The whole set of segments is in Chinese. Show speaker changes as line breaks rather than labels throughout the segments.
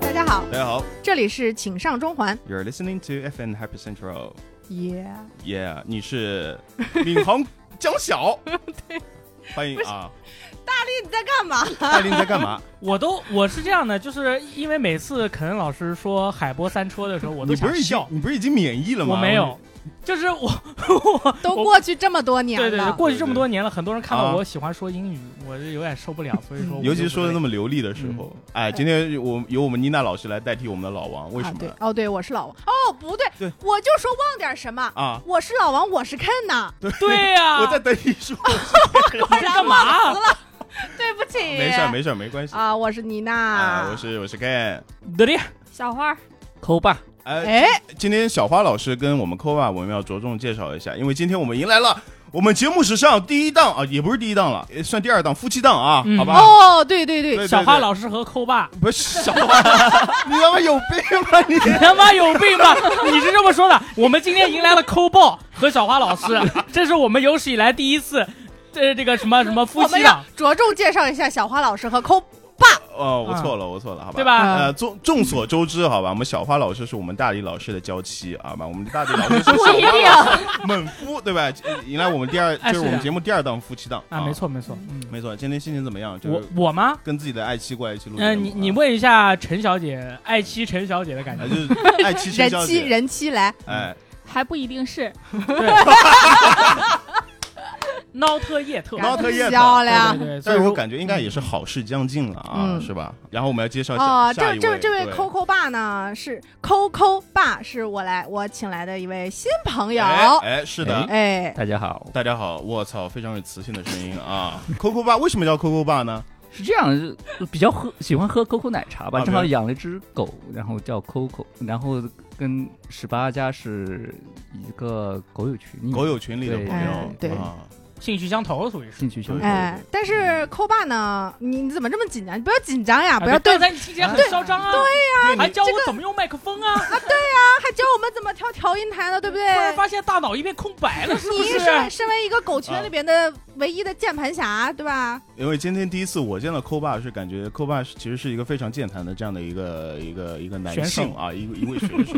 大家好，
大家好
这里是请上中环
，You're listening to FN Happy Central。
，Yeah，
Yeah，你是闵行江晓。对，欢迎啊！
你在干嘛？
艾琳在干嘛？
我都我是这样的，就是因为每次肯恩老师说海波三戳的时候，我都
你不
想
是已经
笑。
你不是已经免疫了吗？
我没有，就是我我
都
我
过去这么多年了，啊
对对对，过去这么
对对
多年了，很多人看到
啊嗯
我喜欢说英语，我就有点受不了，所以说
尤其说的那
么
么流利的时候，哎，今天我由我们妮娜老师来代替我们的老王，为什
啊？对
么，
哦，对，我是老王。哦，不对，
对
我就说忘点什么。
啊？
我是老王，我是 Ken 呐，
对呀、
我在啊等你说，
突然
干
忘
嘛
词了，对不起。
没事儿没事儿没关系
啊，我是妮娜，
啊，我是我是 Ken。
德利
小花。
抠吧，
哎，
哎，
今天小花老师跟我们 Kova 我们要着重介绍一下，因为今天我们迎来了我们节目史上第一档啊，也不是第一档了，也算第二档夫妻档啊，
嗯
好吧？
哦，对对对，
对
小花
对
老师和抠吧，
不是小花，你他妈有病吧你！
你他妈有病吧？你是这么说的？我们今天迎来了抠爆和小花老师，啊 这是我们有史以来第一次，这这个什么什么
啊
夫
我们
妻
要
档，
着重介绍一下小花老师和抠爸。
哦，我错了，我错了，好吧？
啊对？吧？
呃，众众所周知，好吧，我们小花老师是我们大理老师的娇妻，好吧？我们大理老师 是
不一
小
定，
花猛夫，对吧？呃迎来我们第 二，
哎
就是我
是
们
的
节目第二档夫妻档
啊，没，错没错，嗯，
没错。今天心情怎么样？就
我
是
我吗？
跟自己的爱妻过来一起录节目啊。
嗯、你你问一下陈小姐，爱妻陈小姐的感
啊，
觉。
就是爱妻
人
陈小
妻
姐，
人妻来，
哎，
还不一定是
对 闹特夜特，
然后特夜
漂
对
亮。
对对，所
但
以
是我
说
感觉应该也是好事将近了啊，
嗯
是吧？然后我们要介绍
哦，
下
这
下一
这这位
对
Coco 爸呢是 Coco 爸，是我来我请来的一位新朋友。
哎哎，是的，
哎，
大家好，
大家好，我操，非常有磁性的声音啊！Coco 爸为什么叫 Coco 爸呢？
是这样，就比较喝喜欢喝 COCO 奶茶吧，
啊
正好
明白
养了一只狗，然后叫 COCO，然后跟十八家是一个狗友群里
嗯
面，
狗友群里的朋友
哎，对
啊，
兴趣相投属于是。
兴趣相 投，
哎，但是抠爸呢？你你怎么这么紧张？你不要紧张啊
哎
呀，不要对
刚，才啊你听起来很嚣张啊，
对
还
你
教我怎么用麦克风啊，
还教我们怎么调调音台呢，对不对
突？然发现大脑一片空白了，是不
你
是？啊
身为身为一个狗群里边的唯一的键盘侠，对吧？
因为今天第一次我见到 Coco 爸，是感觉 Coco 爸是其实是一个非常健谈的这样的一个一个一个男
选
性
手
啊，一个一位选 手，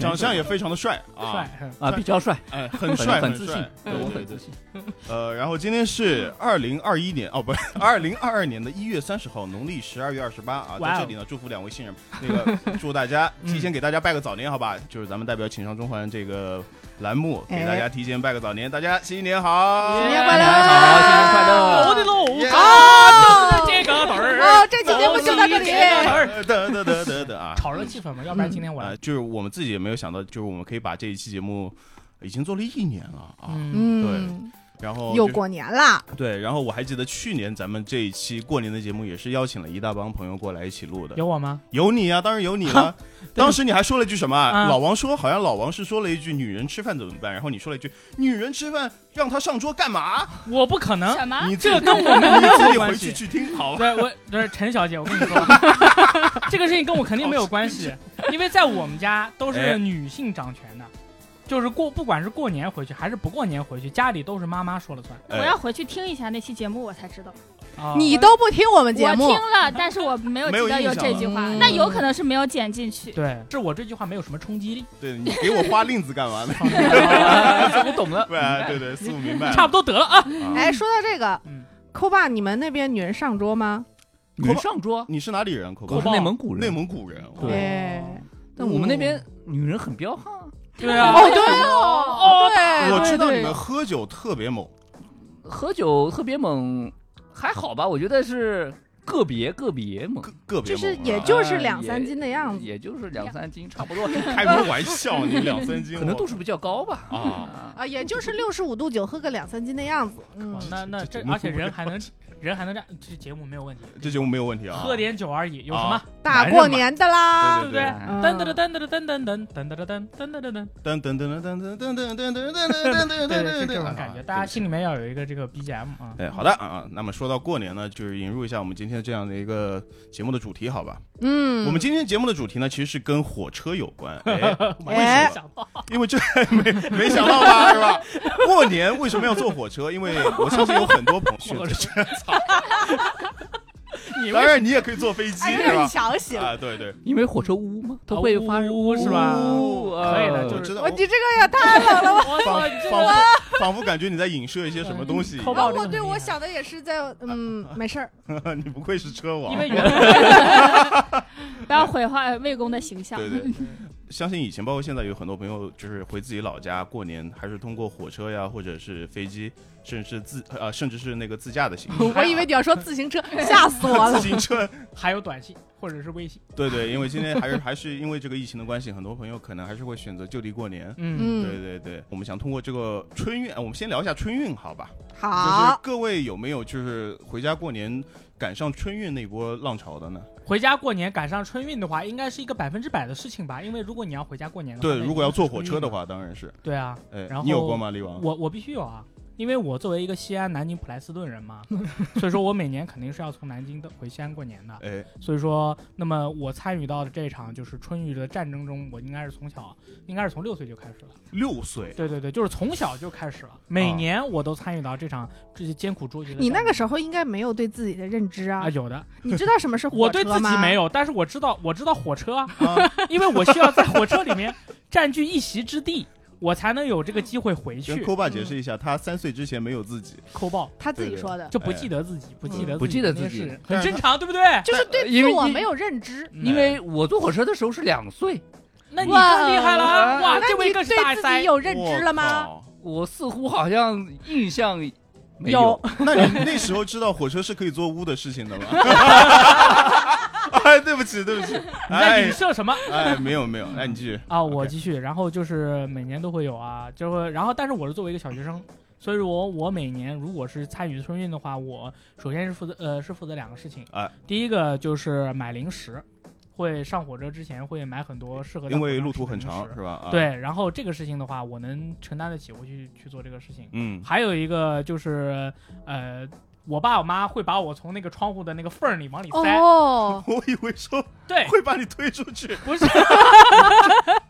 长相也非常的帅啊，
帅，
啊，比较 帅，
哎，很
很
帅，
很
很
自
帅
信，，
对
我
对对
很自。信。
呃，然后今天是二零二一年哦，不是二零二二年的一月三十号，农历十二月二十八啊，
哇
在
哦
这里呢，祝福两位新人，那个祝大 家
嗯
提前给大家拜个早年，好吧？就是咱们代表请上中环这个栏目给大家提前拜个早年，大家新年好，
哎
新年
耶
快乐！
好新年快乐
嗯哎我的喽，
耶
啊，就是这个词儿，
哦哦，这期节目就到这里。
得得得得得 啊！
炒热气氛嘛，要不然今天我
啊，
来，
就是我们自己也没有想到，就是我们可以把这一期节目已经做了一年了啊，
嗯，
嗯，
然后
又
就是
过年啦，
对，然后我还记得去年咱们这一期过年的节目也是邀请了一大帮朋友过来一起录的，
有我吗？
有你啊，当然有你了。 当时你还说了一句什么啊？
啊
老王说，好像老王是说了一句“女人吃饭怎么办”，然后你说了一句“女人吃饭让她上桌干嘛
我不可能，
什”？么？
啊你自
这
己
个跟我没有
你
任
自
何
己
关
回
系
去。去听好吧。
对我，对陈小姐，我跟你说，啊这个事情跟我肯定没有关系，因为在我们家都
哎
是女性掌权的，就是过不管是过年回去还是不过年回去，家里都是妈妈说了算。
我
哎
要回去听一下那期节目，我才知道。
啊
哦你都不听我们节
我听
目，
了，但是我没有
没有
记得
印
有
象
这
了
句话
嗯，
那有可能是没有剪进去。
对，是我这句话没有什么冲击力，
对你给我花令子干嘛呢？
哎我懂了，
对啊对对，四五明白。
差不多得了啊。
多
哎，说到这个
嗯，
抠爸，你们那边女人上桌吗？
你们上桌，
你是哪里人？口
我
口
是内蒙古人，
内，蒙古人。哦
对
哎，
但我们那边女人很
嗯
彪悍啊，
对啊，
哦，对哦，对，
我
对
知道
对
你们喝酒特别猛，
喝酒特别猛，还好吧？我觉得是个别个别猛，
个个
就
别猛
是
啊
也就是两三斤的
嗯
样子
嗯也就是两三斤差 不多，
开什么玩笑？你两三斤，
可能
我
度数比较高吧。
啊，
啊，
啊，也就是六十五度九喝个两三斤的样子。嗯
哦，那那
这
这
这
而且人还能人还能站，这节目没有问题，
这节目没有问题啊。
喝点酒而已，有什么
啊？
大过年的啦，
对不对？
啊
嗯
噔噔噔噔噔噔噔噔噔噔噔噔噔噔，
噔噔噔噔噔噔噔噔噔噔噔噔噔
对对，
噔
是这种感觉，大家心里面要有一个这个 BGM 啊。
哎，好的啊，啊那么说到过年呢，就是引入一下我们今天这样的一个节目的主题，好吧？
嗯，
我们今天节目的主题呢，其实是跟火车有关。哎，为
哎
什么？
想到
因为这没没想到吧，是吧？过年为什么要坐火车？因为我相信有很多朋友，
你
当
为
然你也可以坐飞机，
哎，
是吧？
强行。
啊，对对，
因为火车污嘛，它会发生
污啊是吧
污
可以的
呃
就
我
是
知道
我，你这个也太冷了吧！
我
仿
操，你这
仿
个
佛仿佛感觉你在影射一些什么东西一
偷
样。
啊，
爆这
我
个很
对
厉
我
害
想的也是在，嗯，没事儿。
你不愧是车王，
因为原
不要毁坏魏公的形 象。
对对，相信以前包括现在有很多朋友，就是回自己老家过年，还是通过火车呀，或者是飞机，甚至自呃，甚至是那个自驾的形式。
我以为你要说自行车，吓死我
自
了。
行车，
还有短信或者是微信，
对对，因为今天还是还 是因为这个疫情的关系，很多朋友可能还是会选择就地过年。
嗯，
对
嗯，
对对，我们想通过这个春运，呃我们先聊一下春运，好吧？就是
好，
各位有没有就是回家过年赶上春运那波浪潮的呢？
回家过年赶上春运的话，应该是一个百分之百的事情吧？因为如果你要回家过年的话，
对，
那
如果要坐火车的
一定是春运嘛，
话，当然是。
对啊，
哎
然，后
你有过吗，李王？
我我必须有啊，因为我作为一个西安、南京、普莱斯顿 人嘛，所以说我每年肯定是要从南京的回西安过年的。
哎，
所以说，那么我参与到的这场就是春运的战争中，我应该是从小，应该是从六岁就开始了。
六岁，
对对对，就是从小就开始了，每
啊
年我都参与到这场这些艰苦卓绝的战争。
你那个时
候
候应该没有对自己的认知啊
啊，，有的，
你知道什么是
我
火
对
车
自己
吗？
没有，但是我知道我知道火车啊，
啊
因为我需要在火车 里面占据一席之地，我才能有这个机会回
跟
去
抠爸解
嗯
释一下，他三岁之前没有自己，
抠爆，
他自己说的，
就不记得自己，不
嗯
记得
不记得
自
自己
是
但
很
是
正常，对不对？
就是对
因
自
为
我
因
没有认知。
因为我坐火车的时候是两岁，
那你
哇
更厉害了啊，哇，
哦那
这位
你
更
对
是大
自己
塞，
有认知了吗？
我
我似乎好像印象没
有
靠？那你那时候知道火车是可以做污的事情的 吗？哎，对不起，对不起，
你在
哎
影射什么？
哎，没有没有，哎，你继续
啊，我
OK
继续，然后就是每年都会有啊，就会，然后但是我是作为一个小学生，所以我我每年如果是参与春运的话，我首先是负责呃是负责两个事情，
哎
第一个就是买零食，会上火车之前会买很多适合在
因为
火车
路
上
途
吃的
很
零
长
食
是吧？啊，
对，然后这个事情的话，我能承担得起，我去去做这个事情。
嗯，
还有一个就是呃。我爸我妈会把我从那个窗户的那个缝儿里往里塞，
哦，
我以为说
对，
会把你推出去，
不是，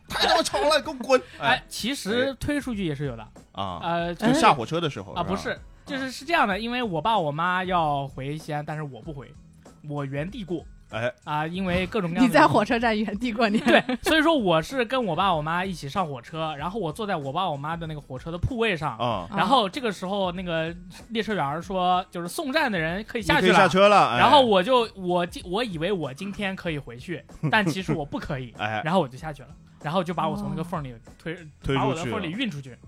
太他妈吵了，给我滚！哎
哎，其实推出去也是有的，
啊，
呃，
就下火车的时候
啊，不
吧
是，就是是这样的，因为我爸我妈要回西安，但是我不回，我原地过
哎，
啊，因为各种 各样的
你在
原因
火车站原地过年，
对，所以说我是跟我爸我妈一起上火车，然后我坐在我爸我妈的那个火车的铺位上。
啊，
然后这个时候，那个列车员儿说，就是送站的人可以
你
下
可
去
以下
了。
车了，哎。
然后我就我今我以为我今天可以回去，但其实我不可以
哎
然后我就下去了，然后就把我从那个缝儿里推，
推
把我
出
的
去
缝儿里
了，
运出去。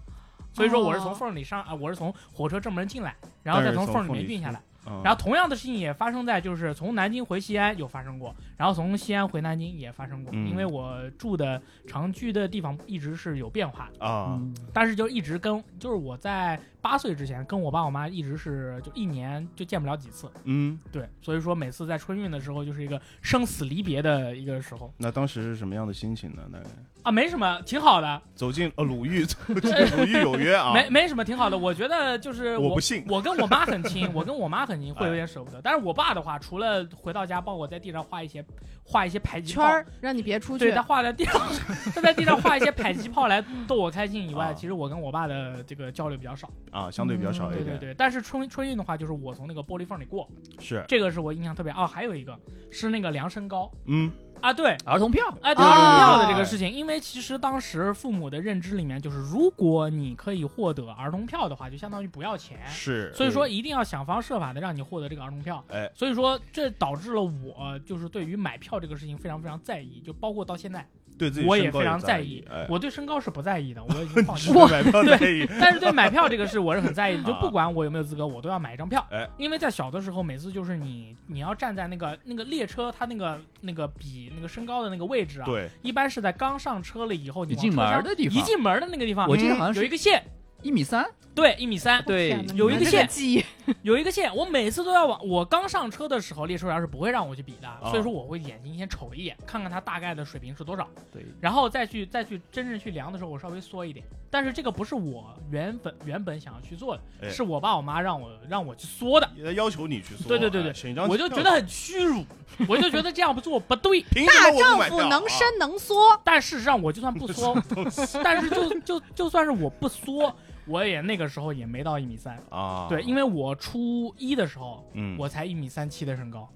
所以说我是从
哦
缝儿里上啊，我是从火车正门进来，然后再从缝儿里面运下来。
嗯
然后同样的事情也发生在就是从南京回西安有发生过，然后从西安回南京也发生过，
嗯
因为我住的常居的地方一直是有变化的，
啊，
嗯
但是就一直跟就是我在八岁之前跟我爸我妈一直是就一年就见不了几次，
嗯，
对，所以说每次在春运的时候就是一个生死离别的一个时候
那当时是什么样的心情呢？那
啊，没什么，挺好的，
走进呃鲁豫， 走进鲁豫有约啊，
没没什么，挺好的，我觉得就是
我不信
我跟我妈很亲，我跟我 妈很亲，会有点舍不得。但是我爸的话，除了回到家帮我在地上画一些画一些迫击
圈
炮，
儿让你别出
对
去
他。画在地上， 他在地上画一些迫击炮来逗我开心以
啊
外，其实我跟我爸的这个交流比较少。
啊，相对比较少一
嗯对对
点，
对，但是春春运的话，就是我从那个玻璃缝里过，
是，
这个是我印象特别。哦，还有一个是那个量身高
嗯，
啊，对。
儿童票，
啊，对
哦
儿童票的这个事情，因为其实当时父母的认知里面，就是如果你可以获得儿童票的话，就相当于不要钱。
是，
哎所以说一定要想方设法的让你获得这个儿童票。
嗯哎，
所以说这导致了我就是对于买票这个事情非常非常在意，就包括到现在，
对自己
我
身
也
高
非常
在
意。
哎，
我对身高是不在意的，我 已经放弃
对
了。
买 票在意，
但是对买票这个事我是很在意的，就
啊
不管我有没有资格，我都要买一张票
哎。
因为在小的时候，每次就是你你要站在那个那个列车，它那个那个比那个身高的那个位置啊，
对，
一般是在刚上车了以后，你
你
往
进
车
门
上
儿的地方，
一进门儿的那个地方
我记得好像
有一
是
个线，
一米三，
嗯对，一米三，
对，
有一个
这
线
记忆，
有一个线，我每次都要往我刚上车的时候，列车员是不会让我去比的，
啊
所以说我会眼睛先瞅一眼，看看它大概的水平是多少，
对，
然后再去再去真正去量的时候，我稍微缩一点。但是这个不是我原本原本想要去做的，
哎
是我爸我妈让我让我去缩的，
也要求你去说，
对对对对
哎选一张
我就
票
觉得很 屈辱，我就觉得这样不做不对。
凭
大
什么我不
丈
买
夫
票
能
啊
伸能缩，
但事实上，我就算不缩， 但是就就就算是我不缩，我也那个时候也没到一米三。
啊？
对，因为我初一的时候，
嗯，
我才一米三七的身高。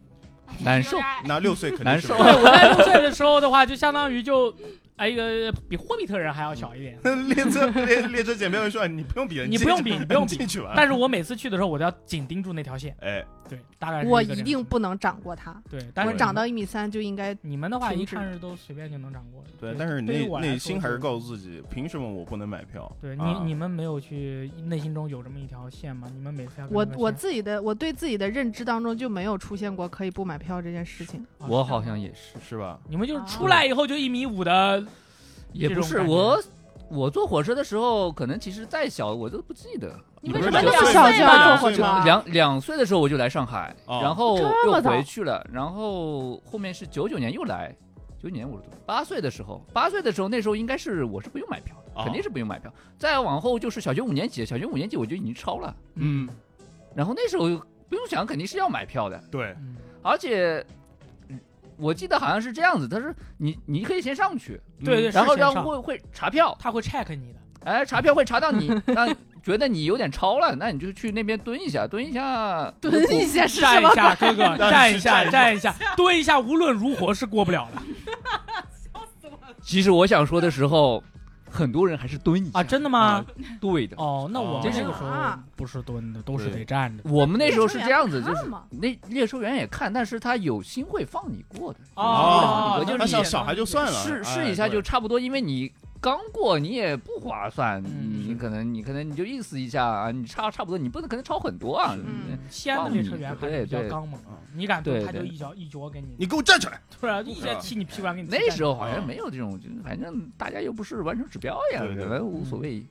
难受，
那六岁肯定
难
是
受
对， 我在六岁的时候的话，就相当于就，哎一个比霍比特人还要小一点。
列车列列车检票员说：“你不用比，嗯
你
进
不用
去
比你不用比
进啊去吧。
但是我每次去的时候，我都要紧盯住那条线。
哎，
对，大概是
我
个这
一
样
定不能长过他。
对。但
我
是
长到一米三就应该
你们的话，
停
一
止
看是都随便就能掌握的。
对，但是你
对于
内
我来
内
说
心还是
就
告诉自己，凭什么我不能买票？
对你
啊，
你们没有去内心中有这么一条线吗？你们每次要跟
我
那个
我
线
自己的我对自己的认知当中就没有出现过可以不买票这件事情。
哦
我
是这样
好像
吗
也是，
是吧？
你们就是
啊
出来以后就一米五的，
也不
这
是
种感觉
我。我坐火车的时候，可能其实再小我都不记得。
你
为
不是
什么
两
这么
岁
小
吗
就
两
要坐
岁
火车
吗
啊
两两岁的时候我就来上海，
哦
然后
这么
又
早
回去了，然后后面是九九年又来，九九年我是多八岁的时候，八岁的时候那时候应该是我是不用买票的，
哦
肯定是不用买票。再往后就是小学五年级，小学五年级我就已经超了，
嗯
然后那时候不用想肯定是要买票的，
对，
嗯
而且。嗯我记得好像是这样子，他说你你可以先上去，嗯
对对，
然后
是线
然
上
后会会查票，
他会 check 你的，
哎，查票会查到你，那觉得你有点超了，那你就去那边蹲一下，蹲一下，
蹲一下是什
站一
么？
下，哥 哥，
是
站一下，
站一下
站一下，蹲一下，无论如何是过不了的
其实我想说的时候，很多人还是蹲一下
啊！真的吗
啊？对的，
哦，那我
哦
们那个时候
啊
不是蹲的，都是
对
得站着。
我们那时候是这样子，
列车
就
员
是
嘛
那列车员也看，但是他有心会放你过的，
啊
哦
我就
他
是
想
也
小孩就算了，
试
哎
试一下
对
就差不多，因为你刚过你也不划算，
嗯
你可能你可能你就意思一下啊，你差差不多，你不能可能超很多啊，
嗯
西安的列车员还是比较
对对
刚猛的，啊你敢
对
动
对
他就一脚一脚给你，
你给我站起来。
突然一脚踢你屁股上给你踢
那时
候
候好像没有这种，就是反正大家又不是完成指标呀，
哦对对嗯
可能无所谓，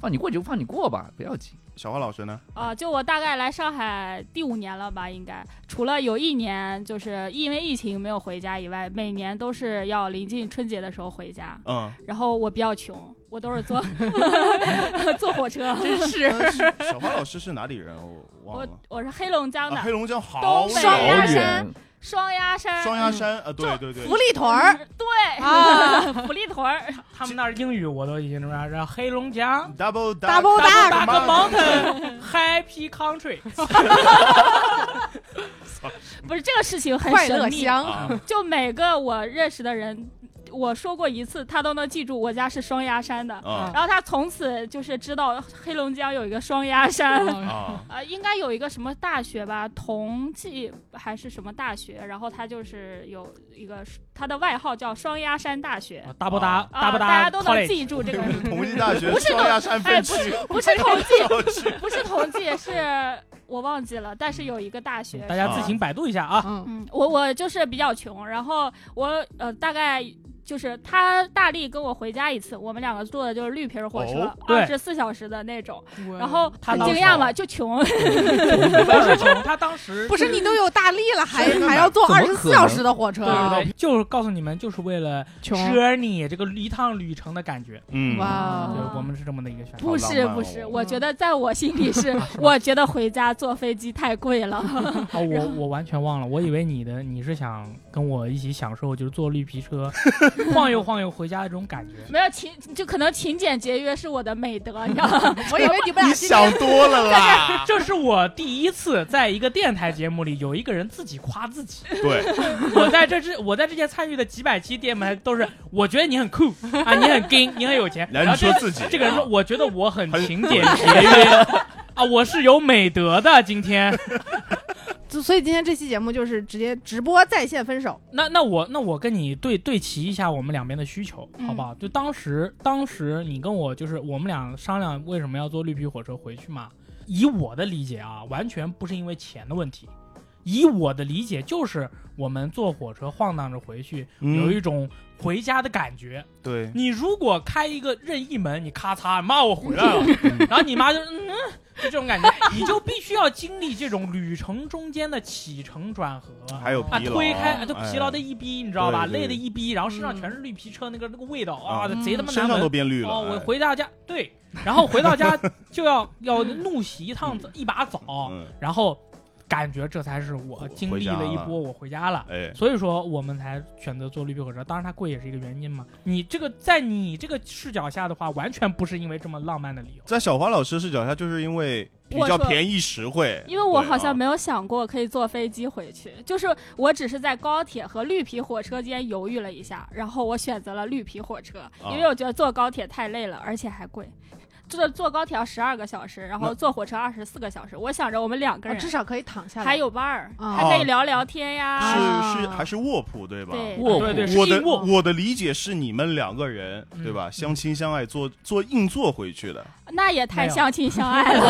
放你过就放你过吧，不要紧。
小花老师呢？
啊，就我大概来上海第五年了吧，应该除了有一年就是因为疫情没有回家以外，每年都是要临近春节的时候回家。
嗯，
然后我比较穷，我都是坐 坐火车。
真是
呃 小花老师是哪里人？我忘
我
了。
我是黑龙江的
啊，黑龙江好
东北
小
双鸭
远
山双鸭山，
双鸭山啊，对对对
福，利屯儿
嗯对，
啊
普利屯儿，
他们那儿英语我都已经什么，然后黑龙江
double 啊
，double
Duck
duck，
Mountain Happy Country，
不是这个事情很
快乐
神秘，
乡。
啊，
就每个我认识的人，我说过一次，他都能记住我家是双鸭山的。
啊
然后他从此就是知道黑龙江有一个双鸭山，
嗯
啊，
呃，应该有一个什么大学吧，同济还是什么大学，然后他就是有一个他的外号叫双鸭山大学，
大不达
啊，
大不
大
达
家都能
college，
记 住这个，
同济大学
不是
双鸭山分
哎不
区
是 不是同济，
校区，
不是同济，是我忘记了，但是有一个大学，
嗯大家自行百度一 下啊。
嗯，
嗯，我我就是比较穷，然后我呃大概就是他大力跟我回家一次，我们两个坐的就是绿皮儿火车
哦，
对
二十四小时的那种，然
然
后
他
很
当
惊
时
讶嘛，就穷，
不是穷，他当时
不是你都有大力了，还还要坐
怎
二
么
十
可
四
能
小时的火车
对
啊，
对对，就是告诉你们，就是为了
穷
journey 这个一趟旅程的感觉，
嗯
哇
对
哦，
我们是这么的一个选择。
不是
浪漫哦
不是，我觉得在我心里是，我觉得回家坐飞机太贵了，
哦，我我完全忘了，我以为你的你是想跟我一起享受，就是坐绿皮车 晃悠晃悠回家的这种感觉。
没有勤就可能勤俭节约是我的美德，你知道吗？
我以为你们
你
俩今天
想多了啦，
这是我第一次在一个电台节目里有一个人自己夸自 己。
对，
我在这之我在之前参与的几百期电台都是，我觉得你很酷啊，你很 gay，你很有钱。
然
然
后
后
你说
这
自己，
这个人说，我觉得我很
很
勤俭节约啊，我是有美德的。今天
就所以今天这期节目就是直接直播在线分手。
那那我那我跟你对对齐一下我们两边的需求，
嗯
好不好？就当时当时你跟我就是我们俩商量为什么要坐绿皮火车回去嘛。以我的理解啊，完全不是因为钱的问题。以我的理解，就是我们坐火车晃荡着回去，有
嗯，
一种回家的感觉。
对，
你如果开一个任意门，你咔嚓，妈我回来了， 然后你妈就嗯，就这种感觉，你就必须要经历这种旅程中间的起承转合。
还有
啊，
疲劳，
推开啊就疲劳的
哎
一逼，你知道吧？
对对
累的一逼，然后身上
嗯
全是绿皮车那个那个味道
啊
啊，贼他妈
身上
难
都
闻。
变绿了。
哦，我
哎
回到家对，然后回到家就要 要怒洗一趟一把澡，
嗯，
然后感觉这才是我经历了一波，我回家了。
哎，
所以说，我们才选择坐绿皮火车。当然，它贵也是一个原因嘛。你这个在你这个视角下的话，完全不是因为这么浪漫的理由。
在小花老师视角下，就是因为比较便宜实惠，
因为我
对
好像
啊
没有想过可以坐飞机回去，就是我只是在高铁和绿皮火车间犹豫了一下，然后我选择了绿皮火车，
啊
因为我觉得坐高铁太累了，而且还贵。坐坐高铁要十二个小时，然后
那
坐火车二十四个小时。我想着我们两个
啊
人
至少可以躺下来。
还有伴儿，
啊
还可以聊聊天
啊
呀。
哦是是
啊
还是卧铺对吧？
对
卧
对对，
铺
是
我的
硬卧
我的理解是你们两个人
嗯
对吧，相亲相爱坐坐硬座回去的，
那也太
没有
相亲相爱了。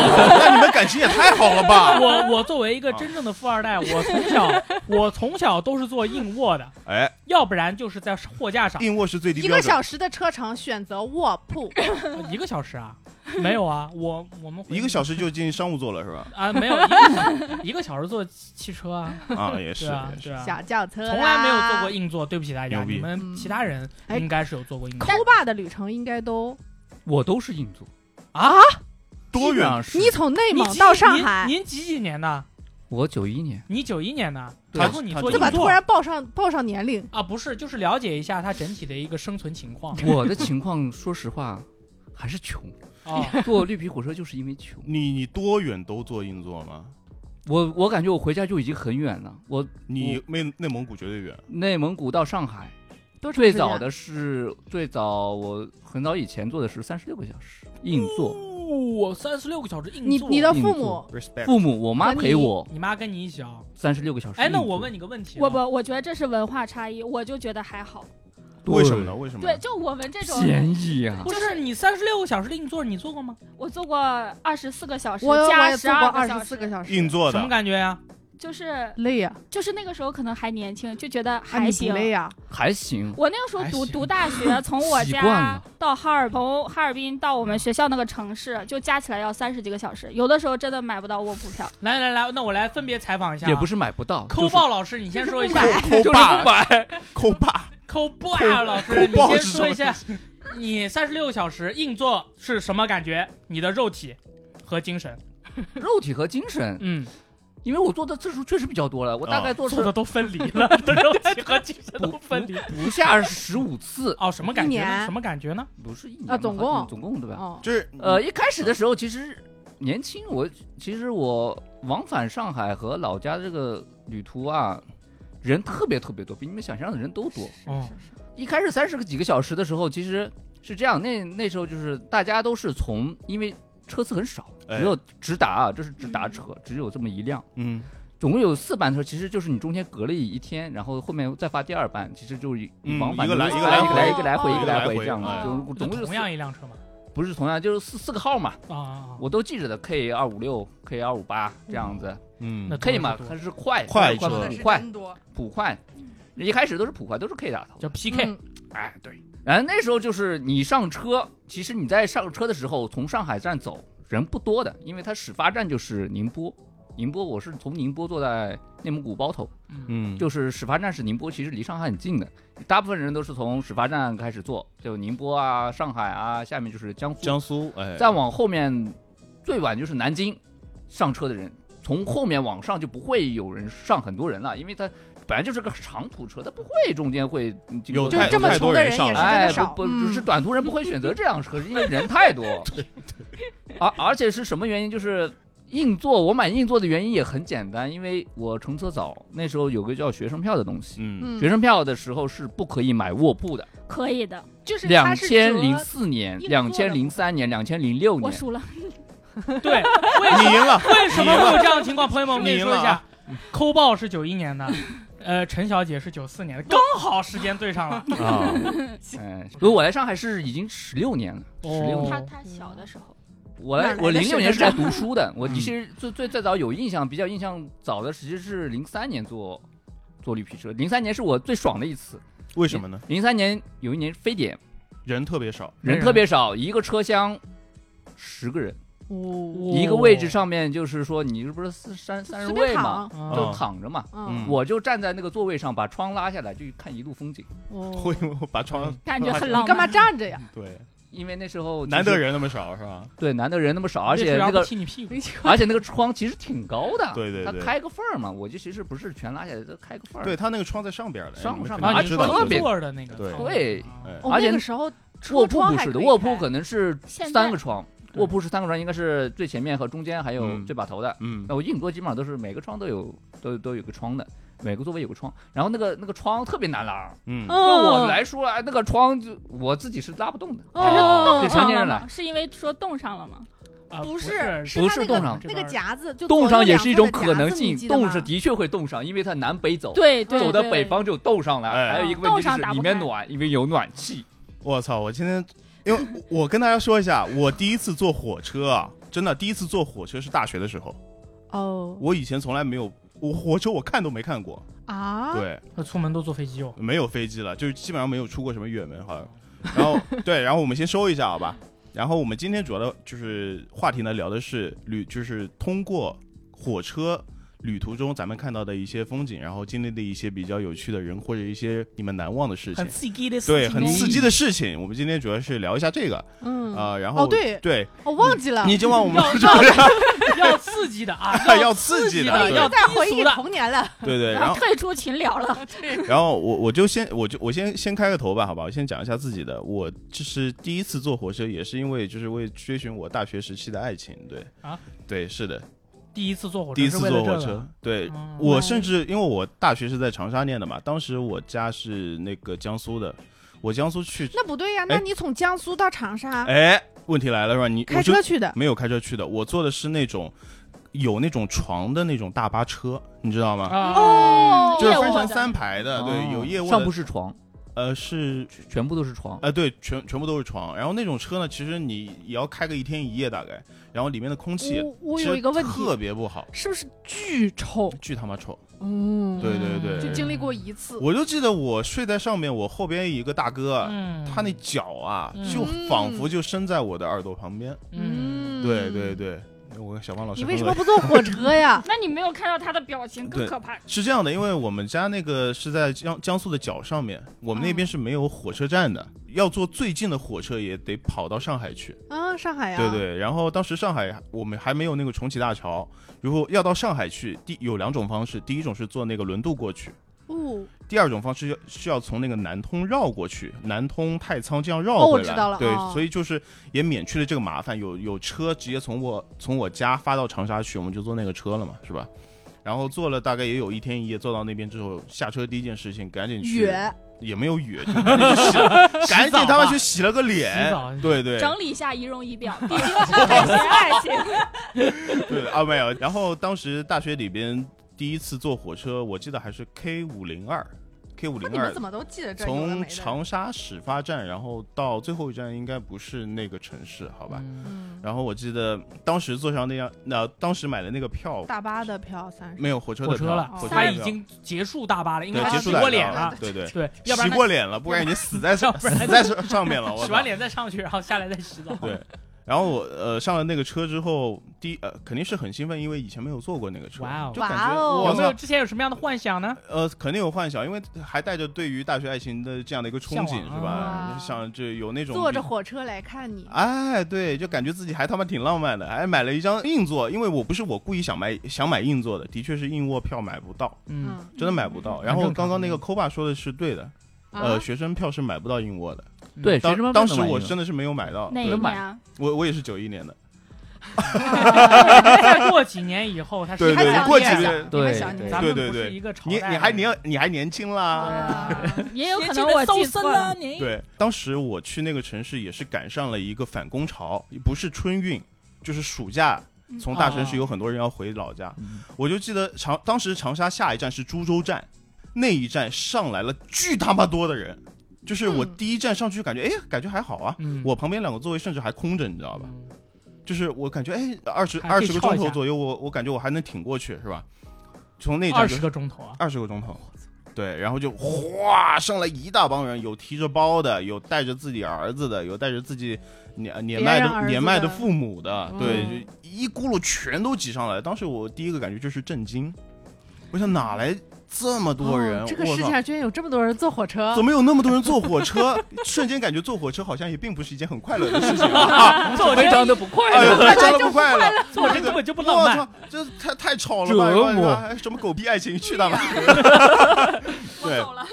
那你们感情也太好了吧？
我我作为一个真正的富二代，我从 小我从小都是做硬卧的，
哎，
要不然就是在货 架上
硬卧是最低
一
标
个
准，
小时的车程，选择卧铺。
呃一个小时啊，没有啊，我我们回
一个小时就进商务座了是吧？
啊没有一个一个小时坐汽车啊，
啊，也 是
对啊
也是
对啊，
小轿车，啊
从来没有坐过。硬座，对不起大家，
牛逼
你们其他人
哎
应该是有坐过硬座
抠爸的旅程应该都，
我都是硬座，
啊？
多
基本
远？
上是
你从内
你
蒙
几
到上
您
海，
您几几年的？
我九一 年，
你九一年的，
对
然后你
他
坐
这
怎
硬
么突
座
然报上报上年龄？
啊？不是，就是了解一下它整体的一个生存情况
我的情况说实话还是穷，
啊。
坐绿皮火车就是因为穷。
你你多远都坐硬座吗？
我我感觉我回家就已经很远了，我
你内内蒙古绝对远，
内蒙古到上海。
多长
最
时
早
间
的是最早，我很早以前做的是三十六个小时硬座，
我哦三十六个小时硬
你
座，
你的
硬
父母
座
respect。
父母我妈
和
陪
你
我
你妈跟你一起啊？
三十六个小时硬
哎，
座。
那我问你个问题啊，
我不，我觉得这是文化差异，我就觉得还好。
对
为什么呢？？为什么
对，
呢？
就我们这种，
便宜啊！
不是你三十六个小时的硬座，你做过吗？
我做过二十四个小时
我我
加
也
十
坐过
二
二
小
十
时
四个，小时，
硬座
什么
的，
感觉呀？
就是
累呀，
就是那个时候可能还年轻，就觉得
啊
还
你不
行。
累呀？
还行，
我那个时候读
还行
读大学，从我
习惯
家
了
到哈尔，从哈尔滨到我们学校那个城市，就加起来要三十几个小时，有的时候真的买不到卧铺票。
来来来，那我来分别采访一下啊。
也不是买不到，
抠
爆
爆老师，你先说一下。
抠抠
就是
爸
不，买，
抠爸，
抠爆老师，
抠
你
爆
先
是
说一
什
下，你三十六小时硬座是什么感觉？你的肉体和精神，
肉体和精神，
嗯，
因为我做的次数确实比较多了，我大概做
做
是
的都分离了，肉体和精神都分离。
不下十五次，
哦，什么感觉
一
呢？
年
什么感觉呢？
不是一年
啊
吧
总共
总共对吧？
哦，
就是
呃，一开始的时候其实年轻，我其实我往返上海和老家这个旅途啊，人特别特别多，比你们想象的人都多。
哦，
一开始三十个几个小时的时候，其实是这样，那那时候就是大家都是从，因为车次很少，
哎
只有直达啊，这是直达车，只有这么一辆。
嗯，
总共有四班车，其实就是你中间隔了一天，然后后面再发第二班，其实就是
嗯
往返
一个来
就是
一
一
个哎
个
来
一个来
回
一
哦
个来回一个来回这样
哦
的，
哦
就总共就
同样一辆车嘛。
不是同样，就是四四个号嘛，
啊啊啊！
我都记着的，K 二五六、K 二五八这样子
嗯
那
，K 嘛
多
它是快
快
快
车
普快
多，
普快，一开始都是普快，都是 K 打头
叫，PK，
哎对，然后那时候就是你上车，其实你在上车的时候从上海站走人不多的，因为它始发站就是宁波，宁波我是从宁波坐在内蒙古包头。
嗯，
嗯，
就是始发站是宁波，其实离上海很近的，大部分人都是从始发站开始坐，就宁波啊、上海啊，下面就是江苏，
江苏，哎，
再往后面最晚就是南京上车的人，从后面往上就不会有人上很多人了，因为它本来就是个长途车，它不会中间会经过
有
就
太
这么
太
穷
多
的
人
人也是
上
真
来
的
哎，
少，
不不，就是
嗯
短途人不会选择这辆车，是因为人太多。对对。而而且是什么原因？就是硬座，我买硬座的原因也很简单，因为我乘车早，那时候有个叫学生票的东西。
嗯
嗯，
学生票的时候是不可以买卧铺的。
可以的，
就是
两
它是
千零
折
四年、
硬座的
两千零三年、两千零六
我
年，
输了。
嗯对，
你赢了，
为什么会有这样的情况？朋友们，我
你
跟你说一
赢了
下
啊，
抠爆是九一年的，呃，陈小姐是九四年的，刚好时间对上了。
啊，嗯，因为我来上海是已经十六年了，十六
哦
年。
他他小的时候，
我
哪
来
来，的
我零
学
六年是来
长
读书 的。我
嗯
其实最最最早有印象，比较印象早的，其实是零三年坐坐绿皮车。零三年是我最爽的一次。
为什么呢？
零三年有一年非典，
人特别少，
没
人
人
特别少，一个车厢十个人，
哦
一个位置上面就是说你这不是四三三十
随
位
便
嘛，
躺，
啊
就躺着嘛。
嗯
嗯，
我就站在那个座位上，把窗拉下来，就看一路风景。
会
哦，嗯
把窗
感觉很
你
浪漫。
干嘛站着呀？
对，
因为那时候
难得
人。
人那么少是吧？
对，难得人那么少，而且
这车
那
要不
个
踢你屁股，
而且那个窗其实挺高的，
对对
它
对
开个缝儿嘛，我就其实不是全拉下来，它开个缝儿。
对，他那个窗在上边儿的，
上
你们
上
肯定
啊
你
知
是
边
道
窗
坐
特别
座儿的那个
对
舱
对
啊
哎
哦
而且
那个时候车
卧铺
窗
不
还
是的，
可以
卧铺
开
可能是
现在
三个窗，
对
卧铺是三个窗，应该是最前面和中间还有
嗯
最把头的。
嗯
那我硬座基本上都是每个窗都有都都有个窗的，每个座位有个窗，然后那个那个窗特别难拉。
嗯，
对我
哦，
来说啊，那个窗就我自己是拉不动的，
哦
对
冻
成
上
年
了
人来
吗？嗯是因为说冻上了吗？
啊
不
是
是，
不
它
是
那
冻
个
上
那个夹子，就
冻
左右
上也是一种
两侧
可
的
能
夹子
性
你，记得
冻
吗
是的确会冻上，因为它南北走。
对对，
哦走的
对
北方就冻上了，
哎
还有
嗯
一个问
冻
题
上
是
打不
里面
开
暖，因为有暖气。
我操！我今天，因为我跟大家说一下，我第一次坐火车啊，真的第一次坐火车是大学的时候，
哦
我以前从来没有，我火车我看都没看过，
啊，
对，
那出门都坐飞机哦。
没有飞机了，就是基本上没有出过什么远门，好像。然 后对，然后我们先收一下，好吧？然后我们今天主要的就是话题呢，聊的是旅，就是通过火车旅途中咱们看到的一些风景，然后经历的一些比较有趣的人或者一些你们难忘的事情
很，刺激的事情哦，
对，很刺激的事情。我们今天主要是聊一下这个
嗯
啊、呃然后
哦对
对，
我忘记了，
你已经 忘我们
要要刺激 的啊，
要
刺
刺
激
激的
的，
对
要
在回
低
忆
俗的。
童年了，
对对，
然
然
后
后
退出群聊了，
然后我我就先我就我先先开个头吧，好吧，我先讲一下自己的。我就是第一次坐火车，也是因为就是为追寻我大学时期的爱情，对
啊，
对，是的，
第一次坐火车，
第一次坐火车，，对。
嗯
我甚至因为我大学是在长沙念的嘛，当时我家是那个江苏的，我江苏去，
那不对呀，那你从江苏到长沙
哎，问题来了是吧？你
开
我
车
就
去的，
没有开车去的，我坐的是那种有那种床的那种大巴车，你知道吗？
啊，
哦
嗯就是
业务
分成
的？
三排的，啊
哦
哦
对，有业务
上铺
的，
是床，
呃，是
全部都是床。
呃，对，全全部都是床。然后那种车呢，其实你也要开个一天一夜大概，然后里面的空气
我我
其
有
实
一个问
特
题，
别不好，
是不是巨臭？
巨他妈臭。
嗯，
对对对
就经历过一次，
我就记得我睡在上面，我后边一个大哥，
嗯，
他那脚啊，
嗯
就仿佛就伸在我的耳朵旁边。
嗯，
对对，对，我跟小胖老师，
你为什么？不坐火车呀
那你没有看到他的表情
对
更可怕。
是这样的，因为我们家那个是在江江苏的脚上面，我们那
嗯
边是没有火车站的，要坐最近的火车也得跑到上海去。
啊，上海呀，
对，对，然后当时上海我们还没有那个重启大桥，如果要到上海去，第有两种方式，第一种是坐那个轮渡过去，
哦，
第二种方式要是要从那个南通绕过去，南通太仓这样绕
哦我
回来。
知道了
对，
哦
所以就是也免去了这个麻烦，有有车直接从我从我家发到长沙去，我们就坐那个车了嘛，是吧？然后坐了大概也有一天一夜，坐到那边之后，下车第一件事情赶紧去，
远，
也没有雨，就赶紧 去洗了赶紧他妈去洗了个
洗
脸
澡，
对对，
整理一下仪容仪表，毕竟是开始爱情。
对啊，没有。然后当时大学里边第一次坐火车，我记得还是 K 五零二，K 五
那
零
你们
二
怎，么都记得这有的
从
没的？
长沙始发站，然后到最后一站应该不是那个城市，好
好
吧？
嗯，
然后我记得当时坐上那样，那、当时买的那个票
大巴的票三十，
没有火车
火
的
车
票，
了，
火车
他
的
哦已
票
经结束大巴了，因为
对
他
结
洗
束
过
大
脸
巴
了，
对对。
对，要不
洗
然
过脸了，不然已经死在上
要不然
死在上上面了。
他
我
洗
操
完！脸再上去，然后下来再洗澡。
对，然后我呃上了那个车之后，第一呃肯定是很兴奋，因为以前没有坐过那个车，
哇哦
就感
哇
觉
哦
我
有
操
没有之前有什么样的幻想呢？
呃，肯定有幻想，因为还带着对于大学爱情的这样的一个憧憬，
向往
是吧
啊？
想这有那种
坐
比
着，火车来看你，
哎，对，就感觉自己还他妈挺浪漫的，还买了一张硬座，因为我不是我故意想买想买硬座的，的确是硬卧票买不到，
嗯，
嗯，
真的买不到。然
很
后
正常
刚刚那个抠爸说的是对的，
啊
呃，学生票是买不到硬卧的，
对，学生
当
们
当
不
时
能玩
我
这个
真的是没有买到，
哪
对
一年啊？
我我也是九一年的，
再过几年以后，他是
对
你还
对
想
对，
你
过
也
几
想
年。
你还
对
想你哦
对
咱
对
们
对
不是
对
一个朝
你
代
你还年你还年轻啦，
啊
嗯也有可能我记错了。
哎
您
对，当时我去那个城市也是赶上了一个反工潮，不是春运，就是暑假
嗯
从大
哦
城市有很多人要回老家。我就记得长当时长沙下一站是株洲站，那一站上来了巨他妈多的人，就是我
嗯
第一站上去感觉哎感觉还好啊，
嗯，
我旁边两个座位甚至还空着，你知道吧？
嗯
就是我感觉哎二十
还可
二
以
十个
跳
钟
一下
头左右，我我感觉我还能挺过去是吧？从那
二
站就
十个钟 头啊，
二十个钟头，对，然后就哗上来一大帮人，有提着包的，有带着自己儿子的，有带着自己年年
别
迈
人儿子
的
的
年迈的父母的，
嗯
对，就一咕噜全都挤上来。当时我第一个感觉就是震惊，我想哪来这么多人？
哦
我
这个
操
世界上居然有这么多人坐火车
怎，么有那么多人坐火车？瞬间感觉坐火车好像也并不是一件很快乐的事 情啊！
坐
非常的不快
哎呦，
乐。
非常的不快乐。
坐车根本就不浪
我
漫。
操，这太太吵了吧！
折磨
哎什么狗屁爱情，去他妈！
我
对
走了。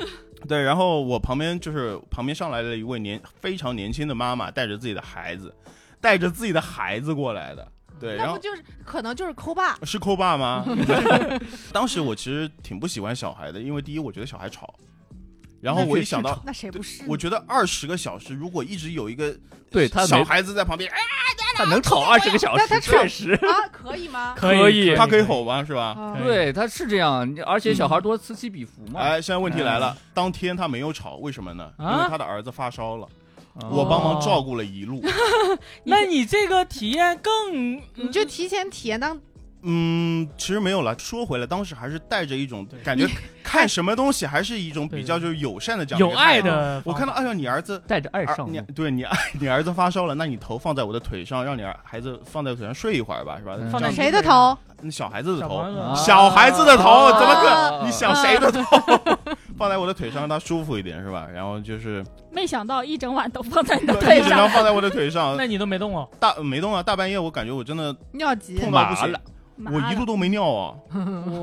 对，然后我旁边就是旁边上来了一位年非常年轻的妈妈，带着自己的孩子，带着自己的孩子过来的。对，然
那
后
不就是可能就是抠爸？
是抠爸吗？ 当时我其实挺不喜欢小孩的，因为第一我觉得小孩吵，然后我一想 到，
那谁不是呢？
我觉得二十个小时如果一直有一个
对他
小
没
孩子在旁边，哎，
他能吵二十个小时
那他，吵
确实。
啊，可以 吗？
可以
以，
他可以吼吗？是
哦
吧？
啊
可以
对，他是这样，你而且小孩多此起彼伏嘛。
哎，现在问题来
嗯
了，当天他没有吵，为什么呢？因
啊
为他的儿子发烧了，
嗯
我帮忙照顾了一路。
那你这个体验更
你就提前体验当
嗯，其实没有了。说回来，当时还是带着一种感觉，看什么东西还是一种比较就是友善的讲，
有爱。的。
我看到，哎呦，你儿子，
带着爱
儿
上
啊你
路，
对你， 你儿子发烧了，那你头放在我的腿上，让你儿孩子放在腿上睡一会儿吧，是吧？
嗯
这
放在
样
你
谁的头？
那小孩子的
小
头
朋，友啊
小孩子的头
啊
怎么
可
你想谁的头？ 放在我的腿上，让他舒服一点，是吧？然后就是
没想到一整晚都放在你的
一
腿
直
上
要，放在我的腿上，
那你都没动哦，
大没动啊，大半夜我感觉我真的
尿急
痛，到不
麻
行
了，
麻
我一路都没尿啊。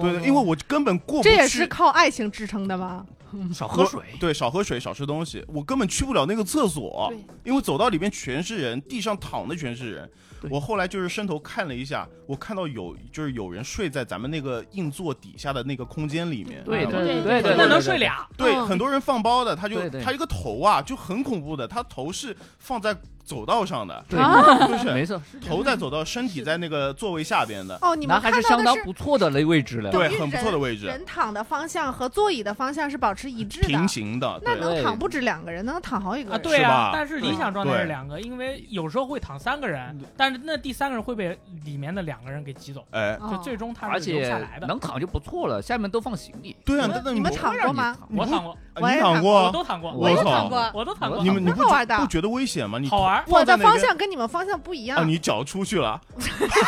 对对，因为我根本过不去。
这也是靠爱情支撑的吗？
少喝水。
对，少喝水，少吃东西。我根本去不了那个厕所
对，
因为走到里面全是人，地上躺的全是人。
对
我后来就是伸头看了一下，我看到有就是有人睡在咱们那个硬座底下的那个空间里面。你
对
知道吗
对对
对对，
那能睡俩，
对，
嗯
很多人放包的，他就
对对
他一个头啊，就很恐怖的，他头是放在走道上的，
对，
啊
就
没
是
错，
头在走道，身体在那个座位下边的，
哦，你
那
们
还
看
是
到
相
的
当
是
不错的那位置了。
等于
对，很不错的位置，
人躺的方向和座椅的方向是保持一致的
平，行的，
那
对。
能躺不止两个人，能躺好几个
啊，
人。
对
是吧
啊，但是理想状态
对嗯
是两个，因为有时候会躺三个人，但是那第三个人会被里面的两个人给挤走，
哎，
哦
就最终他
而
是留
且
下来的。
能躺就不错了，下面都放行李。
对啊
你，们
那
你们
我
躺过吗？
你
我
不
躺过，
我也
你
躺
躺
我
过？
都躺过，
我
我
也
操
躺过，
我都躺过，
你们你
蛮
不
好
觉
玩的
不觉得危险吗？你
好玩。
我
放在
的
那边
方向跟你们方向不一
啊，
样，
你脚出去 了，
哎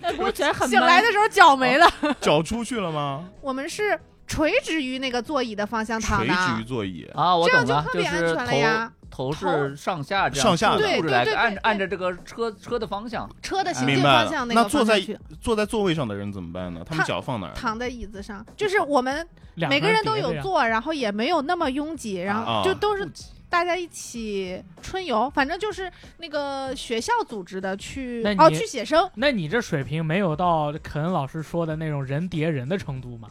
那不会觉得很
醒来的时候脚没了。
脚出去了
哦
吗？
我们是垂直于那个座椅的方向躺
垂
的，
直于座椅，
啊，我
这样
懂了，
就特
就
别安
是
全了呀
头头是上下这样
上下的
竖
对
着
对
来
对，
按
对
按着这个车车的方向，
车的行
明
进
白
方
了
向
那
个
坐
方
在
向去。
坐在座位上的人怎么办呢？他们脚放哪儿？
躺在椅子上，就是我们
两
每
个
个人都
叠着
有
呀，
座，然后也没有那么拥挤，然
啊
后就都是
不挤
大家一起春游，反正就是那个学校组织的去
那你
哦去写生，
那你这水平没有到肯老师说的那种人叠人的程度吗？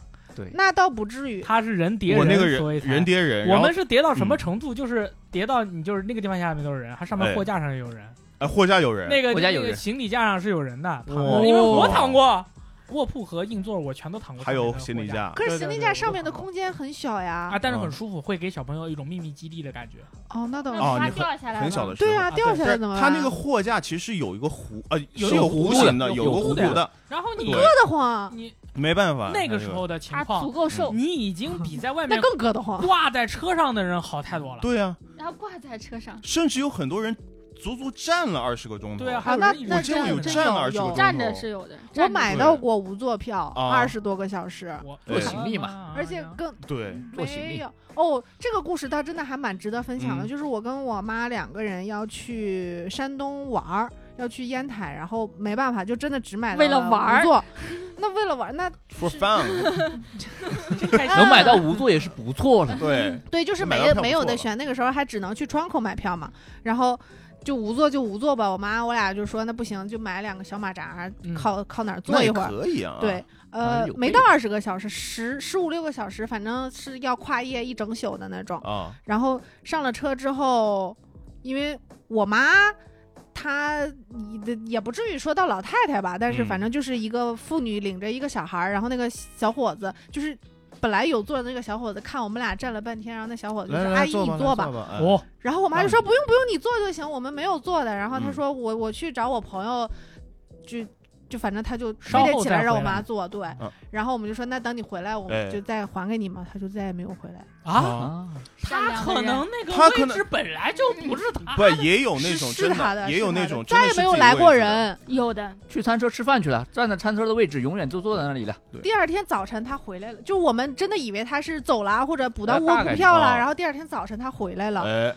那倒不至于。
他是人叠
我那个
所以才
人叠人，
我
然后嗯
们是叠到什么程度？就是叠到你就是那个地方下面都是人，它上面
哎
货架上也有人，
哎货架有人，
那个
货架有
那个
人
行李架上是有人的，躺
哇
着因为我躺过，卧铺和硬座我全都躺过
还
上面
有
的货架，
行李架，嗯
可是行李架上面的
对对对
空间很小呀
啊，。但是很舒服，会给小朋友一种秘密基地的感觉。
哦，那倒
那
是
哦
它
你很
嗯掉下来了，
很小的时候
对啊，
对
掉下来
但
怎么办？
它那个货架其实有一个弧，呃，
有
是有
弧
弧
度的
形的，
有
有个
弧
弧
度的
度的，
然后你
对
硌得慌，
你
没办法。
那个
哎
时
呦
候的情
它足
况，
够瘦，
嗯
你已经比在外
那
面
更硌得慌。
挂在车上的人好太多了。
对啊，
然后挂在车上，
甚至有很多人足足站了二十个钟头。
对啊，
好
还有
那
人一
哦那
我
直
见
真
过有
真
站
有有
了20个钟头
站着是有的。
我
站着
买
对
到过无座票，
啊
二十多个小时，
我
对
行李嘛
啊
而且更
对，
做行
没
李
有哦，这个故事倒真的还蛮值得分享的。
嗯
就是我跟我妈两个人要去山东玩儿，要去烟台，然后没办法，就真的只买到
为了玩儿
五座。那为了玩儿， 那
for fun，
真
哎
开心
能买到无座也是不 错了。
对，
对，就是
买
没
到票不
没
错
有的
了
选。那个时候还只能去窗口买票嘛，然后。就无座就无座吧，我妈我俩就说那不行，就买两个小马扎，
嗯
靠靠哪儿坐
那
一
也
会儿。
可以啊。
对，，
啊
呃
有，
没
这
到二十个小时，十十五六个小时，反正是要跨夜一整宿的那种。
啊，
然后上了车之后，因为我妈她也也不至于说到老太太吧，
嗯
但是反正就是一个妇女领着一个小孩儿，然后那个小伙子就是本来有座的那个小伙子看我们俩站了半天，然后那小伙子就
来
说：“
来
阿
来，
姨你
坐
坐吧。
吧，吧哎
哦，
然后我妈就
那
说：“
你
不用不用，你坐就行，我们没有坐的。”然后她
嗯
说：“我我去找我朋友，就就反正她就非
稍
得
后
起
再
来让
回
我妈
来
坐，对
嗯。
然后我们就说：那等你回来，我们
哎
就再还给你嘛。她就再也没有回来。
啊，
啊，
他可能那个
他可
位
能
置本来就不是 他
不
的，
也有那
是
种
是
真
她
也有
是她
那
的
种真
再
的
也
是
没有
自己
来
位
过
置的。
人。
有的
去餐车吃饭去了，站在餐车的位置永远就坐在那里了。
第二天早晨她回来了，就我们真的以为她是走了或者补到
哎
卧
大
铺
概
票了，
哦
然后第二天早晨她回来了，
哎，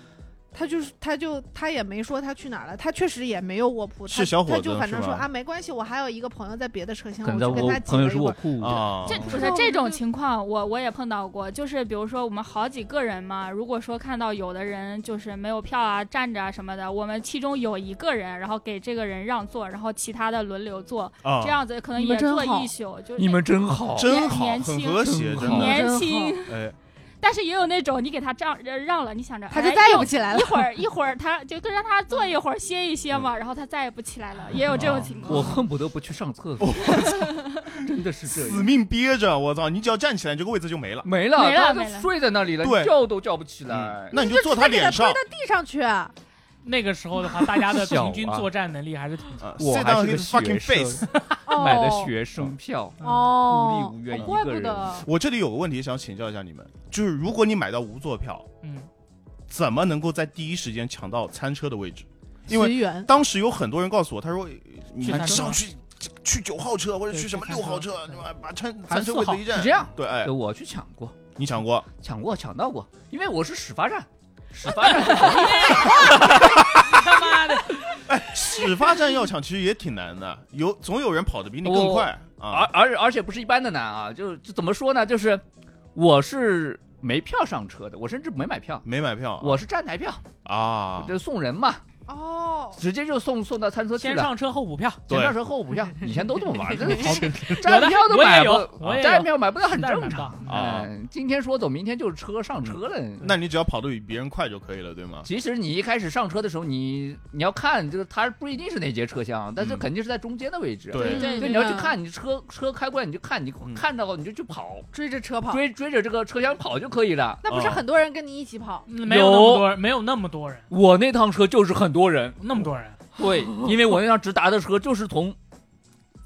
她就是她就她也没说她去哪儿了，她确实也没有卧铺，
是
她
小伙
她
子
就反正
是
说
吧
啊没关系，我还有一个朋友在别的车厢，
可能在
就跟
我
她挤
朋
了
友
一
说
会
我
儿。
酷
啊，
这不
知
是
道
这
我
种
就
情况我，我也碰到过。就是比如说我们好几个人嘛，如果说看到有的人就是没有票啊、站着啊什么的，我们其中有一个人，然后给这个人让座，然后其他的轮流坐，
啊
这，样子可能
你们
也
真
坐
好
一宿。就是
你们真好，
真
年
好，
年
很
轻
和谐，真
好
的。
年
真
轻，
哎，
但是也有那种你给他让让了，你想着
她就
哎
再也
又
不起来了
一。会儿一会儿他就跟让他坐一会儿歇一歇
嗯
嘛，然后他再也不起来了，也有这种情况。
啊我恨不得不去上厕所，真的是这
死
样。
命憋着，我操！你只要站起来，你这个位置就没了。
没了，
没了
他都
没了
睡在那里了，
对
叫都叫不起来。
嗯那你就坐他
给她
脸
推
上
到，地上去，啊
那个时候的话，大家的
小
平均
啊
作战能力还是挺
呃
我
sit
还
down
是个
his fucking
学
face。
生，
哦
买的学生票，
嗯
哦，
孤立无援一个人
怪不得
我这里嗯有个问题想请教一下你们，就是如果你买到无座票，
嗯，
怎么能够在第一时间抢到餐车的位置？因为
随缘。
当时有很多人告诉我，他说呃你
去餐车
上去去九号车或者
对
去什么
去餐
六号
车
车，
对
对吧？把餐
还
餐车
是
位
好
置一
是
站
这。样。
对，哎，
呃我去抢过，
你抢过？
抢过，抢到过，因为我是始发站，始发站
他妈的，
哎始发站要抢其实也挺难的，有总有人跑得比你更快
而
啊。
而而且不是一般的难啊，就就怎么说呢，就是我是没票上车的，我甚至没买票，
没买票啊，
我是站台票，
啊，
就送人嘛，
哦，
直接就送送到餐车去
先
了。
上车后补 票，
前
对
票是后补票，以前都这么玩，真的好
有
站
的
票都
我也
买
有
不
我也，有
站票买不到很
但是买
正
不
常。
到
啊
嗯，今天说走，明天就是车上车了。
那你只要跑得比别人快就可以了，对吗？
其实你一开始上车的时候，你你要看，就是它不一定是哪节车厢，但是
嗯
肯定是在中间的位置。
对
对
就你要去看，你车车开过来你就看，你
嗯
看到你就去跑，
追着车跑，
追追着这个车厢跑就可以了。
那不是
啊
很多人跟你一起跑？
嗯没有那么多人，没有那么多人，
我那趟车就是很多 人，
那么多人，
对，因为我那趟直达的车就是从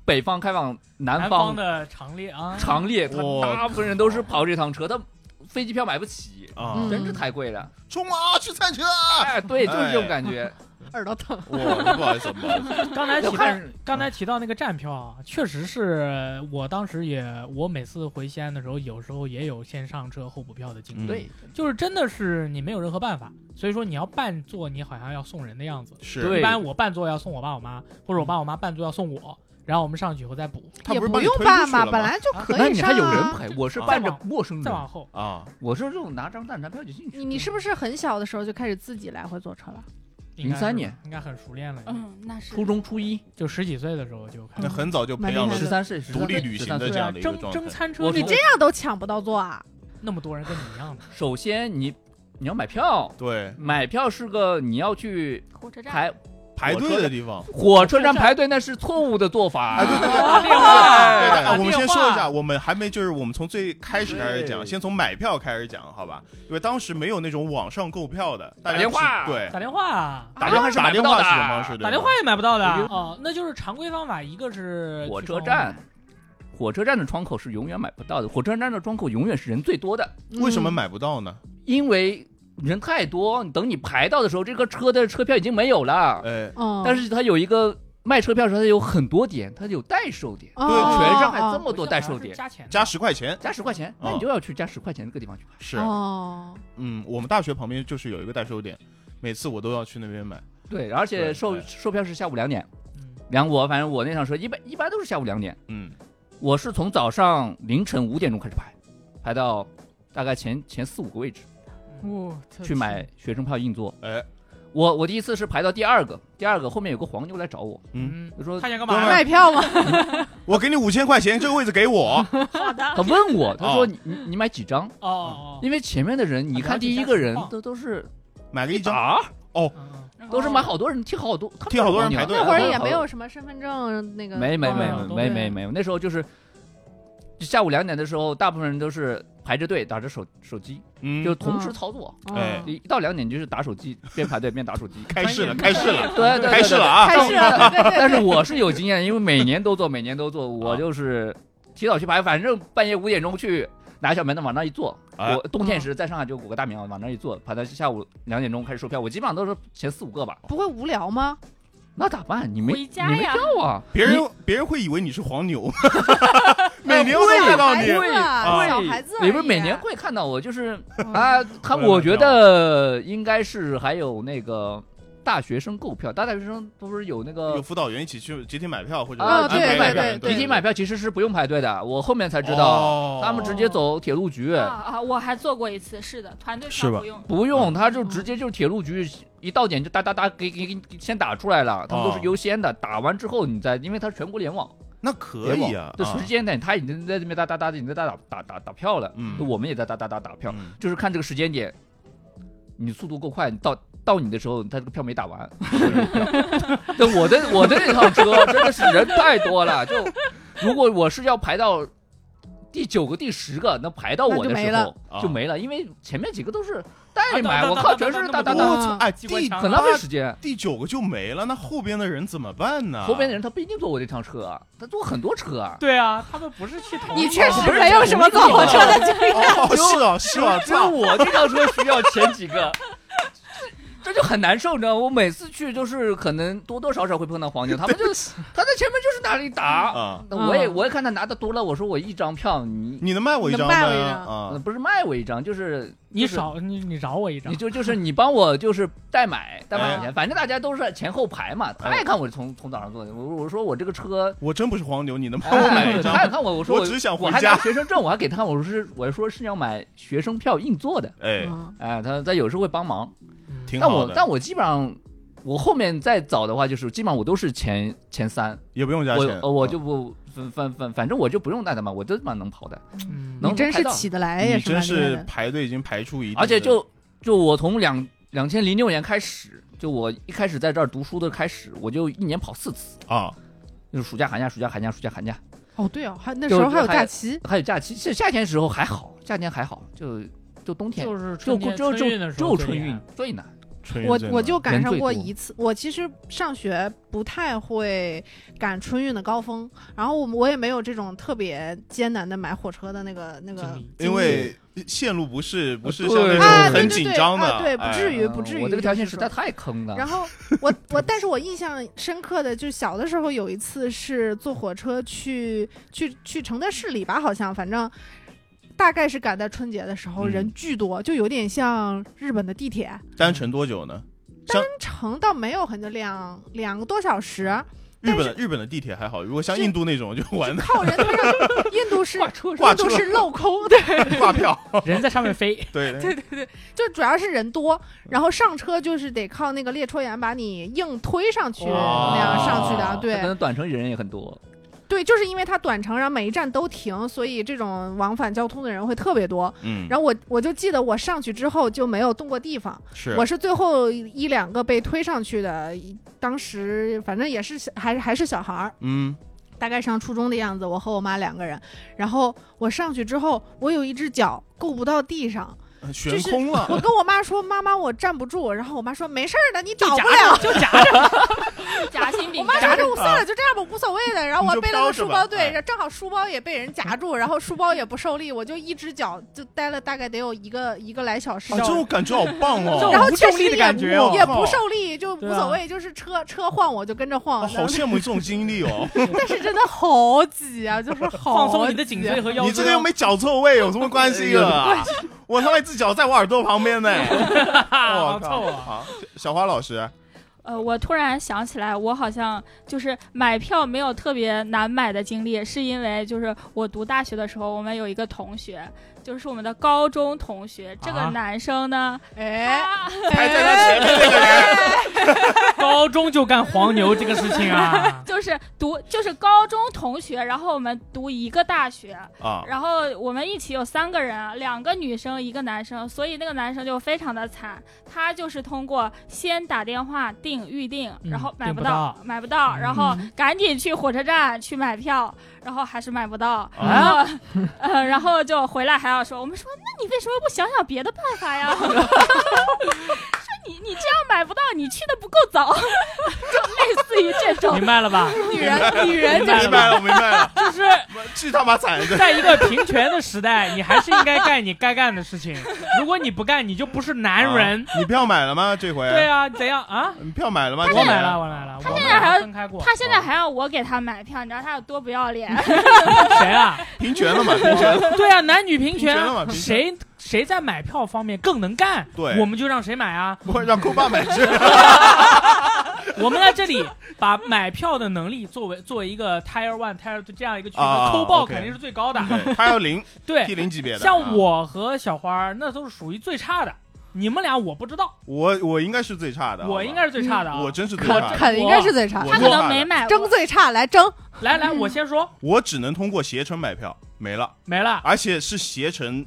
北方开往南
南
方哦
方的长列啊，
长列，他
我
大部分人都是跑这趟车，他飞机票买不起，
啊，
真是太贵了。
冲啊，去餐车啊！
嗯哎，对，就是这种感 觉。
耳朵疼。
我不好意思，不好意思，
刚才
就
提到
看
刚才提到那个站票啊，确实是我当时也，我每次回西安的时候，有时候也有先上车后补票的经
嗯
历，
对
就是真的是你没有任何办法，所以说你要扮作你好像要送人的样子。
是
对
一般我扮作要送我爸我妈，或者我爸我妈扮作要送我，然后我们上去以后再补，
他
也
不是
不
把你
用
推出
办
去
嘛，
了吗
本来就可
那
以
你
上
还有人
啊。
陪，我是
再
伴着
往
陌生
再
人，
往后。
啊，
我是这种拿张蛋站票就进去。
你你是不是很小的时候就开始自己来回坐车了？
应该是
03年
应该很熟练了，
嗯，那是
初中初一
就十几岁的时候就开
那
始。
很早就培
蛮
养
厉
了
害
十
的
三岁，
独立旅行的
13岁
这样的一个
争
状态
争餐车
我
那
你
种，
这样都抢不到座啊！
那么多人跟你一 样的，
首先你你要买票，
对
买票是个你要去
火车站
排
排队的地方。
火车站排队，那是错误的做法。
啊
哎对对
打电话，
对
哎
的，
打
我们先
电话
说一下，我们还没就是我们从最开始开始讲，
对
先从买票开始讲，好吧？因为当时没有那种网上购票的，大
打
家
电话
只对，
打电话啊，
打电话是
打
打
电
电
话
话
是
是
什
什
么
么
方
方
式
式？
对
对
打电话也买不到的
我觉
啊
得
哦，那就是常规方法，一个是
火
去
车
窗
站
口买，
火车站的窗口是永远买不到的，火车站的窗口永远是人最多的，
嗯
为什么买不到呢？
因为人太多，等你排到的时候，这个车的车票已经没有了。
哎，
嗯？嗯，
但是它有一个卖车票的时候，它有很多点，它有代售点，
对
对
全上海
哦
这
我
么
记
多
得
代
好像
售
啊是
点，
加钱的
加十块钱
加十块钱，那你就要去加十块钱这个地方去买。
是，
哦，
嗯，我们大学旁边就是有一个代收点，每次我都要去那边买。
对，而且
对
售
对
售票是下午两点，
嗯
两我反正我那趟车一般一般都是下午两点，
嗯，
我是从早上凌晨五点钟开始排，排到大概前前四五个位置
嗯
我
去买学生票硬座。
哎，
我我第一次是排到第二个，第二个后面有个黄牛来找我，
嗯，
就说
他想干
哥
嘛
们
呢？
哦
儿
卖票吗？
我给你五千块钱，这个位置给 我。
好的，
他问我，他说
哦
你你你买几张？
哦哦哦，
嗯因为前面的人，你看第一个人
了解一下情况
都都是
买个
一
一张，
沓，
嗯嗯
都
哦
是买好多人替好多，
替好多嗯人
他们
排队
好
那会儿也
好
没有什么身份证那个，嗯
没没没
啊
没
都
没
这
没
样
没有，那时候就是下午两点的时候，大部分人都是排着队打着手手机，
嗯，
就同时
嗯
操作。
哦
哎
一到两点就是打手机，边排队边打手机。
开始了，
专
开
业
始了，
对对对
开始了啊！
开始 了，对对对
但是我是有经验，因为每年都做，每年都做，我
啊
就是提早去排，反正半夜五点钟去拿小门子往那一坐。
哎
我冬天时在上海就裹个大棉袄往那一坐，排到下午两点钟开始售票，我基本上都是前四五个吧。
不会无聊吗？
那咋办？你没
回家
你没
呀
票啊？
别人
你
别人会以为你是黄 牛，每年都看到你
哎小孩
哎
子啊
啊
小孩子而已，啊
也不是每年会看到我，就是
嗯
啊，他
为了
我
买
觉
票
得应该是还有那个大学生购票，大大学生不是有那
有
个
辅导员一起去集体买票或者
啊
集体
对
买
对
票
对
集体买票其实是不用排队的，我后面才知道，
哦
他们直接走铁路局，
啊啊！我还做过一次，是的，团队
是
票
吧
不用。
不
嗯
用，他就直接就是铁路局一到点就哒哒哒给给给你先打出来了，他们都是
哦
优先的，打完之后你再，因为它是全国联网，
那可以啊，
这
啊
时间点他已经在这边哒哒哒已经在打打打打打票了，
嗯
我们也在哒哒哒打票，
嗯
就是看这个时间点，你速度够快，你到到你的时候，他这个票没打完。 对，我的我的那趟车真的是人太多了，就如果我是要排到第九个、第十个，那排到
那
我
就
的
没
时
了
候
啊
就没了，因为前面几个都是代
啊
买，
哒
我
哒
靠，
哒
全
哒
是
哒
哒哒
那么啊
哒，
多
我操！哎，
机关
第
枪
很浪费时间。
第九个就没了，那后边的人怎么办呢？
后边的人他不一定坐我这趟车啊，他坐很多车啊。
对啊，他们不是去啊同一
你
个
确
地
实
方
没有什么坐火车的经验，
哦，是啊是 啊，
只有我这趟车需要前几个， 这这就很难受，你知道吗？我每次去就是可能多多少少会碰到黄牛，他们就他在前面就是哪里打，
啊，
那我也
嗯
我也看他拿的多了，我说我一张票你。
你能卖我一张
能卖
吗？
我一
呃
啊，
不是卖我一张，就是
你
就是
少你你饶我一张
你，就就是你帮我就是代买代买
哎
两千，反正大家都是前后排嘛。他也看我从从早上坐的，我我说我这个车，
我真不是黄牛，你能帮我买
哎
一张
他也
吗？
看我，我说
我
我
只想
我
回
还拿
家。
学生证，我还给他，我说是我说是要买学生票硬座的，
哎，
嗯
哎，他他有时候会帮忙，
嗯
挺
但
好
我但
的，
我基本上，我后面再找的话，就是基本上我都是前前三，
也不用加嗯
我
钱。啊
呃我就不反反反反正我就不用带他们，我都蛮能跑的，
嗯
能
你真
拍
是
到
起得来
你
也哎是
真
蛮厉害
是
的。
排队已经排出一定的，
而且就就我从两两千零六年开始，就我一开始在这儿读书的开始，我就一年跑四次，
啊，
就是暑假寒假暑假寒假暑假寒假，
哦，对哦，还那
就
时候还有
还
假期，
还有假期，夏夏天时候还好，夏天还好，就就冬天。
就是
就
春
就
天
就
春运的
就
时
只
候
有
最
春
厉
运
害
最难，
春运
我
真的
我就赶
人
上
最
过
多
一次。我其实上学不太会赶春运的高峰，然后我我也没有这种特别艰难的买火车的那个那个
经历
因为线路不是不是像
对
那
啊，
种
对
很
对
紧
对，
张的，
啊，对，不
哎
至于，
嗯
不至于。
我这个条件实在
在。
太坑了。
然后我我，但是我印象深刻的，就是小的时候有一次是坐火车去去去承德市里吧，好像反正大概是赶在春节的时候，
嗯
人巨多，就有点像日本的地铁。
单程多久呢？
单程倒没有很久，两两个多小时，
日
但
本
是
的日本的地铁还好，如果像
是
印度那种就玩的
靠人特别让 印度是
挂车
挂
印
车
度是镂空， 对
挂票，
人在上面飞，
对
对对对，就主要是人多，然后上车就是得靠那个列车员把你硬推上去
哇
那样上去的，
可
对
能短程人也很多。
对，就是因为它短程，然后每一站都停，所以这种往返交通的人会特别多。
嗯，
然后我我就记得我上去之后就没有动过地方，
是
我是最后一两个被推上去的，当时反正也是小还是还是小孩儿。
嗯
大概上初中的样子，我和我妈两个人。然后我上去之后，我有一只脚够不到地上，
悬空了，
我跟我妈说：“妈妈，我站不住。”然后我妈说：“没事儿的，你倒
就
不
夹
了。
着啊就夹着，
夹心”
我
饼
妈
干，
说：“我算了，就这样吧，无所谓的。”然后我
你就
背了个
包着
书
吧
包，
啊
对，
哎
然后正好书包也被人夹住，然后书包也不受力，我就一只脚就待了大概得有一个一个来小时
哦
啊，。这种感觉好棒
这
哦，
种
然后
无
确
重
实
力
也
的感觉哦
也不受力，就无
对啊哦
所谓，就是车车晃我就跟着
啊
晃，
好羡慕这种经历 哦，
但是真的好挤啊，就是好
放松你的颈椎和哦腰
你这
椎。
个 又没脚错位，有什么关系啊？我他妈一只脚在我耳朵旁边 呢，我靠！
好臭啊！哎
好小花老师，
呃，我突然想起来，我好像就是买票没有特别难买的经历，是因为就是我读大学的时候，我们有一个同学，就是我们的高中同学，这
啊
个男生呢，
哎，
他，
还在他前面那个人，
高中就干黄牛这个事情啊
就就是读就是高中同学，然后我们读一个大学，
哎
啊，
然后我们一起有三个人，两个女生，一个男生，所以那个男生就非常的惨，他就是通过先打电话订预定，
嗯
然后买
订不
到，
到
买不到，
嗯
然后赶紧去火车站去买票，然后还是买不到，
啊
然后、呃，然后就回来还要说，我们说那你为什么不想想别的办法呀？ 说你你这样买不到，你去的不够早， 就类似于这种
明。白了吧？
女人，哎女人
明
就是
白
明白了，明白了，
就是
去他妈惨的，
在一个平权的时代，你还是应该干你该干的事情。如果你不干，你就不是男人。
啊你票买了吗？这回
对啊，怎样啊？
你票买了吗？
我买了，我买了。
他
我
现
们俩
在还
分开过。
他现在还让我给他买票，你知道他有多不要脸？
谁啊？
平权了嘛，平权了，
对啊，男女平
平
权
权了嘛，平权
谁谁在买票方面更能干，
对
我们就让谁买啊。
不会让酷 爸买去。
我们在这里把买票的能力作为作为一个 tier one、tier two 这样一个区分，
啊
抠爆
OK
肯定是最 高的。
对他要零
对
T，零级别的，啊
像我和小花儿那都是属于最差的，你们俩我不知道，
我我应该是最差的，
我应该
是
是最差的啊。
嗯我真是最差
我
的，
看
肯应该是最差
我，
他可能没买过
争最差来争，
来来，我先说，
我只能通过携程买票，没了，
没了。
而且是携程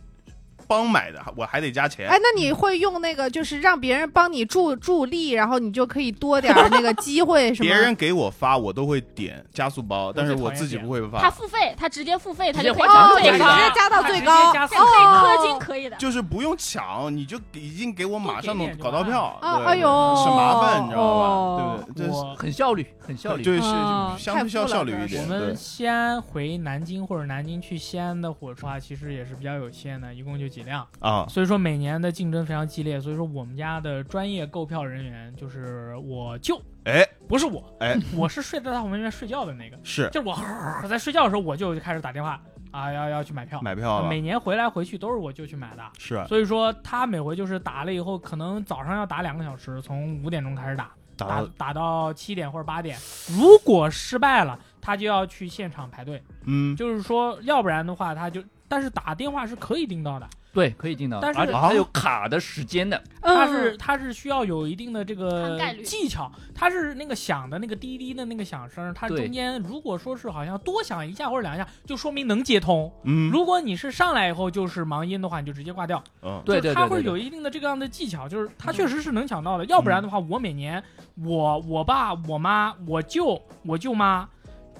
帮买的，我还得加钱嗯
哎，。那你会用那个，就是让别人帮你助助力，然后你就可以多点儿那个机会什么？
别人给我发，我都会点加速包，但是我自己不会
他
发，
付费，他直接付费，他
直接
就可以
换
哦，就
最
成
直
最高
高，
接加到
直
最
接
高，
加
这样可以
哦
氪金可以的。
就是不用抢，你就已经给我马上能
多给点就
搞到
完了
票。
啊
对
哎呦
省麻烦，你知道吧
哦？
对不对？
我
很效率，很效率。
对，是
嗯
相对
太富
效
了
效率
主要
一
是
点。
我
对
们西安回南京或者南京去西安的火车啊，其实也是比较有限的，一共就几辆。
啊，
所以说每年的竞争非常激烈，所以说我们家的专业购票人员就是我舅，
哎，
不是我，
哎，
我是睡在他旁边睡觉的那个，
是
就是我呵在睡觉的时候，我舅就开始打电话啊，要要去买票，
买票了，
每年回来回去都是我舅去买的，
是啊
所以说他每回就是打了以后，可能早上要打两个小时，从五点钟开始打，
打
打
到
打到七点或者八点，如果失败了，他就要去现场排队，
嗯
就是说要不然的话他就。但是打电话是可以订到的，
对，可以订到，
但是
而且它有卡的时间的，
它
嗯
是它是需要有一定的这个
涵盖率
技巧，它是那个响的那个滴滴的那个响声，它
对
中间如果说是好像多响一下或者两下，就说明能接通。
嗯
如果你是上来以后就是盲音的话，你就直接挂掉。
嗯
对
就是
对
它
对
会
对嗯
有
对，
一定的这个样的技巧，就是它确实是能抢到的。要不然的话，我每年我我爸、我妈、我舅、我舅妈，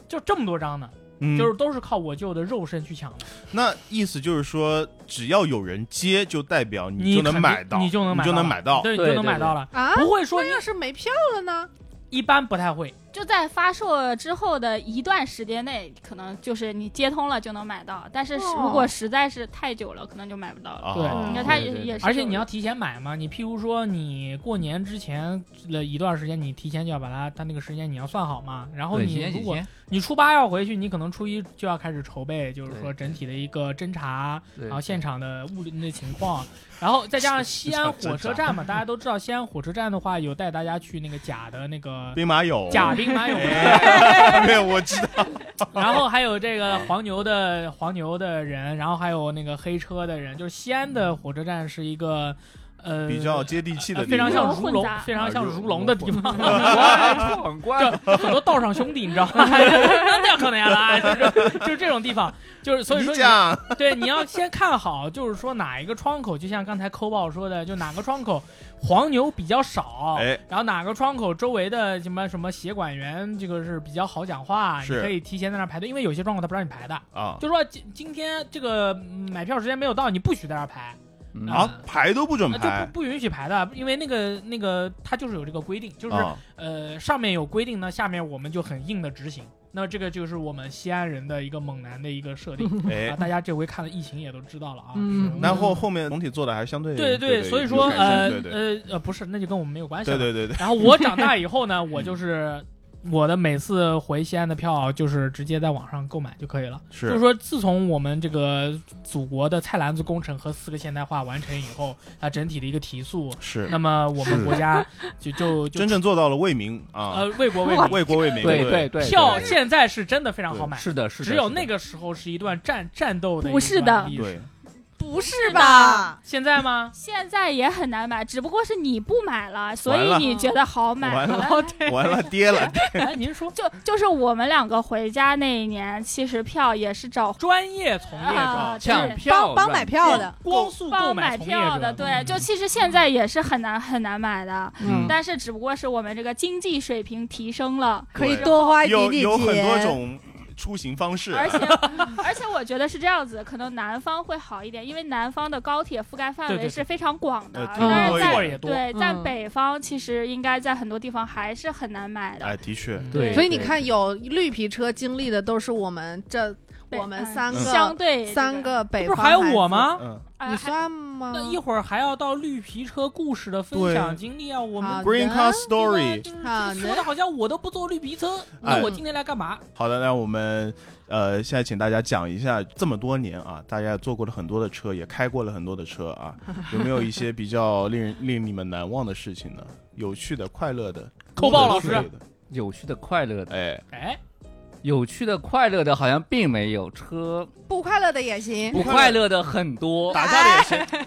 就这么多张呢，
嗯，
就是都是靠我舅的肉身去抢的。
那意思就是说，只要有人接，就代表
你
就
肯
能
定
买到，
你
你
就能买
就能
到
买到。
对，你
对
就能
对
买
对
到了，
啊，
不会说
那
你
要是没票了呢？
一般不太
啊
会。
就在发售之后的一段时间内，可能就是你接通了就能买到，但是
哦
如果实在是太久了，可能就买不到了。
对
啊
你看
嗯
他
对
也
对对
也是有，
而且你要提前买嘛，你譬如说你过年之前的一段时间，你提前就要把它它那个时间你要算好嘛。然后
对，
你
几天
如
几
果
天，
你初八要回去，你可能初一就要开始筹备，就是
对
说整体的一个侦查，
对
然后现场的物理那情况，然后再加上西安火车 站嘛，大家都知道西安火车站的话，有带大家去那个假的那个
兵马俑，
假兵马俑，
哎 没有，我知道。
然后还有这
哎
个黄牛的黄牛的人，然后还有那个黑车的人，就是西安的火车站是一个呃
比较接地气的
呃
地
非
方，
常像
地方
如
混
龙，
杂
非常像
啊
如龙的地 方。
闯关，
就很多道上兄弟，你知道吗？ 那叫可能呀 啦，就是就是这种地方，就是所以说
你讲
你对你要先看好，就是说哪一个窗口，就像刚才抠爆说的，就哪个窗口黄牛比较少，
哎
然后哪个窗口周围的什么什么协管员，这个是比较好讲话，你
是
可以提前在那儿排队，因为有些窗口他不让你排的，
啊
就说今今天这个嗯买票时间没有到，你不许在那儿排，
嗯
啊，排都不准
呃就
排
不，不允许排的，因为那个那个他就是有这个规定，就是
啊
呃，上面有规定呢，下面我们就很硬的执行。那这个就是我们西安人的一个猛男的一个设定啊，
哎，
大家这回看了疫情也都知道了啊。
嗯
是
然后后面总体做的还相对
对
对
对，所以说
有改善
呃
对对
呃呃，不是，那就跟我们没有关系了。
对嗯对对对，
然后我长大以后呢，我就是我的每次回西安的票就是直接在网上购买就可以了。就是
是
说，自从我们这个祖国的菜篮子工程和四个现代化完成以后，它整体的一个提速，
是
那，么我们
是
国家就 就就
真正做到了为民啊
呃，为国为民
哇。
为国为民，
对
对
对，对，
票现在是真的非常好买，
是的，是的，
只有
是的
那个时候是一段战战斗的一段历
不
史，
是的
对，
不
是？吧？
现在吗？
现在也很难买，只不过是你不买了，所
完
以
了
你觉得好买
完了
了。 对，
完了，跌 了，
哎，您说
就就是我们两个回家那一年，其实票也是找
专业从业者，
啊，
抢
对
帮
票
帮
赚
买票的，
光速购
帮
买
买
从业
票
者
的，对，
嗯
就其实现在也是很难很难买的，
嗯
啊
但是只不过是我们这个经济水平提升了，
可以
对
多花一
有
点
有
点
很多
钱。
种出行方式，啊
而且而且我觉得是这样子，可能南方会好一点，因为南方的高铁覆盖范
对对
围
对
是非常广的，
呃挺
但
多
是
一点
座
在
儿也多，
对在
嗯
北方其实应该在很多地方还是很难买的。
哎，的确，
对
所以你看，有绿皮车经历的都是我们这
北
我们
哎
三
嗯
个
相对
三，个北
不是
方，
还有我？吗？哎
嗯
呃
你
还
算吗
那一会儿还要到绿皮车故事的分
对
享经历啊，我们
好
，Green
的
Car
对
Story。
吧
好
就是
的
说的好像我都不坐绿皮车，
哎
那我今天来干嘛？
好的，那我们呃，现在请大家讲一下这么多年啊，大家坐过了很多的车，也开过了很多的车 啊，有没有一些比较令人令你们难忘的事情呢？有趣的、快乐的，
扣爆老
无所
师
谓，的，
有趣的、快乐的，
哎，
哎，
有趣的、快乐的，好像并没有车
不快乐的也
哎
行，
不快乐的很 多。
打架的也行。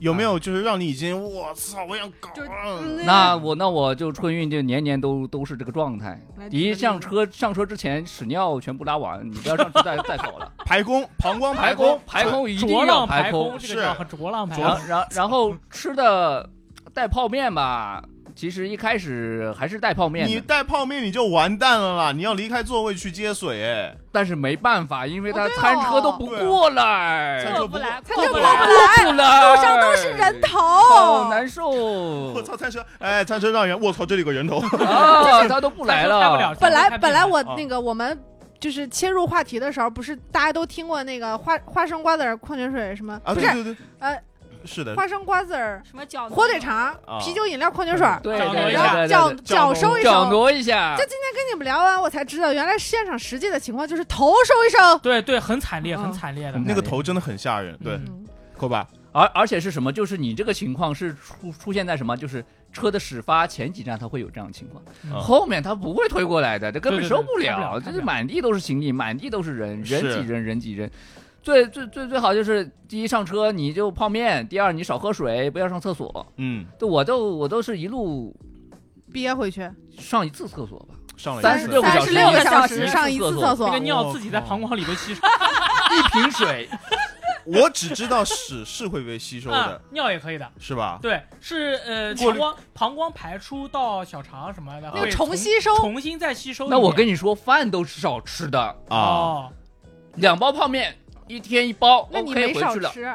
有没有就是让你已经我操，我想搞
就
了， 嗯
那我那我就春运就年年都都是这个状 态。
来
第
举
一
个
上
例子
车上车之前屎尿全部拉完，你不要上车再 再走了。
排空、膀胱
排
空
空、排空一定
浊
要
浪
排
空，
空。
这个叫浊浪排
然
空
后。然后然后吃的带泡面吧，其实一开始还是带泡面
你
的，
带泡面你就完蛋了啦！你要离开座位去接水，哎，
但是没办法，因为
哦
他
对哦
餐车都不
对啊
过来，
餐
坐不来，
他
过
就
不
过
来
不来，
不来，
路上
哎
都是人，头
好。难受。
我操，餐车，哎，餐车让人，我操，这里有个人头，
啊，他都不来
开不了
了，
车，
本来
开不
本
了
来我
啊
那个我们就是切入话题的时候，不是大家都听过那个花花生瓜子儿矿泉水什么？
啊，
不
对
是
对对，
呃，
是的，
花生瓜子儿、
什么饺子
火腿肠
啊、
啤酒饮料、矿泉水儿，
对
对对
然后
对
脚
对对
脚收一
脚
收。
挪一下
这。今天跟你们聊完，我才知道原来现场实际的情况就是头收一收。
对对，很惨烈，很
嗯
惨烈的。
那个头真的很吓人，对，
嗯
扣吧，
而而且是什么？就是你这个情况是出出现在什么？就是车的始发前几站，它会有这样的情况，
嗯
后面它不会推过来的，这根本
对对
受
对
不
看不
了，
了
这
看
是
不了
满地都是行李，满地都是人，人
是
挤人，人挤人。最最最最好就是第一上车你就泡面，第二你少喝水，不要上厕所。
嗯，
对，我都我都是一路
憋回去，上
上一次厕所吧，
上了
三十六个小
36
时
个小
一次
时上一次厕
那
所
个，尿
我
自己在
靠
膀胱里头吸收
一瓶水，
我只知道屎是会被吸收
啊
的，，
尿也可以的。
是吧？
对，是呃，
过
膀胱膀胱排出到小肠什么的，
那
会
个
重
重吸收
重新再吸收一遍。
那我跟你说，饭都是少吃的，
啊，
哦，
两包泡面，一天一包
那你
，OK
没
回
少
去了。
吃。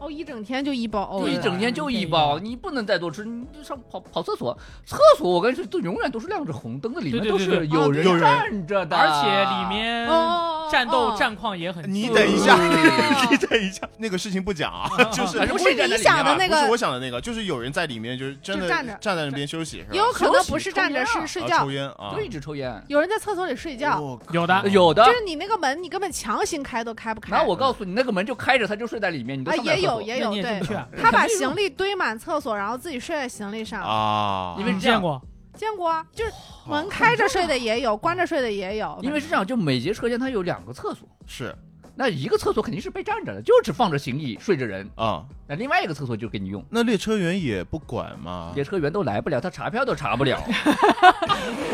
哦，一整天就一包，哦
就，一整天就一包，你不能再多吃，你就上跑跑厕所，厕所我跟你说，都永远都是亮着红灯的，里面
对对
都
对
是
对
有
有人
人站着的，
而且里面
哦
战斗
哦
战况也很
你
激
等
烈
一下，
嗯
你等一下，那个事情不讲啊，就是啊
还
不
不
是
会
你
站在里面
想的
吧
那
不是
个
我，想的那个，就是有人在里面就是真的
就站着
站在那边休息，是吧
也有可能不是
休息
站着，
抽烟
是睡
啊
啊哎
觉
抽。烟啊
就，一直抽烟，
有人在厕所里睡觉，
我靠
有的
有的
就。是你那个门，你根本强行开都开不开。
那我告诉你，那个门就开着，他就睡在里面，你都
啊，
上不了
也
厕所
有也有，
那你也
对
进不，去啊，
他把行李堆满厕所，然后自己睡在行李上。
啊
因为
你
这
见
样
过
见过啊，就是门开着睡的也有，关着睡的也有。
因为是这样，就每节车间它有两个厕所，
是
那一个厕所肯定是被占着的，就只放着行李睡着人，
啊，
那另外一个厕所就给你用。
那列车员也不管嘛
列，车员都来不了，他查票都查不了，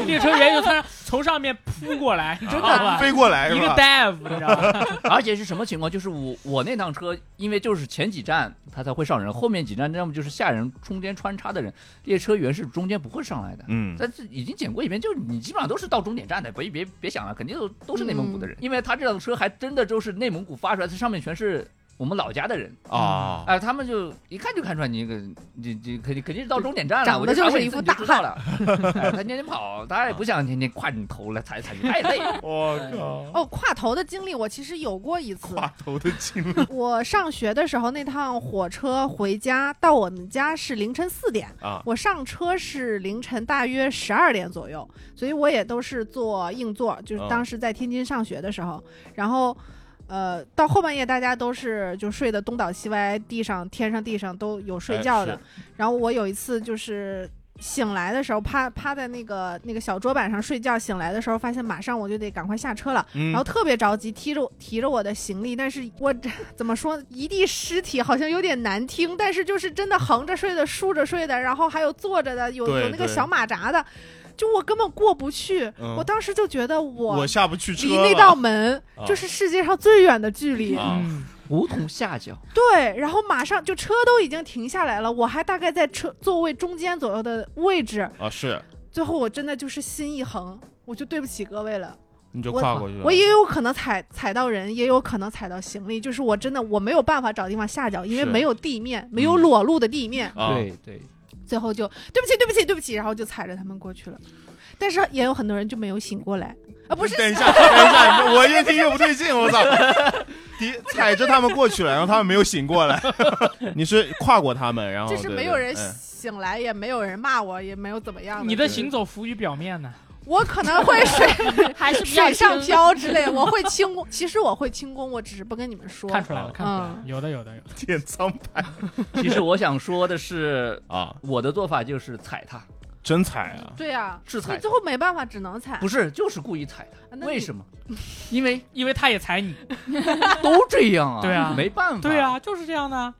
列车员就从从上面扑过来，你知道吧？
飞过来是
一个
吧？
dive，你知道吧？
而且是什么情况？就是我我那趟车，因为就是前几站他才会上人，后面几站要么就是下人中间穿插的人，列车员是中间不会上来的。
嗯，
但是已经检过一遍，就是你基本上都是到终点站的，别别别想了，肯定都都是内蒙古的人，因为他这辆车还真的就是内蒙古发出来，它上面全是我们老家的人，
啊，
哎、他们就一看就看出来你一个你你肯定肯定是到终点站了，
长
我
得
查
就是
过
一
次
副
你就
大
知道了， 哎他天天跑，他也不想天天挎你头来踩踩你，太累了。
我靠，
哦，跨头的经历我其实有过一次。
跨头的经历
我上学的时候，那趟火车回家到我们家是凌晨四点，
啊，
我上车是凌晨大约十二点左右，所以我也都是坐硬座，就是
嗯
当时在天津上学的时候，然后。呃，到后半夜大家都是就睡得东倒西歪，地上、天上、地上都有睡
哎
觉的。
是
然后我有一次就是醒来的时候趴趴在那个那个小桌板上睡觉，醒来的时候发现马上我就得赶快下车了，
嗯
然后特别着急，提着我提着我的行李，但是我这怎么说，一地尸体好像有点难听，但是就是真的横着睡的、竖着睡的，然后还有坐着的，有
对
有那个
对
小马扎的，就我根本过不去，
嗯
我当时就觉得我
我下不去车
离
了，
那道门
啊
就是世界上最远的距离，
啊
嗯，
无从下脚。
对，然后马上就车都已经停下来了，我还大概在车座位中间左右的位置，
啊是，
最后我真的就是心一横，我就对不起各位了。
你就
我
跨过去了。
我也有可能踩踩到人，也有可能踩到行李，就是我真的我没有办法找地方下脚，因为
是
没有地面，没有裸露的地面，
啊，
对对，
最后就对不起，对不起，对不起，然后就踩着他们过去了。但是也有很多人就没有醒过来啊，不是
等一下，等一下，我越听越不对劲，我操！你踩着他们过去了，然后他们没有醒过 来，你是跨过他们，然后
就是
对
没
对
有人
嗯
醒来，也没有人骂我，也没有怎么样。
你的行走浮于表面呢。
我可能会 水
还是比较
水上
轻
漂之类，我会轻功。其实我会轻功，我只是不跟你们说。
看出来了，看出来了，
嗯
有的有的有的。
点苍白
其实我想说的是，
啊，
我的做法就是踩踏，
真踩啊！
对呀、
是踩
你最后没办法，只能踩。啊
不是就是故意踩
啊
那
踏。
你
为 什么？因为
因为他也踩你，
都这样啊，
对啊
没办法，
对，啊，就是这样的啊，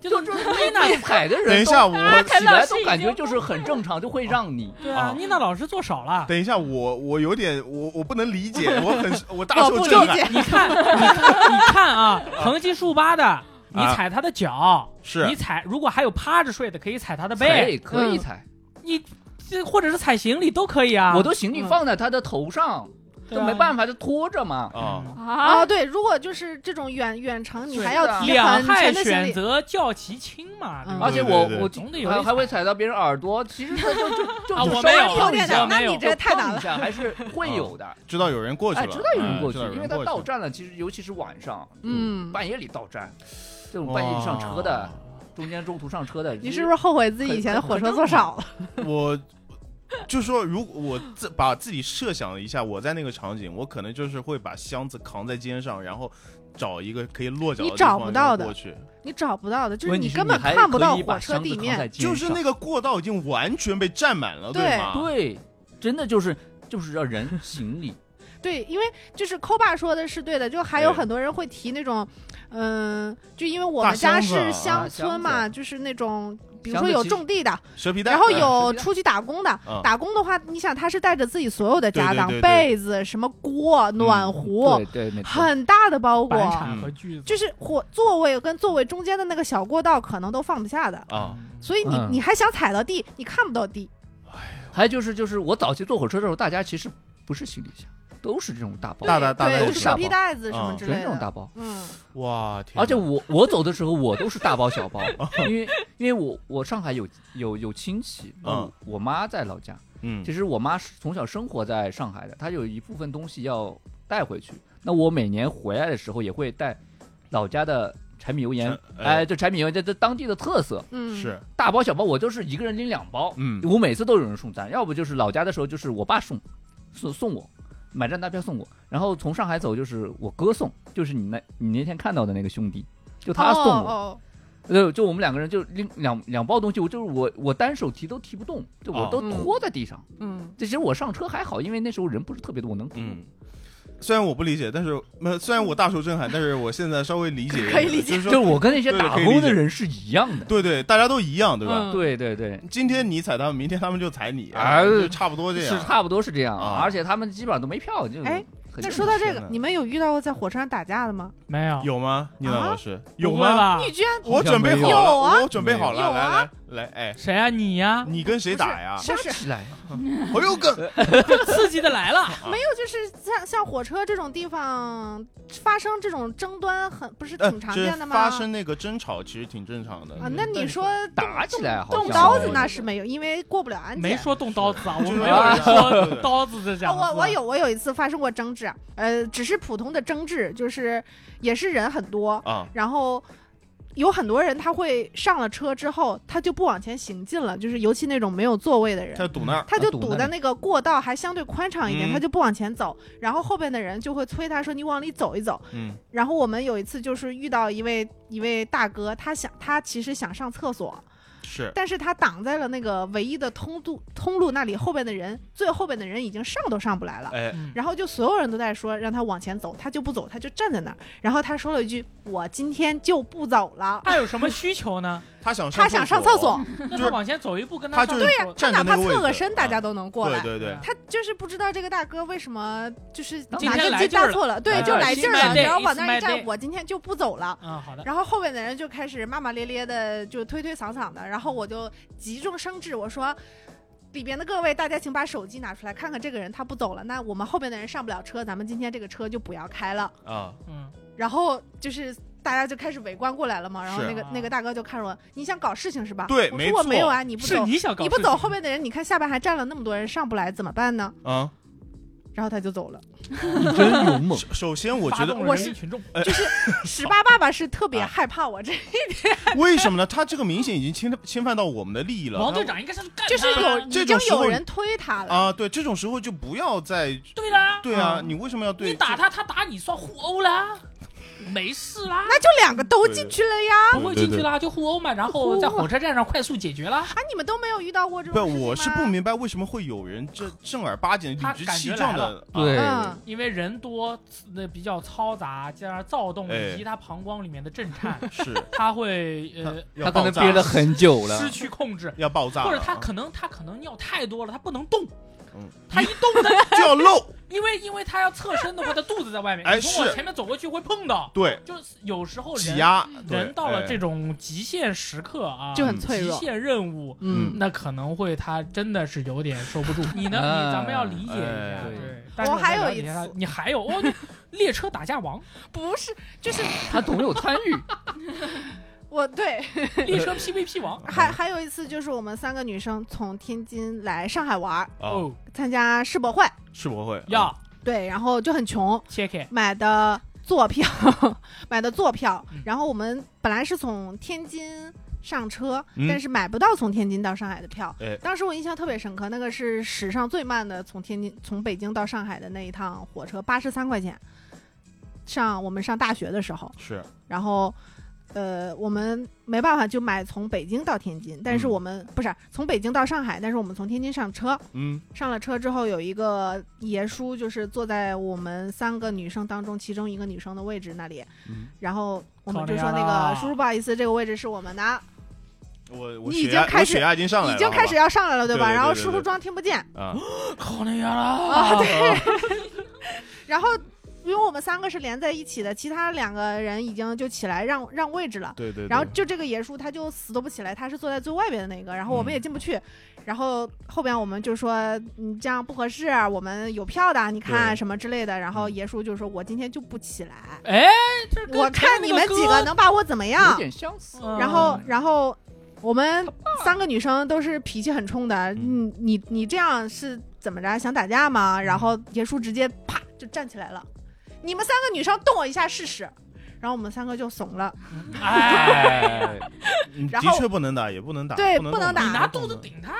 就
就
就
就
就
为那踩的人都，
等一下我
大家起来
陈老师已
都
经
感觉就是很正常，就会让 你
对
啊
啊，妮娜老师做少了。
等一下，我我有点我我不能理解，我 很我大
我
受
哦不理
震撼。
解，
你看，你看，你看啊，横七竖八的，你踩他的脚，
是
你踩，如果还有趴着睡的，可以踩他的
踩
背，
也可以
嗯
踩，
你这或者是踩行李都可以啊。
我都行李
嗯
放在他的头上，
对
就
啊
没办法，就拖着嘛。
嗯
啊，
啊，
啊，
对，如果就是这种远远程，你
是
还要
的
提嗯
两
很
害
全的行
选
李。
择较其轻嘛，对
嗯
吧
而且
对
我
对对
我
总得有一
还还
踩
会踩到别人耳朵，其实 他就就就
啊
就
我
稍微
没有
碰一
有点
下
难，
我
那
没有
你这太难
碰一
了。
下还是会有的。
知道有人哦过去
哎，
了，
知道有人
哎
过去
知道有，
因为
人
他
过去
到站了，其实尤其是晚上，
嗯
半夜里到站，这种半夜上车的，中间中途上车的，
你是不是后悔自己以前的火车坐少了？
哇。 我就说，如果我自把自己设想了一下，我在那个场景，我可能就是会把箱子扛在肩上，然后找一个可以落脚的
你
地
找
方
不
然后
到的
过去。
你找不到的，就是
问题是
根本
你还
看不到
可以把
火车
箱子
地
扛在
面。
肩
就是
上啊
那个过道已经完全被占满了，
对
吗？
对，真的就是就是让人 行李，
对，因为就是抠爸说的是对的，就还有
对
很多人会提那种，嗯，就因为我
大
们家
箱子啊
是乡村
箱
嘛，
子
就是那种比如
箱
说
子
有
其实
种地的，
蛇皮袋，哎
然后
嗯
有
是的
出去打工的
嗯，
打工的话，你想他是带着自己所有的家当
对对对，对
被子、什么锅、暖壶
嗯对，对，没错，
很大的包
板
裹，
铲和锯子。
就是火座位跟座位中间的那个小过道可能都放不下的，
啊，
所以你
嗯
你还想踩到地，你看不到地。
还有就是就是我早期坐火车的时候，大家其实不是行李箱，都是这种大包，
大的大
对，
袋
就是
子
蛇皮袋子什么
嗯
之
全
类
是这种
的。
大包。
嗯，
哇，天哪
而且我我走的时候我都是大包 小包，因为因为我我上海有有有亲戚，
嗯
我我妈在老家，
嗯
其实我妈是从小生活在上海的，她有一部分东西要带回去。那我每年回来的时候也会带老家的柴米油盐
柴，哎
哎，这柴米油盐这这当地的特色，
嗯，
是
大包小包，我就是一个人拎两包。
嗯
我每次都有人送餐，要不就是老家的时候就是我爸送，送送我，买站大票送我，然后从上海走就是我哥送，就是你那你那天看到的那个兄弟，就他送我，呃
哦
就就我们两个人就拎两两包东西，我就是我我单手提都提不动，就我都
哦
拖在地上。
哦，嗯，
这其实我上车还好，因为那时候人不是特别多，我能提。
嗯。虽然我不理解，但是那虽然我大受震撼，但是我现在稍微理解一点，
可以理解
就是
就是
说，
我跟那些
对
打
可以理
工的
解
人是一样的。
对对，大家都一样，对吧？
嗯
对对对，
今天你踩他们，明天他们就踩你，
哎
就差不多这
是
样。
差不多是这样
啊
而且他们基本上都没票，就
哎
很
那
正
说
常
到这
天
个
哪，
你们有遇到过在火车上打架的吗？
没有，
有吗？倪楠老师有
啊不会
吗？
吧？
你居然
我准备好
好像没有有
了，
啊
我准备好了，
有
来
啊
来来，哎，
谁啊？你呀？
你跟谁
不是
打呀？哎
是不是
起来，
我又跟
刺激的 来了。
没有，就是像像火车这种地方发生这种争端很，不是
呃
挺常
就是
见的吗？
发生那个争吵其实挺正常的嗯
啊，那你说
打起来好像哦
动刀子
没有
那是没有，因为过不了安检。
没说动刀子啊，
就
我
是
没有
对
说
对
刀子这
啊
讲。
我我有我有一次发生过争执，呃，只是普通的争执，就是也是人很多，
啊，
然后有很多人他会上了车之后，他就不往前行进了，就是尤其那种没有座位的人
他，堵那儿，
他就
堵那
堵在
里
那个过道还相对宽敞一点，
嗯
他就不往前走，然后后边的人就会催他说你往里走一走。
嗯
然后我们有一次就是遇到一位一位大哥，他想他其实想上厕所，
是
但是他挡在了那个唯一的通路通路那里，后边的人最后边的人已经上都上不来了。
哎，
嗯
然后就所有人都在说让他往前走，他就不走，他就站在那儿。然后他说了一句：“我今天就不走了。
他有什么需求 呢？
他想
他想上厕，所，
那
就
他
是
往前走一步，跟
他就
上
是
厕
对呀
所
他
站
哪
在
怕
那个位置
侧个身，大家
啊
都能过
对
来。
对对，
他就是不知道这个大哥为什么就是
今
哪
天
根
来
筋
劲儿
搭
了
错了，对
哎，
就来
It's
劲儿
my
了，
day,
然后往
it's
那
my
一
day
站，我今天就不走了。
啊，好的，
然后后边的人就开始骂骂咧咧的，就推推搡搡的。然后我就急中生智，我说：“里边的各位，大家请把手机拿出来，看看这个人他不走了。那我们后边的人上不了车，咱们今天这个车就不要开了。
啊，
嗯，”
然后就是大家就开始围观过来了嘛。然后
是
那个
啊
那个大哥就看着我，你想搞事情是吧？
对
我
没
说我
错
没有啊，你不
是
走，
你想搞
你
事情，
不走，后边的人你看下边还站了那么多人，上不来怎么办呢？
嗯，
然后他就 走了。
你真勇猛，
首首先我觉
发
得
动
我
人
是
民群众，
十八爸爸是特别
啊
害怕我这，
为什么呢？他这个明显已经侵侵犯到我们的利益了。
王队
他
长应该是干
就是
他
有
的
已
这
经
种时候
有人推他了。
啊，对，这种时候就不要再
对啦，
对啊，
嗯
你为什么要对
你打他，他打你算互殴啦，啊没事 啦，
那就两个都进去了呀。
不会进去啦，就互殴嘛，然后在火车站上快速解决啦。
啊，你们都没有遇到过这
不，
种事情吗？啊
我是不明白为什么会有人这正儿八经、理
他
直
感
气
觉
壮啊
来
的，
对
嗯，
因为人多，那比较嘈杂，加上躁动，
哎
以及他膀胱里面的震颤，
是
他会
他要
呃
他可
爆
能
炸
憋了很久了
失，去控制，
要爆炸了，啊
或者他可能他可能尿太多了，他不能动
嗯，
他一动呢，
就 要漏，
因为因为他要侧身的话，他肚子在外面，
哎
你从我
是
前面走过去会碰到，
对，
就是有时候
挤
人
压
嗯
对
人到了这
哎
种极限时刻啊，
就很
嗯
脆
极
弱。
限任务，
嗯
那可能会他真的是有点受不住。你呢？
哎
你咱们要理解一下
哎。
对
对，
但是
我还
再了
有一
解下
次
你还有 哦，你列车打架王，
不是，就是
他总有参与。
我对，
列车 PVP 王。
啊
还还有一次就是我们三个女生从天津来上海玩儿，
哦，
参加世博会，
世博会
要
对，然后就很穷，
切开，
买的坐票， 买的坐票
嗯，
然后我们本来是从天津。上车，
嗯
但是买不到从天津到上海的票。
哎
当时我印象特别深刻，那个是史上最慢的从天津从北京到上海的那一趟火车，八十三块钱。上我们上大学的时候，
嗯是
然后，呃，我们没办法就买从北京到天津，但是
嗯
我们、不是从北京到上海，但是我们从天津上车，
嗯
上了车之后有一个爷叔，就是坐在我们三个女生当中其中一个女生的位置那里，
嗯，
然后我
靠
们就
你啊
说那
了
个叔叔不好意思，这个位置是我们的，
我我
你已
血
经
压
开
我
始
血压已经上来了，
已经开始
好
要上来了对吧？
对对对
然后
对
叔叔
对
装听不见，
吧啊，
考那样
啊
啦。
然后。因为我们三个是连在一起的，其他两个人已经就起来让让位置了。
对对，对
然后就这个爷叔他就死都不起来，他是坐在最外边的那个，然后我们
嗯
也进不去，然后后边我们就说你这样不合适，我们有票的，你看
对嗯
什么之类的，然后爷叔就说我今天就不起来，
哎，这跟
我看你们几个能把我怎么
有
样？
点相似。
嗯
然后然后我们
啊
三个女生都是脾气很冲的，
嗯
你你你这样是怎么着？想打架吗？然后爷叔直接啪就站起来了，你们三个女生动我一下试试，然后我们三个就怂了。
嗯
哎，
嗯
然
的
后
确不能打，也不能打，
对
能
不能
动
打
的
你拿肚子，顶他，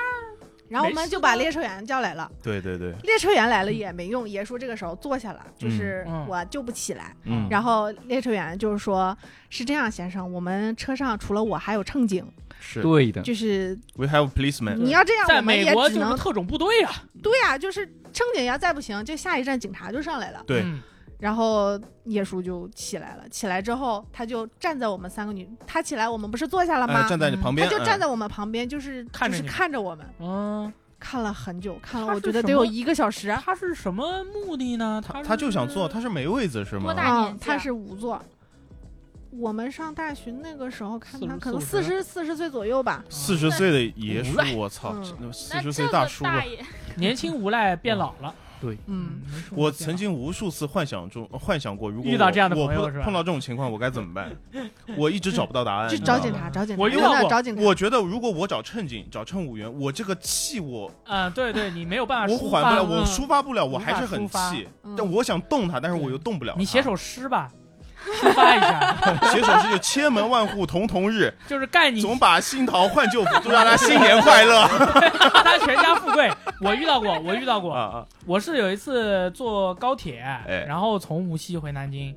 然后我
没
们
事啊
就把
的
列车员叫来了，
对对对，
列车员来了也没用，爷叔这个时候坐下了，就是
嗯嗯
我就不起来。
嗯，
然后列车员就是说：“是这样，先生，我们车上除了我还有乘警，
是
对的，
就是
，We have policemen，
你要这样，
在
我们
美
也
国
只
就是
能
特种部队啊。
对呀、就是乘警要再不行，就下一站警察就上来了。
对
嗯
然后叶叔就起来了，起来之后他就站在我们三个女，他起来我们不是坐下了
哎
吗？
站在你
嗯
旁
他
边，
就站
嗯
在我们旁边，就是
看
就
着
是
你们
看着我们，
嗯，
看了很久，看
他
了我
是
觉得
什
得有
么
一个小时。
他是什么目的呢？他
他他就想坐，他是没位子是吗
多？大年
嗯，
纪
他
啊
是五座。我们上大学那个时候看
四
他，
十
可能
四
四
五十
十四十岁左右吧。
四十岁的爷叔
无赖，
我操
嗯，
四
那
十
这
岁
个
大叔啊，
爷，
年轻无赖变老了。
嗯，
年轻无赖变老了，
我曾经无数次幻想中呃幻想过，如果
遇到
我
这样的
我
朋友
碰
是吧
碰到这种情况，我该怎么办？我一直找不到答
哎
案，
就
你
找
知道
警
吗
察，找警察，
我遇到
真的
过
找警察。
我觉得如果我找乘警、找乘务员，我这个气我
嗯，对对，你没有办法
我
抒
缓不
发
了，
嗯
我抒发不了，我
无法
还是很
抒发
气。
嗯
但我想动他，但是我又动不了。
你写，首 诗吧，抒发一下，
写首诗就千门万户曈曈日，
就是干 你
总把新桃换旧符，祝大家新年快 乐。
他全家富贵。我遇到过，我遇到过，
啊
我是有一次坐高铁，
哎
然后从无锡回南京，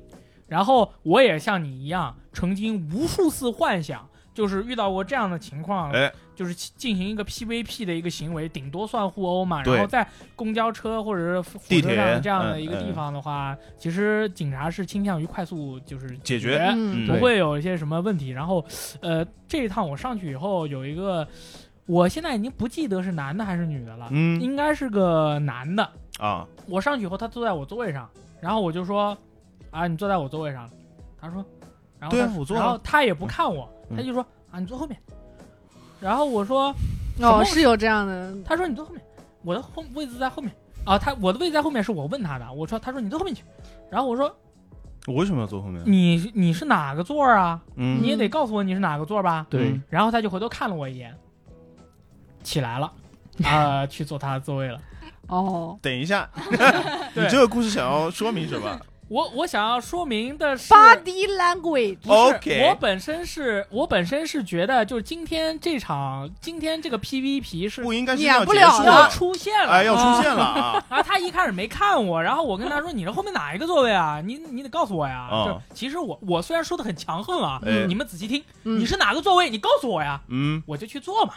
然后我也像你一样，曾经无数次幻想就是遇到过这样的情况，
哎
就是进行一个 PVP 的一个行为，顶多算互殴嘛。
对
然后在公交车或者是火
地
车
铁
上这样的一个
嗯
地
嗯
方的话，其实警察是倾向于快速就是
解决
决
嗯
不
对
会有一些什么问题。然后，呃，这一趟我上去以后有一个，我现在已经不记得是男的还是女的了，
嗯
应该是个男的。
啊，
我上去以后，他坐在我座位上，然后我就说：“啊，你坐在我座位上。”他说：“然后
对啊
他
我坐
然
了
后他也不看我，
嗯
他就说：“啊，你坐后面。”然后我说
哦，是有这样的，
他说你坐后面，我的后位置在后面啊，他我的位置在后面是我问他的，我说他说你坐后面去，然后我说
我为什么要坐后面？
你你是哪个座儿啊？
嗯
你也得告诉我你是哪个座儿吧。
对
嗯，
然后他就回头看了我一眼，起来了，啊、去坐他的座位了。
哦，
等一下，你
对
这个故事想要说明什 么？
我我想要说明的是。
body language，
不是
OK
我本身是我本身是觉得，就是今天这场，今天这个 PVP 是
不应该是
演
要
不
结
了
束
要
了
了，
出现了，
哎，要
啊
出现了 啊！
然后他一开始没看我，然后我跟他说：“你是后面哪一个座位啊？你你得告诉我呀。
嗯
就其实我我虽然说的很强横啊，
哎
你们仔细听，
嗯
你是哪个座位？你告诉我呀，
嗯，
我就去坐嘛，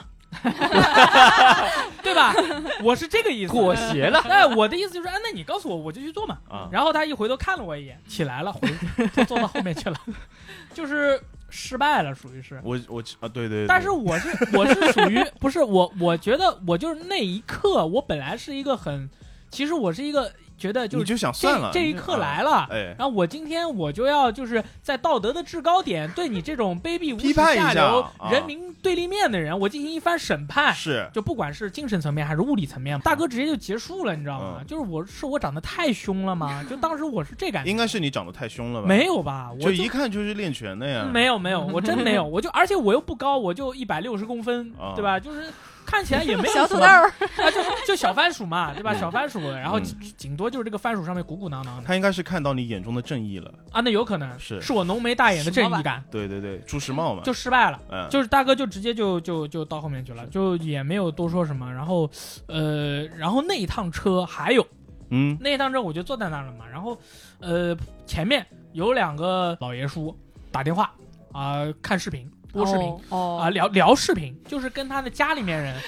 对吧？我是这个意思。
裹挟了，
哎，我的意思就是，哎，那你告诉我，我就去坐嘛。
啊
然后他一回头看了我一眼，起来了，回坐坐到后面去了， 就是失败了，属于是。
我我啊，对对对，
但是我是我是属于不是我，我觉得我就是那一刻，我本来是一个很，其实我是一个觉得就
你
是
就想
这
算了，
这一刻来了。
哎，
然后我今天我就要就是在道德的制高点对你这种卑鄙无耻
批判一
下
下
流、
啊
人民对立面的人，我进行一番审判。
是
就不管是精神层面还是物理层面，大哥直接就结束了，你知道吗？
嗯
就是我是我长得太凶了吗？就当时我是这感觉，
应该是你长得太凶了吧？
没，有吧？我
就一看就是练拳的呀。
没有没有，我 真没有，我就而且我又不高，我就一百六十公分
啊，
对吧？就是看起来也没有
小土
什么
豆儿，
啊，就就小番薯嘛，对吧？
嗯
小番薯，然后
嗯
顶顶多就是这个番薯上面鼓鼓囊囊的
他应该是看到你眼中的正义了。
啊，那有可能
是
是我浓眉大眼的正义感
对对对，朱时茂嘛，
就失败了。
嗯，
就是大哥就直接就就就到后面去了，就也没有多说什么。然后，呃，然后那一趟车还有
嗯
那一趟车，我就坐在那儿了嘛。然后，呃，前面有两个老爷叔打电话啊、看视频播视频，
哦，
啊，聊聊视频，就是跟他的家里面人，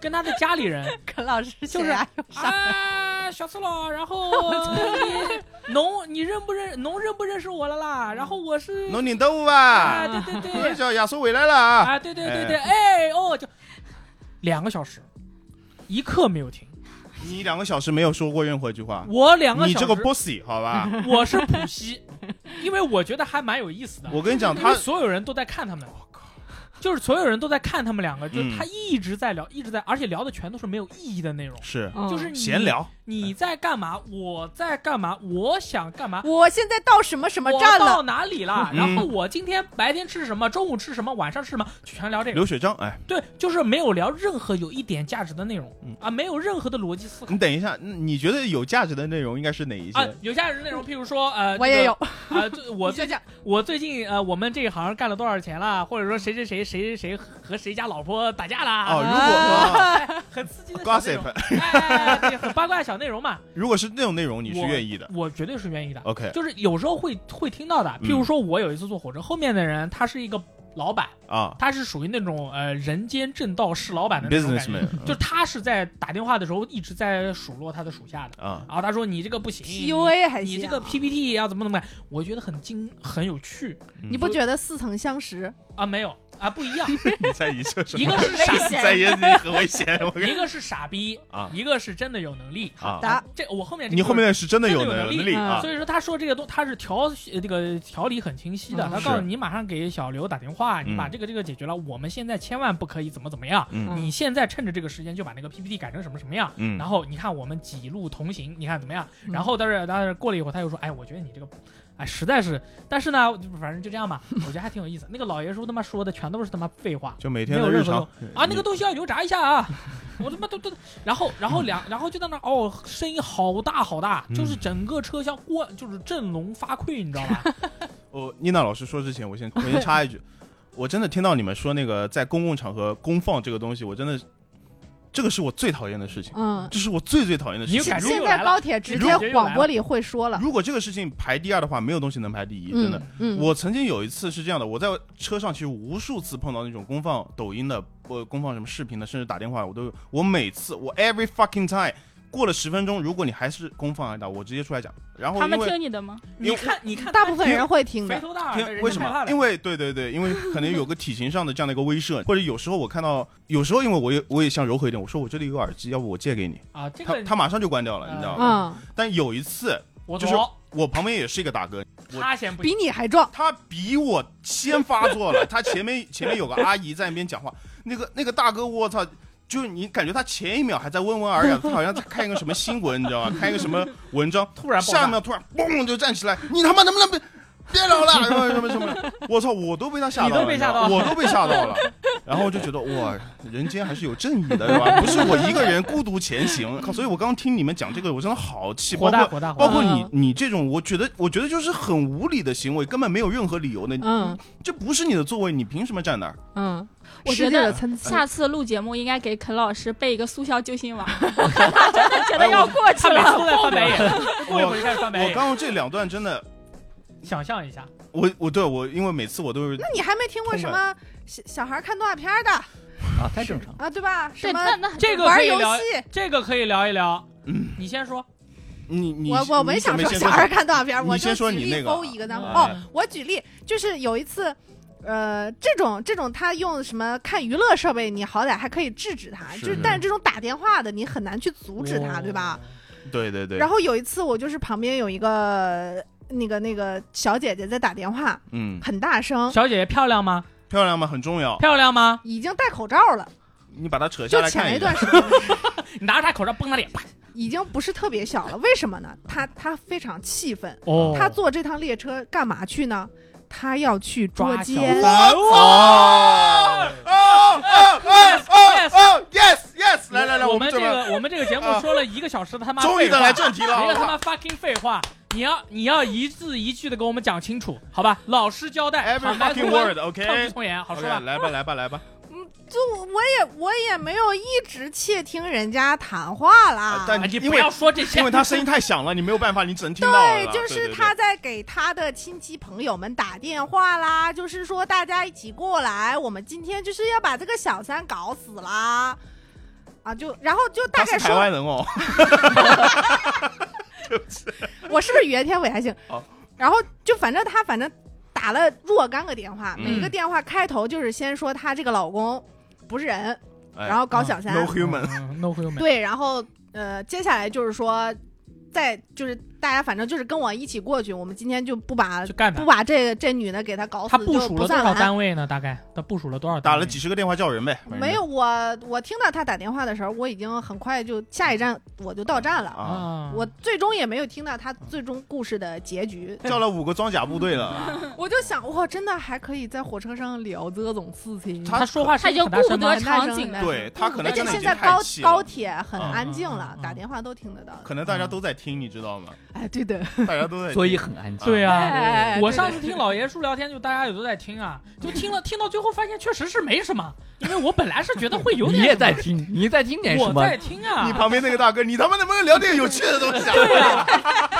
跟他的家里人
跟老师
就是啊，小赤佬，然后你侬你认不认侬认不认识我了啦？然后我是
弄点豆
啊，
吧。
对对
我
对，
叫亚叔回来了啊！
啊，对对对对，哎哦，就两个小时，一刻没有停，
你两个小时没有说过任何一句话，
我两个
你
小时，
这个 bossy 好吧？
我是普西，因为我觉得还蛮有意思的，
我跟你讲，
因为
他
所有人都在看他们。就是所有人都在看他们两个，就
嗯
是他一直在聊，一直在，而且聊的全都是没有意义的内容。
是
哦嗯
就是你
闲，聊，
你在干嘛？我在干嘛？我想干嘛？
我现在到什么什么
我
站了
到？哪 里了？
嗯
然后我今天白天吃什么？中午吃什么？晚上吃什么？全聊这个。
流水账。哎，
对，就是没有聊任何有一点价值的内容
嗯
啊，没有任何的逻辑思考
你等一下，嗯你觉得有价值的内容应该是哪一
啊
些？。
有价值的内容，譬如说呃，
嗯我也有，
这个啊，对我
你讲讲
我最近呃，我们这一行干了多少钱啦？或者说谁谁谁谁谁谁和谁家老婆打架啦？
哦，如
啊
果
很刺激的小内容，
gossip，
哎哎，哎对，很八卦的小内 容嘛，
如果是那种内容，你是
我
愿意的。
我绝对是愿意的。
OK
就是有时候会会听到的，
嗯
譬如说我有一次坐火车，后面的人他是一个老板，
啊
他是属于那种呃人间正道是老板的那种感觉，
，businessman
就是他是在打电话的时候一直在数落他的属下的，
啊，
然后他说你这个不行
，PUA 还
你你
行
这个
啊，
PPT 要怎么怎么样，我觉得很精很有趣
嗯
你不觉得似曾相识？
啊，没有啊不一 样，
你在一个什
一
么？
个是傻，
在一个很危险， 我跟
一个是傻逼
啊
一个是真的有能力。
啊
答
这我后面这个
你后面的是真的
真的
有
有能力嗯
力啊
所，以说他说这个东他是条呃这个条理很清晰的，
嗯
他
是
告诉你马上给小刘打电话，你
嗯
把这个这个解决了，我们现在千万不可以怎么怎么样，
嗯
你现在趁着这个时间就把那个 PPT 改成什么什么样。
嗯
然后你看我们几路同行，你看怎么样？
嗯
然后但是但是过了一会儿，他又说，哎，我觉得你这个，哎，实在是，但是呢，反正就这样吧，我觉得还挺有意思。那个老爷叔他妈说的全都是他妈废话
就每天的日常
啊，那个东西要油炸一下啊， 我他妈都都，然后然后两然后就在那儿哦，声音好大好大，
嗯
就是整个车厢关就是振聋发聩，你知道吧？
我哦妮娜老师说之前， 我先我先插一句，我真的听到你们说那个在公共场合公放这个东西，我真的这个是我最讨厌的事情，
嗯，
这是我最最讨厌的事
哦你就
情。
感受
现在高铁直接广播里会说了，
如果这个事情排第二的话，没有东西能排第一，真的。
嗯，嗯，
我曾经有一次是这样的，我在车上其实无数次碰到那种公放抖音的，呃，公放什么视频的，甚至打电话，我都我每次我 every fucking time 过了十分钟，如果你还是公放挨打，我直接出来讲。然
哦
后
他们
因为
听你的吗？
因为
你看，你看，
大部分人会听
肥
的，
头大耳的人
因为什
害怕
么？
了
因为对对对，因为可能有个体型上的这样的一个威慑，或者有时候我看到，有时候因为我也我也想柔和一点，我说我这里有个耳机，要不我借给你，
啊，这
他
个啊
他马上就关掉了，你知道吗？
嗯，
但有一次，
我
就是
懂
我旁边也是一个大哥，我
他先不
比你还壮，
他比我先发作了，他前面前面有个阿姨在那边讲话，那个那个大哥，我操！就是你感觉他前一秒还在温文尔雅，他好像在看一个什么新闻，你知道吧？看一个什么文章，
突然爆炸
下一秒突然嘣就站起来，你他妈能不能别别聊了？什么什么什么？我操！我都被他吓到了，
你都被吓到了
我都被吓到了。然后我就觉得哇，人间还是有正义的，是吧？不是我一个人孤独前行。靠所以我刚刚听你们讲这个，我真的好气，
火
包括哦
大火大火
包
大，
括
哦
你你这种，我觉得我觉得就是很无理的行为，根本没有任何理由的。
嗯
这不是你的座位，你凭什么站那儿？
嗯，
我
世
觉
界的
得
参差，
下次录节目应该给肯老师备一个速效救心 丸，我看他真的觉得要过去
哎他
哎
每次
了。
都在翻白眼，过一会儿就开始翻白
我
眼。
刚刚这两段真的，
想象一下，
我我对我因为每次我都是
那你还没听过什么小小孩看动画片的
啊，太正常。
啊，对吧？什
对，
么
那那
这个可
玩
以
游
聊，
戏？
这个可以聊一聊。
嗯
你先说，
你你
我我没
你
想
准备
说
先
小孩看动画片，
你
我
先
就
说
举
你那
例
个
勾一个咱们
啊
哦，我举例就是有一次。呃，这种这种他用什么看娱乐设备，你好歹还可以制止他，
是
就是但是这种打电话的，你很难去阻止他，对吧？？
对对对，
然
后
后有一次，我就是旁边有一个那个那个小姐姐在打电话，
嗯，
很大声，
哦小姐姐漂亮吗？
漂亮吗？很重要，
漂亮吗？
已经戴口罩了，
你把它扯
就
下来看
前一
下
段。时间
你拿着她口罩崩她脸，啪！
已经不是特别小了。为什么呢？她她非常气愤，
哦
她坐这趟列车干嘛去呢？她要去捉
抓小
奸。
哇哦哦哦哦哦哦！Yes yes！来来来，
我
们
们这个我们这个节目
啊
说了一个小时的他妈
终于
废话
的来正题了，哦
别
我
他妈
靠
fucking 废话！你要你要一字一句的给我们讲清楚，好吧？老师交代，
！Every
坦白
fucking
从宽，抗拒
word，OK。
从严，好
OK，
说吧。
来吧来吧来吧，
就我也我也没有一直窃听人家谈话啦
啊，但
啊你
因
不
为
要说这些
因为，他声音太响了，你没有办法，你只能听到了
对
啦。，
就是
对
他在给他的亲戚朋友们打电话啦，就是说大家一起过来，我们今天就是要把这个小三搞死啦，啊，就然后就大
他
概
是台湾
说，
人哦，
我是不是于天伟还行
哦，
然后就反正他反正打了若干个电话，
嗯
每个电话开头就是先说她这个老公不是人，
哎
然后搞小三，
no human，
嗯 no human，
对，然后呃，接下来就是说，再就是大家反正就是跟我一起过去，我们今天就不把
就干他
不。把这这女的给她搞死，
他部
就
署
不
了多
算
少
完。
单位呢？大概他部署了多少
打
单位？
了几十个电话叫人呗，
没有我，我听到她打电话的时候，我已经很快就下一站我就到站了。
啊，
啊？
我最终也没有听到
嗯
她最终故事的结局，
叫了五个装甲部队了，啊
我就想，哇，真的还可以在火车上聊这种事情。
他
他说话
他
声
已
音
经
很大
顾
声
不得
吗？
场景了。
对他可能
而且
真的已
现
经
在
太
高
气了
高铁很安静了，
嗯嗯嗯嗯
打电话都听得到。
可能大家都在听，你知道吗？
哎，对的，
大家都在听，
所以很 安静。
对
哎
啊，
哎哎对
我
的
上次听老爷叔聊天，就大家也都在听啊，就听了听到最后发现确实是没什么，因为我本来是觉得会有
你
点，
也在，听，你在听点什
我
么？
在听啊
你， 旁边那个大哥，你他妈能不能聊点有趣的东 西啊？
对啊，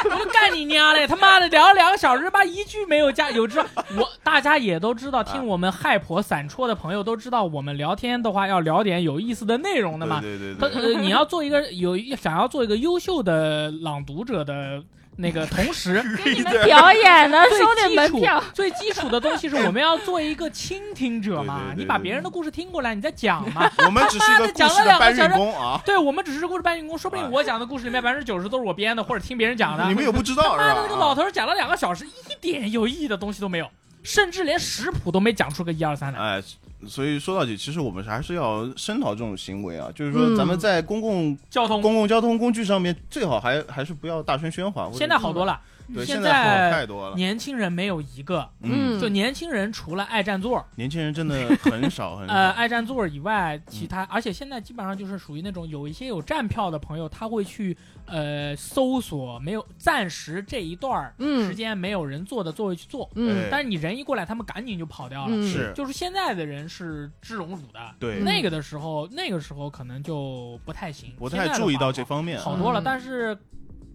我就干你娘嘞！他妈的聊了两个小时，妈一句没有加有知道，我大家也都知道，听我们害婆散戳的朋友都知道，我们聊天的话要聊点有意思的内容的嘛。
对对
他
对对，
呃，你要做一个有想要做一个优秀的朗读者的那个同时，
给你们表 演的收点 门票，
最基础的东西是我们要做一个倾听者
对
嘛
对，对
你把别人的故事听过来，你再讲 嘛。
我们只是一个故事的搬运工啊，
对我们只是故事搬运工，说不定我讲的故事里面百分之九十都是我编的，或者听别人讲的。
哎啊你们啊有不知道
妈的，那
是
个
吧
老？头儿讲了两个小时，一点有意义的东西都没有，甚至连食谱都没讲出个一二三来。
哎，所以说到底，其实我们还是要声讨这种行为啊，就是说
嗯
咱们在公共
交通
公共交通工具上面，最好还还是不要大声喧哗。或者
现在好多了，
对，
现
现
在
好太多了。
年轻人没有一个，
嗯，
嗯
就年轻人除了爱占座儿，
年轻人真的很少很少。嗯
呃，爱占座儿以外，其他而且现在基本上就是属于那种有一些有站票的朋友，他会去呃搜索没有暂时这一段儿时
嗯
间没有人坐的座位去坐，
嗯
对
但是你人一过来，他们赶紧就跑掉了。
嗯
是，
哎就是现在的人是知荣辱的，
对，
那个的时候，那个时候可能就不太行，
不
现
太
在的
注意
话
到这方面，
好多了。
嗯
但是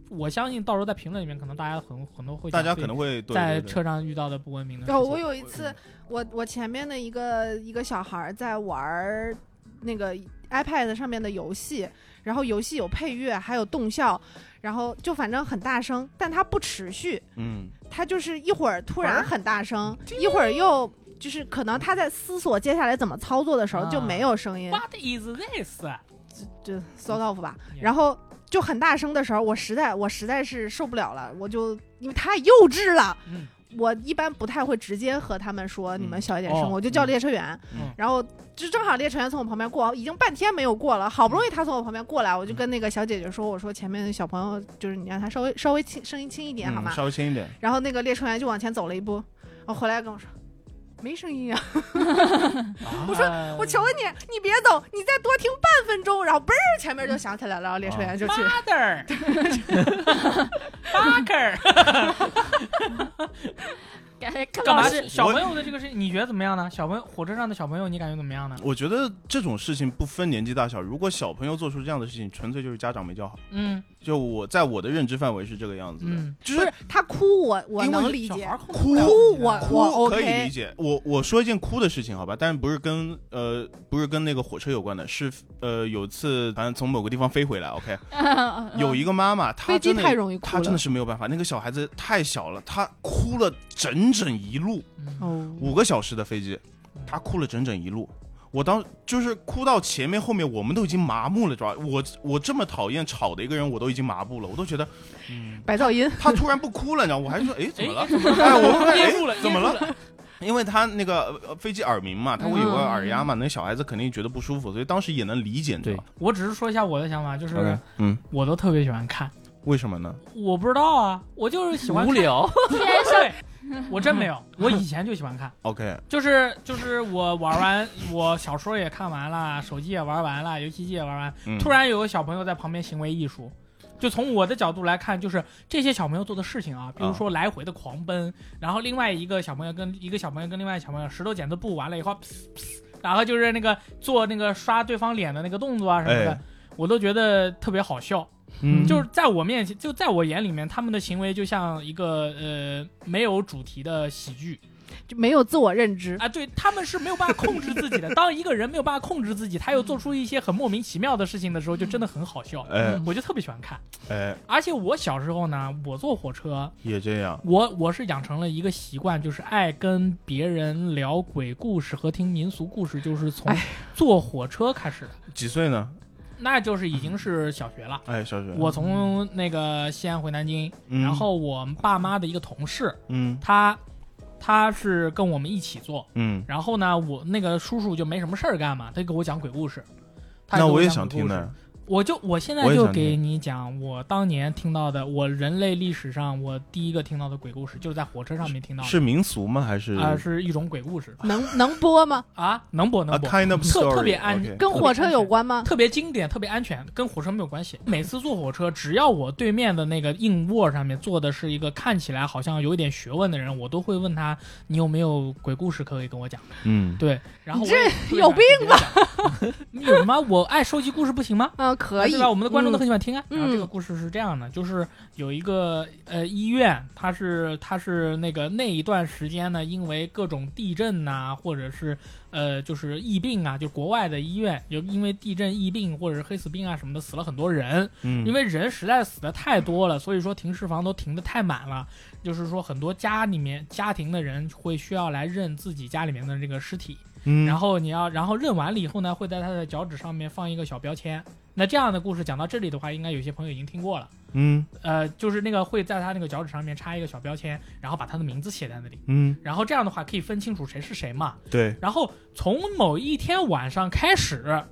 我相信到时候在评论里面，可能大家很很多会
大家
讲自己
可能会对
在
对对
车上遇到的不文明的事
对，
情。
我有一次，我我前面的一个一个小孩儿在玩儿那个 iPad 上面的游戏，然后游戏有配乐，还有动效，然后就反正很大声，但它不持续，
嗯，
它就是一会儿突然很大声，一会儿又就是可能他在思索接下来怎么操作的时候就没有声音，
What is this？
就 sort of 吧
Yeah，
然后。就很大声的时候，我实在我实在是受不了了，我就因为太幼稚了，
嗯，
我一般不太会直接和他们说你们小一点声，
哦
我就叫列车员，
嗯
然后就正好列车员从我旁边过，已经半天没有过了，好不容易他从我旁边过来，我就
嗯
跟那个小姐姐说，我说前面的小朋友就是你让他稍微稍微轻声音轻一点好
嗯
吗？
稍微轻一点，
然后那个列车员就往前走了一步，然后回来跟我说。没声音啊！
我说
我求求你，你别走，你再多听半分钟。然后嘣儿，前面就响起来了，然后列车员就去。
Mother fucker，
感觉
干嘛
老
是
师
小朋友的这个事情，你觉得怎么样呢？小朋友火车上的小朋友，你感觉怎么样呢？
我觉得这种事情不分年纪大小，如果小朋友做出这样的事情，纯粹就是家长没教好。
嗯
就我在我的认知范围是这个样子的，
嗯，
就
不是他哭我，我
因为
能理
小
解
孩。儿
哭
控制不了自己
哭
的
我我
可以
OK，
理解。我我说一件哭的事情，好吧，但是不是跟呃不是跟那个火车有关的，是呃有次好像从某个地方飞回来，OK，有
嗯
一个妈妈，她
飞机
真的
太容易哭
她真的
了。
是没有办法，那个小孩子太小了，她哭了整整一路
嗯
哦，
五个小时的飞机，她哭了整整一路。我当就是哭到前面后面，我们都已经麻木了，知道吧？我我这么讨厌吵的一个人，我都已经麻木了，我都觉得
白噪音。
她突然不哭了，你知道吗，我还说哎怎么了？
哎，
哎，我说
噎住了
哎怎么了？因为他那个呃飞机耳鸣嘛，他会有个耳压嘛，那小孩子肯定觉得不舒服，所以当时也能理解，你知道吧
我只是说一下我的想法，就是
，OK
嗯，
我都特别喜欢看，
为什么呢？
我不知道啊，我就是喜欢
无
看。
聊，
天上
对，我真没有，我以前就喜欢看，
OK，
就是就是我玩完，我小说也看完了，手机也玩完了，游戏机也玩完，
嗯
突然有个小朋友在旁边行为艺术。就从我的角度来看，就是这些小朋友做的事情啊，比如说来回的狂奔，然后另外一个小朋友跟一个小朋友跟另外一个小朋友石头剪子布完了以后， 噗噗然后就是那个做那个刷对方脸的那个动作啊什么的，
哎
我都觉得特别好笑。
嗯
就是在我面前，就在我眼里面，他们的行为就像一个呃没有主题的喜剧
就没有自我认知。
啊，对他们是没有办法控制自己的。当一个人没有办法控制自己，他又做出一些很莫名其妙的事情的时候，就真的很好笑。
哎
我就特别喜欢看，
哎
而且我小时候呢，我坐火车，
也这样，
我我是养成了一个习惯，就是爱跟别人聊鬼故事和听民俗故事，就是从坐火车开始的，
几岁呢？
那就是已经是小学了。
哎，小雪，
我从那个西安回南京，
嗯
然后我们爸妈的一个同事，
嗯
他他是跟我们一起做，
嗯，
然后呢，我那个叔叔就没什么事儿干嘛，他就给我讲鬼故事。他
那
给
我也
讲
想
鬼
听
故事
呢，
我就我现在
我也
就
想听
给你讲我当年听到的，我人类历史上我第一个听到的鬼故事，就是在火车上面听到的，
是民俗吗？还是
啊、是一种鬼故事
能能播吗？
啊，能播
a
能播，
kind of
特
story？
特别安
OK
跟火车有关吗？
特别经典，特别安全，跟火车没有关系。每次坐火车，只要我对面的那个硬卧上面坐的是一个看起来好像有一点学问的人，我都会问他你有没有鬼故事可以跟我讲。
嗯，
对，然后
你
我也
这有病
吧？ 有什么？我爱收集故事不行吗？
嗯，可以。
对吧？哎我们的观众都很喜欢听啊。
嗯
然后这个故事是这样的，就是有一个呃医院，它是它是那个那一段时间呢，因为各种地震呐、或者是呃就是疫病啊，就国外的医院就因为地震、疫病或者是黑死病啊什么的，死了很多人。
嗯，
因为人实在死的太多了，所以说停尸房都停的太满了，就是说很多家里面家庭的人会需要来认自己家里面的这个尸体。
嗯，
然后你要，然后认完了以后呢，会在他的脚趾上面放一个小标签。那这样的故事讲到这里的话，应该有些朋友已经听过了。
嗯
呃，就是那个会在他那个脚趾上面插一个小标签，然后把他的名字写在那里。
嗯，
然后这样的话可以分清楚谁是谁嘛。
对，
然后从某一天晚上开始，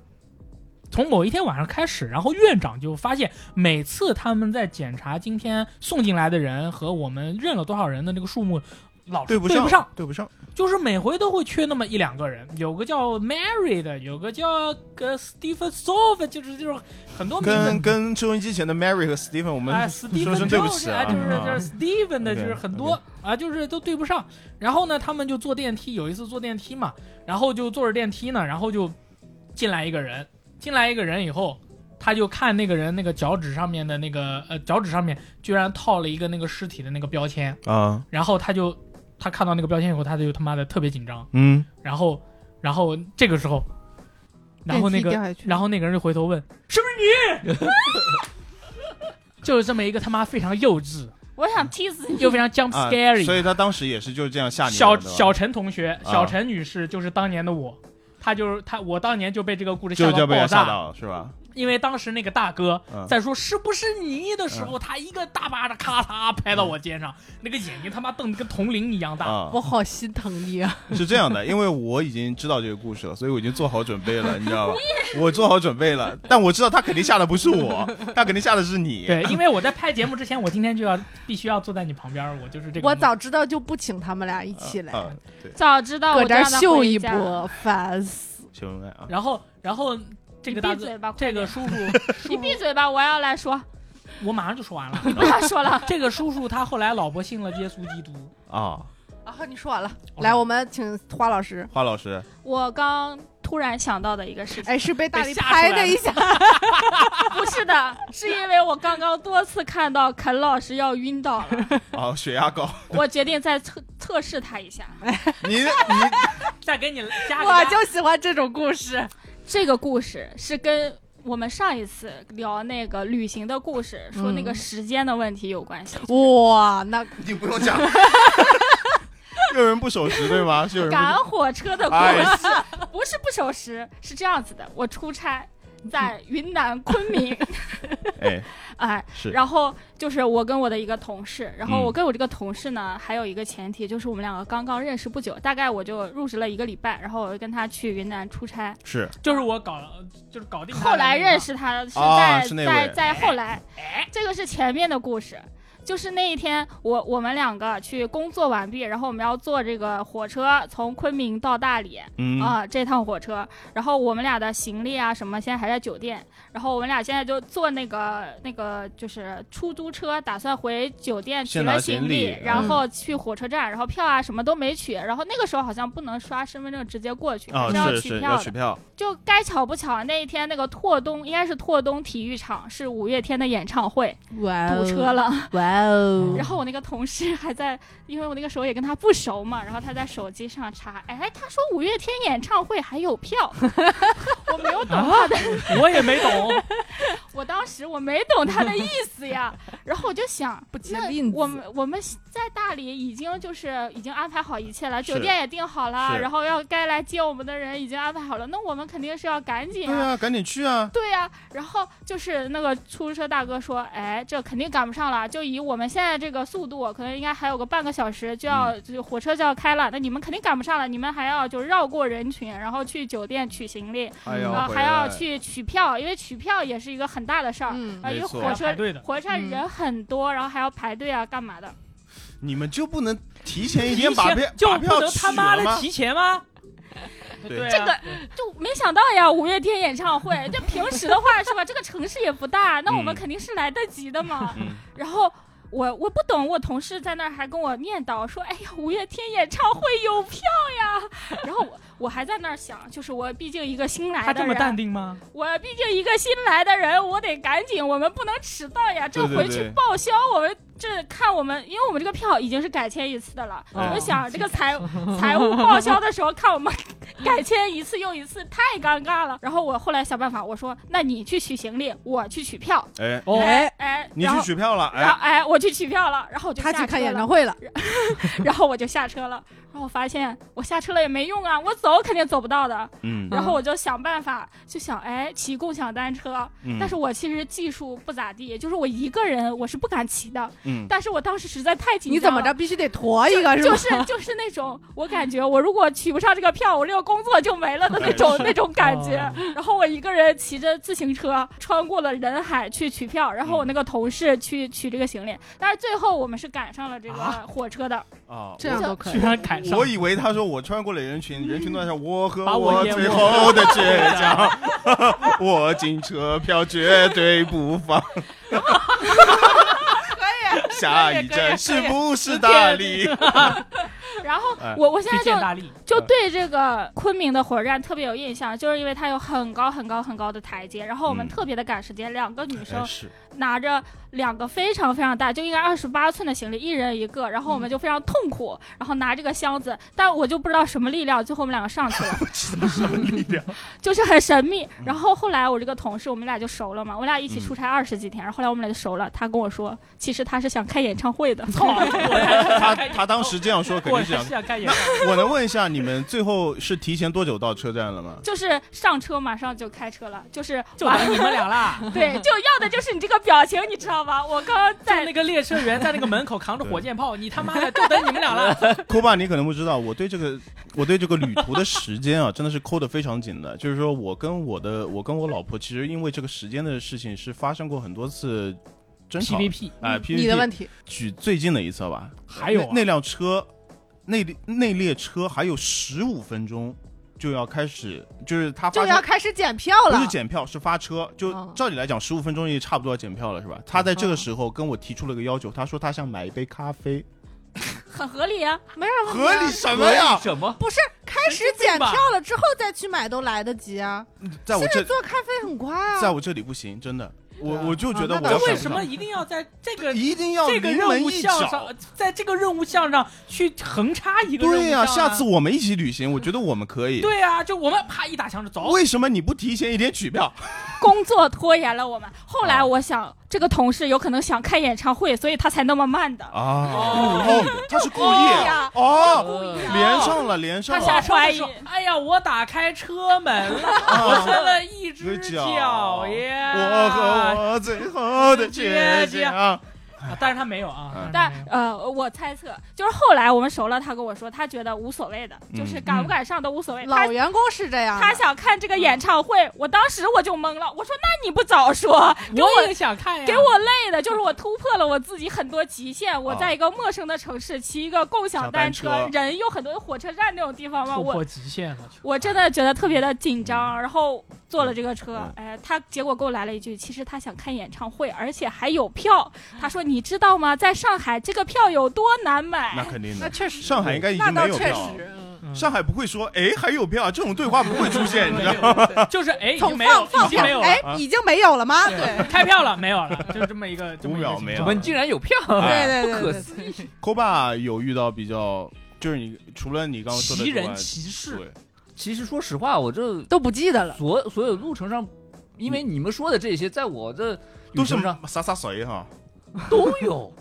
从某一天晚上开始，然后院长就发现，每次他们在检查今天送进来的人和我们认了多少人的那个数目，老是
对
不
不上，
上，
对不上，
就是每回都会缺那么一两个人，有个叫 Mary 的，有个叫个 Stephen s o v 就是这种很多名字。
跟跟收音机前的 Mary 和 Stephen，我
嗯哎
们
，Steven
说声对不起
啊，
啊，
就是
啊
就是 Steven 的，
OK，
就是很多啊，就是都对不上。然后呢，他们就坐电梯，有一次坐电梯嘛，然后就坐着电梯呢，然后就进来一个人，进来一个人以后，他就看那个人那个脚趾上面的那个呃脚趾上面居然套了一个那个尸体的那个标签，
啊，
然后他就他看到那个标签以后，他就他妈的特别紧张，
嗯，
然后然后这个时候，然后那个
电梯掉下去
然后那个人就回头问：“是 不是你？”就是这么一个他妈非常幼稚
我想踢死你
又！非常 jump
啊
scary、
所以他当时也是就是这样吓你的
小
对吧
小陈同学，
啊
小陈女士就是当年的我，她就是她，我当年就被这个故事
就
吓
就
到
被
爆
人吓
炸。
到了是吧？
因为当时那个大哥
嗯
在说是不是你的
啊
时候，他一个大巴掌咔嚓拍到我肩上，那个眼睛他妈瞪得跟铜铃一样大。
啊，
我好心疼你啊！
是这样的，因为我已经知道这个故事了，所以我已经做好准备了，你知道吧？我做好准备了，但我知道他肯定吓的不是 我，他肯定吓的是你。
对，因为我在拍节目之前，我今天就要必须要坐在你旁边，我就是这个。嗯呃
我早知道就不请他们俩一起来，
啊，
早知道我
搁呃
就
这儿
让他
秀
回
一
家，
波，烦死！
秀恩爱啊！
然后，然后这个
你
大
闭
哥，
嘴吧，
这个叔叔，
你闭嘴吧，我要来说，
我马上就说完 了。。
你不要说了
这个叔叔他后来老婆信了耶稣基督，
啊，
然后你说完了，
哦
来，我们请花老师。
花老师，
我刚突然想到的一个 事情。
哎，是被大
被
力
吓
拍
出来
的一下，
不是的，是因为我刚刚多次看到肯老师要晕倒了，
啊，血压高，
我决定再测测试他一下。
你你
再给你加
我
个
就喜欢这种故 事。
这个故事是跟我们上一次聊那个旅行的故事，说
嗯
那个时间的问题有关系。
哇，那
你不用 讲，有人不守时对吗？是有人
赶
不
火车的故
嗯哎
事、 不是不守时，是这样子的：我出差在云南昆 明，
哎
哎，
是
然后就是我跟我的一个同事，然后
嗯
我跟我这个同事呢，还有一个前提就是我们两个刚刚认识不久，大概我就入职了一个礼拜，然后我就跟他去云南出差。
是
就是我搞就是搞定他的
后来认
那
识他是在、
啊是那
在
位
在后来，这个是前面的故事。就是那一天，我我们两个去工作完毕，然后我们要坐这个火车从昆明到大理啊、
嗯
这趟火车。然后我们俩的行李啊什么现在还在酒店，然后我们俩现在就坐那个那个就是出租车，打算回酒店取
先拿
了
行
行
李嗯
然后去火车站，然后票啊什么都没取。然后那个时候好像不能刷身份证直接过去，
啊
还
是
取
是
票
要
的
取。票
就该巧不巧，那一天那个拓东应该是拓东体育场是五月天的演唱会，
哇
哦
哦
堵车，了。
哇哦
嗯
然后我那个同事还在，因为我那个时候也跟他不熟嘛，然后他在手机上查，哎，他说五月天演唱会还 有票，我没有懂他的，
个，我也没 懂。
我当时我没懂他的意思呀。然后我就想，
不接
那
令子
我们我们在大理已经就是已经安排好一切了，
是
酒店也订好了，
是
然后要该来接我们的人已经安排好了，那我们肯定是要赶紧
对啊，赶紧去啊！
对呀、然后就是那个出租车大哥说，哎，这肯定赶不上了，就以我们现在这个速度，可能应该还有个半个小时就要、
嗯
就火车就要开了，那你们肯定赶不上了，你们还要就绕过人群，然后去酒店取行李，
哎
嗯
呦，
啊，
回
还要
来
去取票，因为取票也是一个很大的事儿，
嗯
啊，因为
没错
火
还要
车
排队的
火车站
嗯
人很多，然后还要排队啊，干嘛的？
你们就不能提前一天把票
就
把
不
票
能
取
他妈
了
的
吗
提前吗？
对
啊
这个就没想到呀，五月天演唱 会，这平时的话是吧，这个城市也不大，那我们
嗯
肯定是来得及的嘛。
嗯
然后我我不懂，我同事在那儿还跟我念叨说：“哎呀，五月天演唱会有票 呀！”然后我我还在那儿想，就是我毕竟一个新来
他
的
这么淡
人，
定吗？
我毕竟一个新来的人，我得赶紧，我们不能迟到呀，这
对对
回去
对
报销，我们这看我们，因为我们这个票已经是改签一次的了，
哎
哦
我
嗯
想这个财财务报销的时候看我们改签一次又一次，太尴尬了。然后我后来想办法，我说：“那你去取行李，我去取票。”
哎，
哦
哎，
哎，
你
然
去
后
取票了，
然后
哎，
哎，我去取票了，然后我就
他
下
去
车
看演唱
了，
会了，
然后我就下车了，然后我发现我下车了也没用啊，我走肯定走不到的。
嗯
然后我就想办法，就想哎骑共享单车，
嗯，
但是我其实技术不咋地，就是我一个人我是不敢骑的。
嗯
但是我当时实在太紧张了，
你怎么着必须得驮啊一个是吧？
就是就是那种我感觉我如果取不上这个票，我这个工作就没了的那种那种感觉。
哦
然后我一个人骑着自行车穿过了人海去取票，然后
嗯
我那个同事去取这个行李，但是最后我们是赶上了这个
啊
火车的。
啊，
这样都可
居
以。
然赶上嗯
我以为他说我穿过了人群，人群都在说我和
把我淹没
最后的倔强， 我进车票绝对不放。可以，下一站是不是大理？
然后
哎
我我现
去
在就
见大力，
就对这个昆明的火车站特别有印象，就是因为它有很高很高很高的台阶，然后我们
嗯
特别的赶时间，两个女生
是，
拿着两个非常非常大，就应该二十八寸的行李，一人一个，然后我
嗯
们就非常痛苦，然后拿这个箱子，但我就不知道什么力量，最后我们两个上去了， 就是很神秘。
嗯
然后后来我这个同事，我们俩就熟了嘛，我俩一起出差二十几天，然后后来我们俩就熟了。他跟我说，其实他是想开演唱 会的，
他他当时这样说肯
我
定是
是
这样。
想看演唱会，
我能问一下，你们最后是提前多久到车站了吗？
就是上车马上就开车了，就是
就
完
等你们俩啦。
对，就要的就是你这个表情，你知道吗？我刚刚
在
在
那个列车员在那个门口扛着火箭炮，你他妈的就等你们俩了。
抠爸，你可能不知道，我对这个我对这个旅途的时间啊，真的是抠得非常紧的。就是说我跟我的我跟我老婆，其实因为这个时间的事情是发生过很多次争吵。
PVP
哎，PVP。
你的问题，
举最近的一次吧，
还有啊
那那辆车，那那列车还有十五分钟就要开始，就是他发
就要
车
开始检票
不
了
是。检票是发车，就
嗯
照理来讲十五分钟也差不多要检票了是吧？他在这个时候跟我提出了个要求，他说他想买一杯咖啡，
很合理啊，
没什么
合理什么呀？
什么？
开始检票了之后再去买都来得及啊。
在我
现在
这
做咖啡很快
在
啊。
我这里不行，真的，我
对啊
我就觉得
啊
我
那
要
倒
为
上
是
什么一定要在这个
一定要
这个
临
任
门
务
一
项
脚
上？，在这个任务项上去横插一个任务
对呀、
项啊
下次我们一起旅行，我觉得我们可以。
对呀、就我们啪一打响指，走，
为什么你不提前一天取票？
工作拖延了我们。后来我想，这个同事有可能想看演唱会，所以他才那么慢的。
啊，
哦
故意，他是故意
故意啊
哦，
呃
连上了，连上了，
他下车
来
一
说，哎呀，我打开车门 了，我
啊
伸了一只脚呀，
我
啊
和我最后的倔
倔强
强，
啊但是他没有啊
嗯，
但呃，我猜测就是后来我们熟了，他跟我说，他觉得无所谓的，
嗯
就是敢不敢上都无所谓。
嗯
他
老啊员工是这样的，
他想看这个演唱会，我当时我就懵了，我说那你不早说，给我
我也想看呀，
给我累的，就是我突破了我自己很多极限。我在一个陌生的城市骑一个共享单
小单车
人有很多火车站那种地方嘛，
突
我
破极限了，
我真的觉得特别的紧张。然后坐了这个车
嗯，
哎，他结果给我来了一句，其实他想看演唱会，而且还有票。他说你知道吗，在上海这个票有多难
那
买？
肯定
那
的。
确实，
上海应该已
那
经
倒
没有
确
票了，
实，嗯
嗯
上海不会说哎还有票啊，这种对话不会出现，你知道吗？
道，就是哎，已经
从
没
放，
有已
放
经没有
票，
了，
啊
哎，已经没有了吗？
对
对，
开票了，没有了，就这么一 个，这么一个
秒
情
没有
怎
况
么竟然有票？
哎
对对对对
不可
对
思议！
抠爸有遇到比较，就是你除了你刚刚说的
奇
之外
人奇事，
对
其实说实话，我这
都不记得了。
所所有路程上，因为你们说的这些，在我这
嗯都
旅
是
程上
洒洒水哈。
都 有，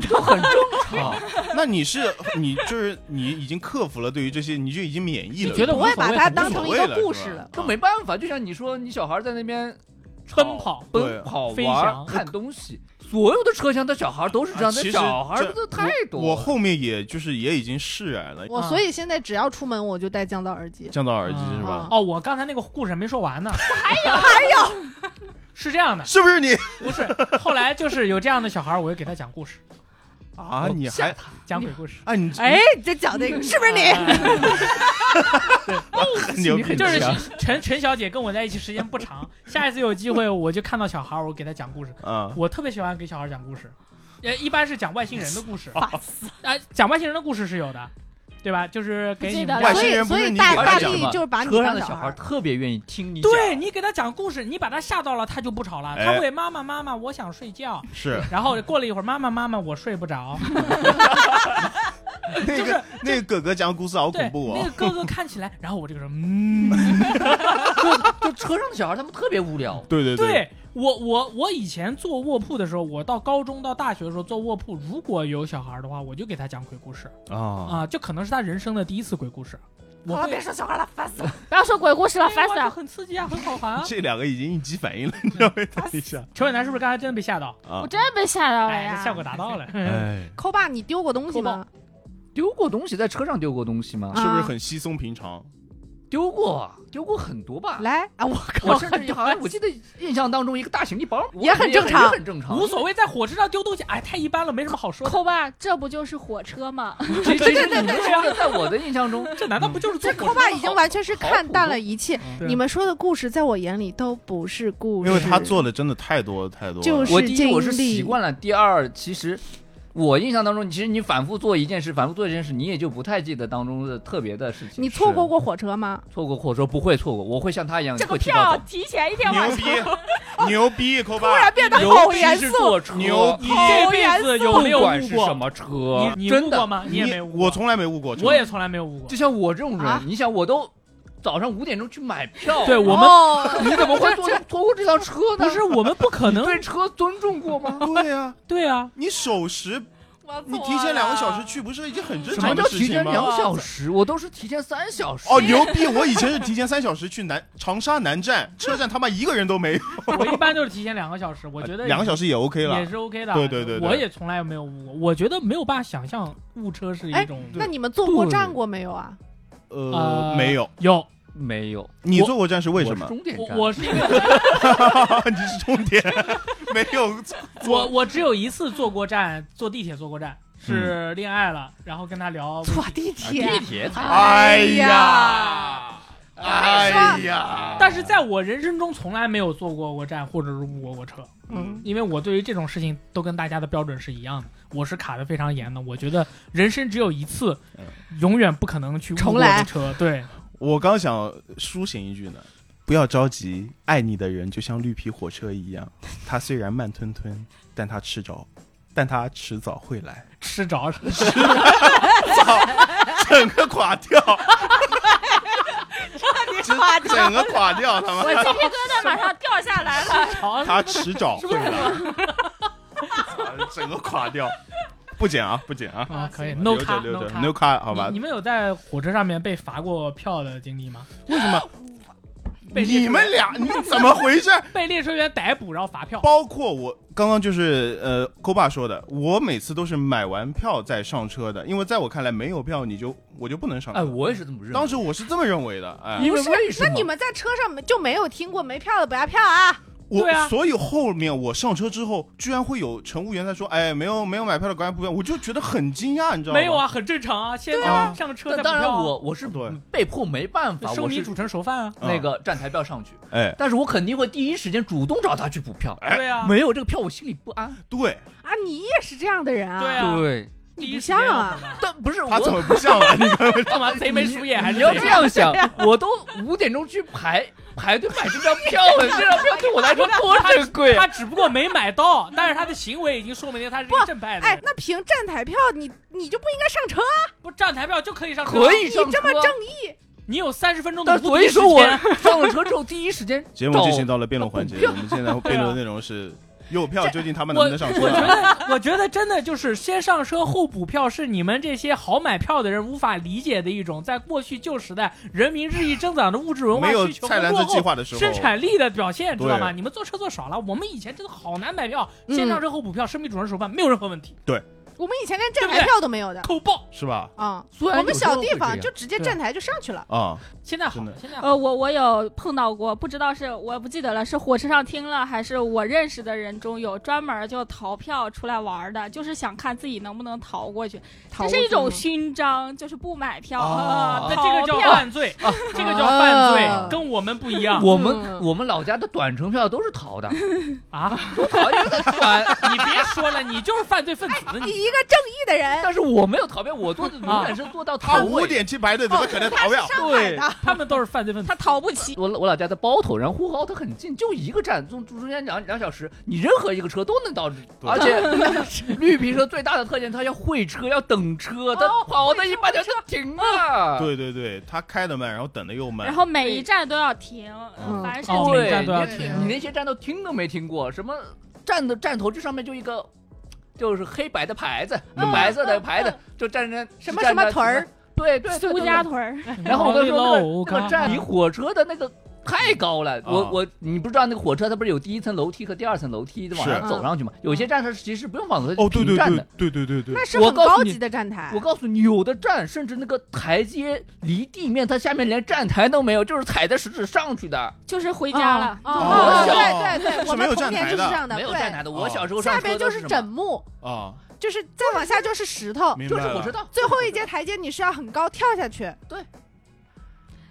这很正
啊
常。
那你是你就是你已经克服了对于这些，你就已经免疫
就
了，
觉得
不会把它当成
无
一
所
个
谓
故事
是吧
了。
这
啊
没办法，就像你说，你小孩在那边
奔
吵
跑
奔跑、
对
玩
飞翔
儿、看东西，所有的车厢的小孩都是这
啊
样
其
的，
实
小孩
这
都太多了。
我后面也就是也已经释然了，
我所以现在只要出门我就戴降噪耳机。
降到耳机是吧
啊？
哦，我刚才那个故事还没说完呢，还有还有， 是这样的，
是不是你
不是，后来就是有这样的小孩儿，我就给他讲故事，
啊？你还
讲鬼故事，哎
啊？你
哎，这讲这
嗯
个是不是你？
很牛逼，
就是陈陈小姐跟我在一起时间不长， 下一次有机会我就看到小孩儿，我给他讲故事。
啊，
我特别喜欢给小孩儿讲故事，呃，一般是讲外星人的故事，啊、
哦
讲外星人的故事是有的，对吧？就是给你
记得
们
了
外
家
啊所
星
以
人不
所
是
以
你
大
给他
大
讲
力
吗
就是把你啊
车上
当
的小
孩
孩
儿。
特别愿意听你讲，
对你给他讲故事，你把他吓到了，他就不吵了，
哎
他会妈妈妈妈，我想睡觉。
是
然后过了一会儿，妈妈妈妈，我睡不 着。
那个那个哥哥讲故事好
对
恐，怖
那
哦
个，哥哥看起来，然后我这个人，嗯，
嗯
就车上的小孩他们特别无聊。
对对，
对我我我以前坐卧铺的时候，我到高中到大学的时候坐卧铺，如果有小孩的话，我就给他讲鬼故事
啊，。
啊，就可能是他人生的第一次鬼故事。我
好了，
会
别说小孩了，烦死了，
不要说鬼故事了，烦死
哎哇这
了。
很刺激啊，很好玩啊
这两个已经应激反应了，你知道吗？等一下
陈伟南是不是刚才真的被吓到？
啊
我，真被吓
哦
到了
哎，
呀！
这效果达到 了。
哎，
抠爸，你丢过东西吗？
丢过东西，在车上丢过东西吗？
啊
是不是很稀松平常？
丢过，丢过很多吧。
来啊， 我靠
我，甚至好像我记得印象当中，一个大行李包
也很正常
也很正常，
无所谓，在火车上丢东西，哎，太一般了，没什么好说的。
抠吧，这不就是火车吗？
其实你们说的，在我的印象中，
这难道不就是坐
这
火
抠
车？
爸已经完全是
好
看淡
普
了
通
一切。
对
你们说的故事，在我眼里都不是故事，
因为他做的真的太多太多了，
就是
我第一我是
经历
习惯了，第二其实。我印象当中，其实你反复做一件事，反复做一件事，你也就不太记得当中的特别的事情。
你错过过火车吗？
错过或者说不会错过，我会像他一样
这个
会提早
票
走。
提前一 天晚
牛
上
逼，牛逼，抠
突然
爸，
变得
尤
好
其
严
是
肃
坐，车，
牛
你这辈子有
不
没有
管
误
是什
过？
么车，
你你
真
误
的
过吗？你也没误过，
我从来没误过车，
我也从来没有误过
就。像我这种人，
啊
你想我都早上五点钟去买票，
对我们
们
你怎么会坐错过这趟车呢？
不是，我们不可能。
对车尊重过吗？
对呀，
对啊，
你守时，
我
你提前两个小时去，不是一件很正
什么
常的
叫
事
提
情
前
吗
两？小时？我都是提前三小时。
哦，牛逼！我以前是提前三小时去南长沙南站，车站他妈一个人都没有，
我一般都是提前两个小时，我觉 得
两个小时也 OK
也
了。
是 OK 的。
对对对对
我也从来没有误过。我觉得没有办法想象误车是一种。
哎那你们坐过站过没有啊？
呃
呃，，
没有。
有，
没有，
你坐过站是为什
我是
么？啊
终点
我
站，
我是 一个，
你是重点， 没有坐。
我我只有一次坐过站，坐地铁坐过站，
嗯
是恋爱了，然后跟他聊。
坐地
啊
铁，
地铁才。
哎
呀
呀，哎呀，
但是在我人生中从来没有坐过过站，或者是误过过车，
嗯，
因为我对于这种事情都跟大家的标准是一样的，我是卡的非常严的。我觉得人生只有一次，
嗯
永远不可能去误
重
过
来
的车。对，
我刚想抒情一句呢，不要着急，爱你的人就像绿皮火车一样，它虽然慢吞吞，但它迟早，但它迟早会来。
吃着了，
整个垮掉，整整个垮掉，他
我鸡
呃
妈，
皮疙瘩马上掉下来 了。
着了。
他迟早会来，整个垮掉，不剪啊，不剪啊，
啊，可以，no
留
卡
着留
no
着
卡
，no cut，好吧
你你？们有在火车上面被罚过票的经历吗？
为什么？
被列
你们俩你怎么回事？
被列车员逮捕然后罚票？
包括我刚刚就是呃，抠爸说的，我每次都是买完票再上车的，因为在我看来，没有票你就我就不能上车。
啊
哎，我也是这么认 为。
当时我是这么认为的，哎，
因为
不是
为什
那
么？
你们在车上没就没有听过没票的不要票啊？
我、
对啊
所以后面我上车之后，居然会有乘务员在说：“哎，没有没有买票的赶快补票。”我就觉得很惊讶，你知道吗？
没有，啊，很正常啊，先
啊
上车
但
再
当然
补票啊
我我是
对
被迫没办法，
收
我
你
是
煮成熟饭啊。
嗯
那个站台票上去，
哎，
但是我肯定会第一时间主动找他去补票。
哎
对啊，
没有这个票，我心里不安。
对
啊，你也是这样的人啊？
对啊
对，
你
第
不
一时
像
间要
啊
干嘛
但不是
他怎
我
么不 像啊？你看，
干嘛贼眉鼠眼还是
你要
贼
这样想， 我都五点钟去排排队买这张票 了，这张票对我来说多珍贵
他
啊！
只不过没买到，但是他的行为已经说明了他是一
不
个正派的
哎
人。，
那凭站台票，你你就不应该上车，啊
不站台票就可以上车，
可以上
你这么
车
正义，
你有三十分钟的
但
无敌
所以说
时
我
间
上了车之后，第一时间
节目进行到了辩论环 节，我们现在辩论内容是有票究竟他们能
我
不能上车、
我觉
啊？
得， 我觉得真的就是先上车后补票，是你们这些好买票的人无法理解的一种，在过去旧时代人民日益增长的物质文化
没有
需求
菜
和
篮
落
子计
后
划的时候，
生产力的表现，知道吗？
对
你们坐车坐少了，我们以前真的好难买票，
嗯
先上车后补票，生米煮成熟饭，没有任何问题，
我们以前连站台票都没有的
扣爆。
是吧？
啊。
虽然
我们
有时候
小地
会这
方
样
就直接
对
站台就上去了。
啊、
现在好
真
了
的，
现在好了
呃，我我有碰到过，不知道是我不记得了，是火车上听了，还是我认识的人中有专门就逃票出来玩儿的，就是想看自己能不能逃过去。
逃
这是一种
过去
勋章，就是不买票，
哦
呃
那这个
逃
叫
票。
犯罪，
啊
这个叫犯
啊
罪，跟我们不一样
我
嗯
们我们老家的短程票都是逃的，
啊！
都逃，因为它短
你别说了，你就是犯罪分子，
哎
第
你
一一个正义的人，
但是我没有逃票，我做的永远是做到
他
逃
五
位。
点去排队，怎么可能逃票？
对，
他们都是犯罪分子
他。逃不起。
我我老家在包头，然后呼和浩特很近，就一个站，中中间两两小时，你任何一个车都能到。而且绿皮车最大的特点，它要会车，要等车，它跑到一半就停了。
对对对，他开的慢，然后等的又慢
然。后每一站都要停，
嗯
凡是
哦
这
每
个
站都要
你
停
你那些站都听都没听过，什么站的站头这上面就一个。就是黑白的牌子，
嗯
就白色的牌子，就站着
什么什么屯儿，
对对，对
苏
对
家屯儿，
然后我跟你说那个那
那
个站离火车的那个太高
啊
了，我我你不知道那个火车它不是有第一层楼梯和第二层楼梯往上
是
走上去吗？有些站它其实不用往楼梯
哦，对
平
对
站
对
的。
对对对对，
那是
我
很
告诉
高
你
级的站台
我。告诉你，有的站甚至那个台阶离地面，它下面连站台都没有，就是踩在石子上去的，
就是回家了。
哦
哦
对对对，
是
我
没
们
有
童
站
年
台
就是
的
这样的，
没有
对
站台的。
哦
我小时候上
下
车
边
都
就是是
什么
枕，木，
啊，
就是再往下就是石头，
明白
就是
了。
火车道，
最后一节台阶你是要很高跳下去，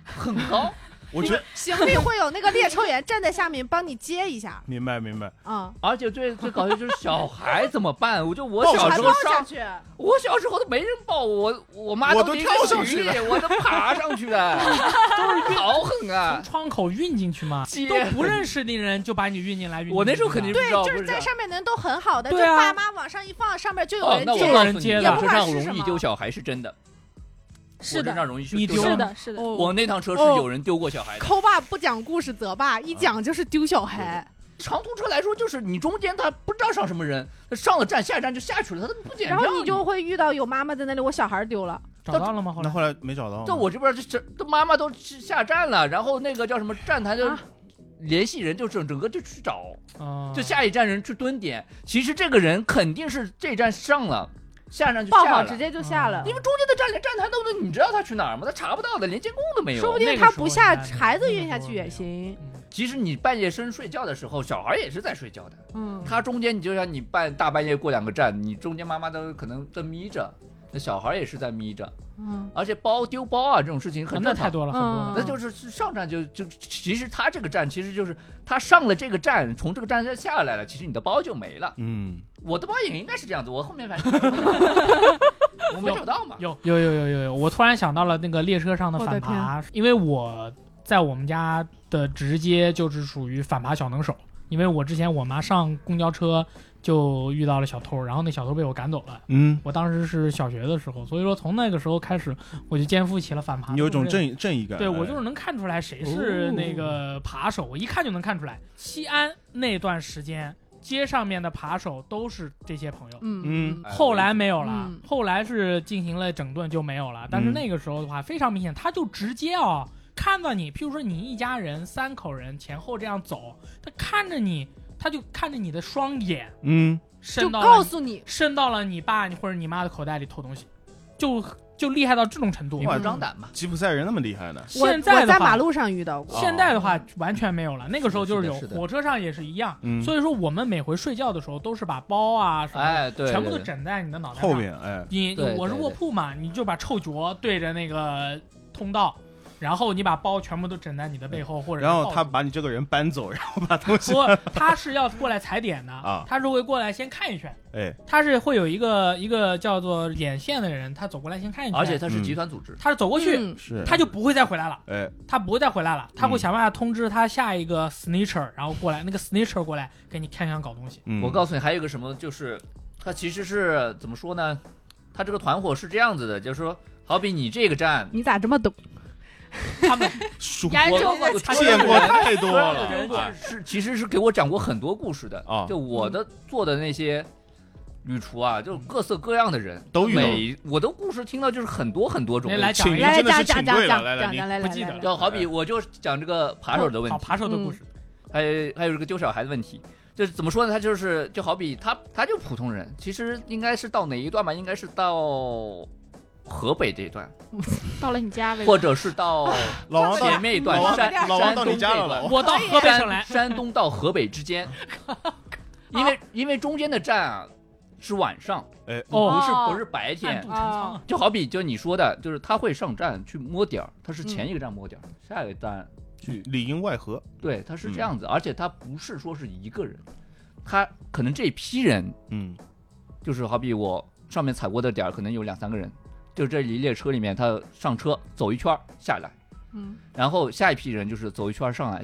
很高。
我觉得
行李会有那个列车员 站在下面帮你接一下，
明白明白。
嗯，
而且最最搞笑就是小孩怎么办？我就我
抱
小
还
时
抱
候
下
上，
去，
我小时候都没人抱我，我妈
我
都
都
拎
跳
个
上
行
去
李我都爬上去的， 就是好狠啊！
窗口运进去嘛，
接
都不认识的人就把你运进来。运进去
我那时候肯定不知道，
就
不
是在
这样
上面的人都很好的，就
对啊
爸妈往上一放，上面就有
哦，
人
那我
接
就。有人接的
也
我
不
身
管
上
是
容易
什么
丢小孩是真的，
是
我身
的，
上容易
你
丢
丢
是
小孩。
的，是的。
我那趟车是
哦
有人丢过小孩的。
抠爸不讲故事责爸，一讲就是丢小孩。
长途车来说，就是你中间他不知道上什么人，他上了站下一站就下去了，他都不检
然
票。
后你就会遇到有妈妈在那里，我小孩丢了，
找到了吗？后
那
来
后来没找到吗，
到我这边这这都妈妈都下站了，然后那个叫什么站台就
啊
联系人就整整个就去找，
啊
就下一站人去蹲点。其实这个人肯定是这站上了，下一站就
抱
下
好
了
直。接就下了
因。为中间的站连站台都没，你知道他去哪儿吗？他查不到的，连监控都没有。
说不
那
定
个
他
时
不
候
下，
应该没有
孩子
那个
运下
时候
去
没
也
有
行。
嗯
其实你半夜深睡觉的时候，小孩也是在睡觉的。
嗯，
他中间你就像你半大半夜过两个站，你中间妈妈都可能在眯着，那小孩也是在眯着，
嗯
而且包丢包啊这种事情
啊
很
那
正
太
常。
多了，很
嗯
多
那就是上站就就，其实他这个站其实就是他上了这个站，从这个站下下来了，其实你的包就没了。
嗯，
我的包也应该是这样子，我后面 反正我没找到嘛。
有有有有有有，我突然想到了那个列车上的反爬，因为我在我们家的直接就是属于反扒小能手，因为我之前我妈上公交车就遇到了小偷，然后那小偷被我赶走了。
嗯，
我当时是小学的时候，所以说从那个时候开始，我就肩负起了反扒。
你有一种
这
正义正义感。哎哦
对我就是能看出来谁是那个扒手，我一看就能看出来。西安那段时间，街上面的扒手都是这些朋友。
嗯
嗯
哎
后来没有了，
嗯
后来是进行了整顿就没有了。但
嗯
是那个时候的话，非常明显，他就直接啊、看到你，譬如说你一家人三口人前后这样走，他看着你，他就看着你的双眼
嗯，
就
伸到
告
了
诉你，
伸到了你爸或者你妈的口袋里偷东西，就就厉害到这种程度
明。
哇
目张胆嘛。
吉普赛人那么厉害呢？
我
现
我
在的
在
话
马路上遇到过，
现在的话完全没有了，那个时候就是有，
哦是的是的
火车上也是一样。
嗯
所以说，我们每回睡觉的时候都是把包啊什么的
哎，对，
全部都
对
枕在你的脑袋上
后。面哎，
你
对
我是
对
卧铺嘛，你就把臭脚对着那个通道，然后你把包全部都枕在你的背后，或者是
然后
抱
他
住
把你这个人搬走，然后把东西
不，他是要过来踩点的
啊
他是会过来先看一圈，
哎，
他是会有一个一个叫做眼线的人，他走过来先看一圈，
而且它是集团组织，
他是走过去，
嗯
是
他就不会再回来了。
哎，
他不会再回来了，他会
嗯
想办法通知他下一个 snitcher，然后过来，那个 snitcher 过来给你看看搞东西。
嗯
我告诉你，还有一个什么，就是它其实是怎么说呢？它这个团伙是这样子的，就是说，好比你这个站，
你咋这么懂？
他们
数
哎
研
我
究过
我
他
我
见过
我
太多了
人
哎
是其实是给我讲过很多故事的
啊
就我
嗯
的做的那些旅厨啊，就各色各样的人，
都遇到
每我的故事听到就是很多很多种
来。来讲
请
一
您
个
来
真的
讲
是
讲
请
讲
贵了，
讲
来来
讲
来，
讲，来来
不记得
来
了
来，
就好比我就讲这个扒手的问
好
题，
扒手的故事，
还有还有这个丢小孩的问题，就是怎么说呢？他就是就好比他他就普通人，其实应该是到哪一段吧？应该是到河北这一段，
到了你家为止
或者是到
老王到
前面一段
老王
山
老王
山
到
东
你家
这一
了，
段
老王
我到河北省来
山，山东到河北 之间，因为因为中间的站啊是晚上，
哎
不
哦，
是
哦
不是白
暗
天
度。陈仓啊，
就好比就你说的，就是他会上站去摸点儿，
嗯
他是前一个站摸点儿，下一个站去，
里应外合，
对，他是
嗯
这样子，而且他不是说是一个人，他可能这批人
嗯
就是好比我上面踩过的点儿可能有两三个人，就这一列车里面，他上车走一圈儿下来，
嗯，
然后下一批人就是走一圈儿上来，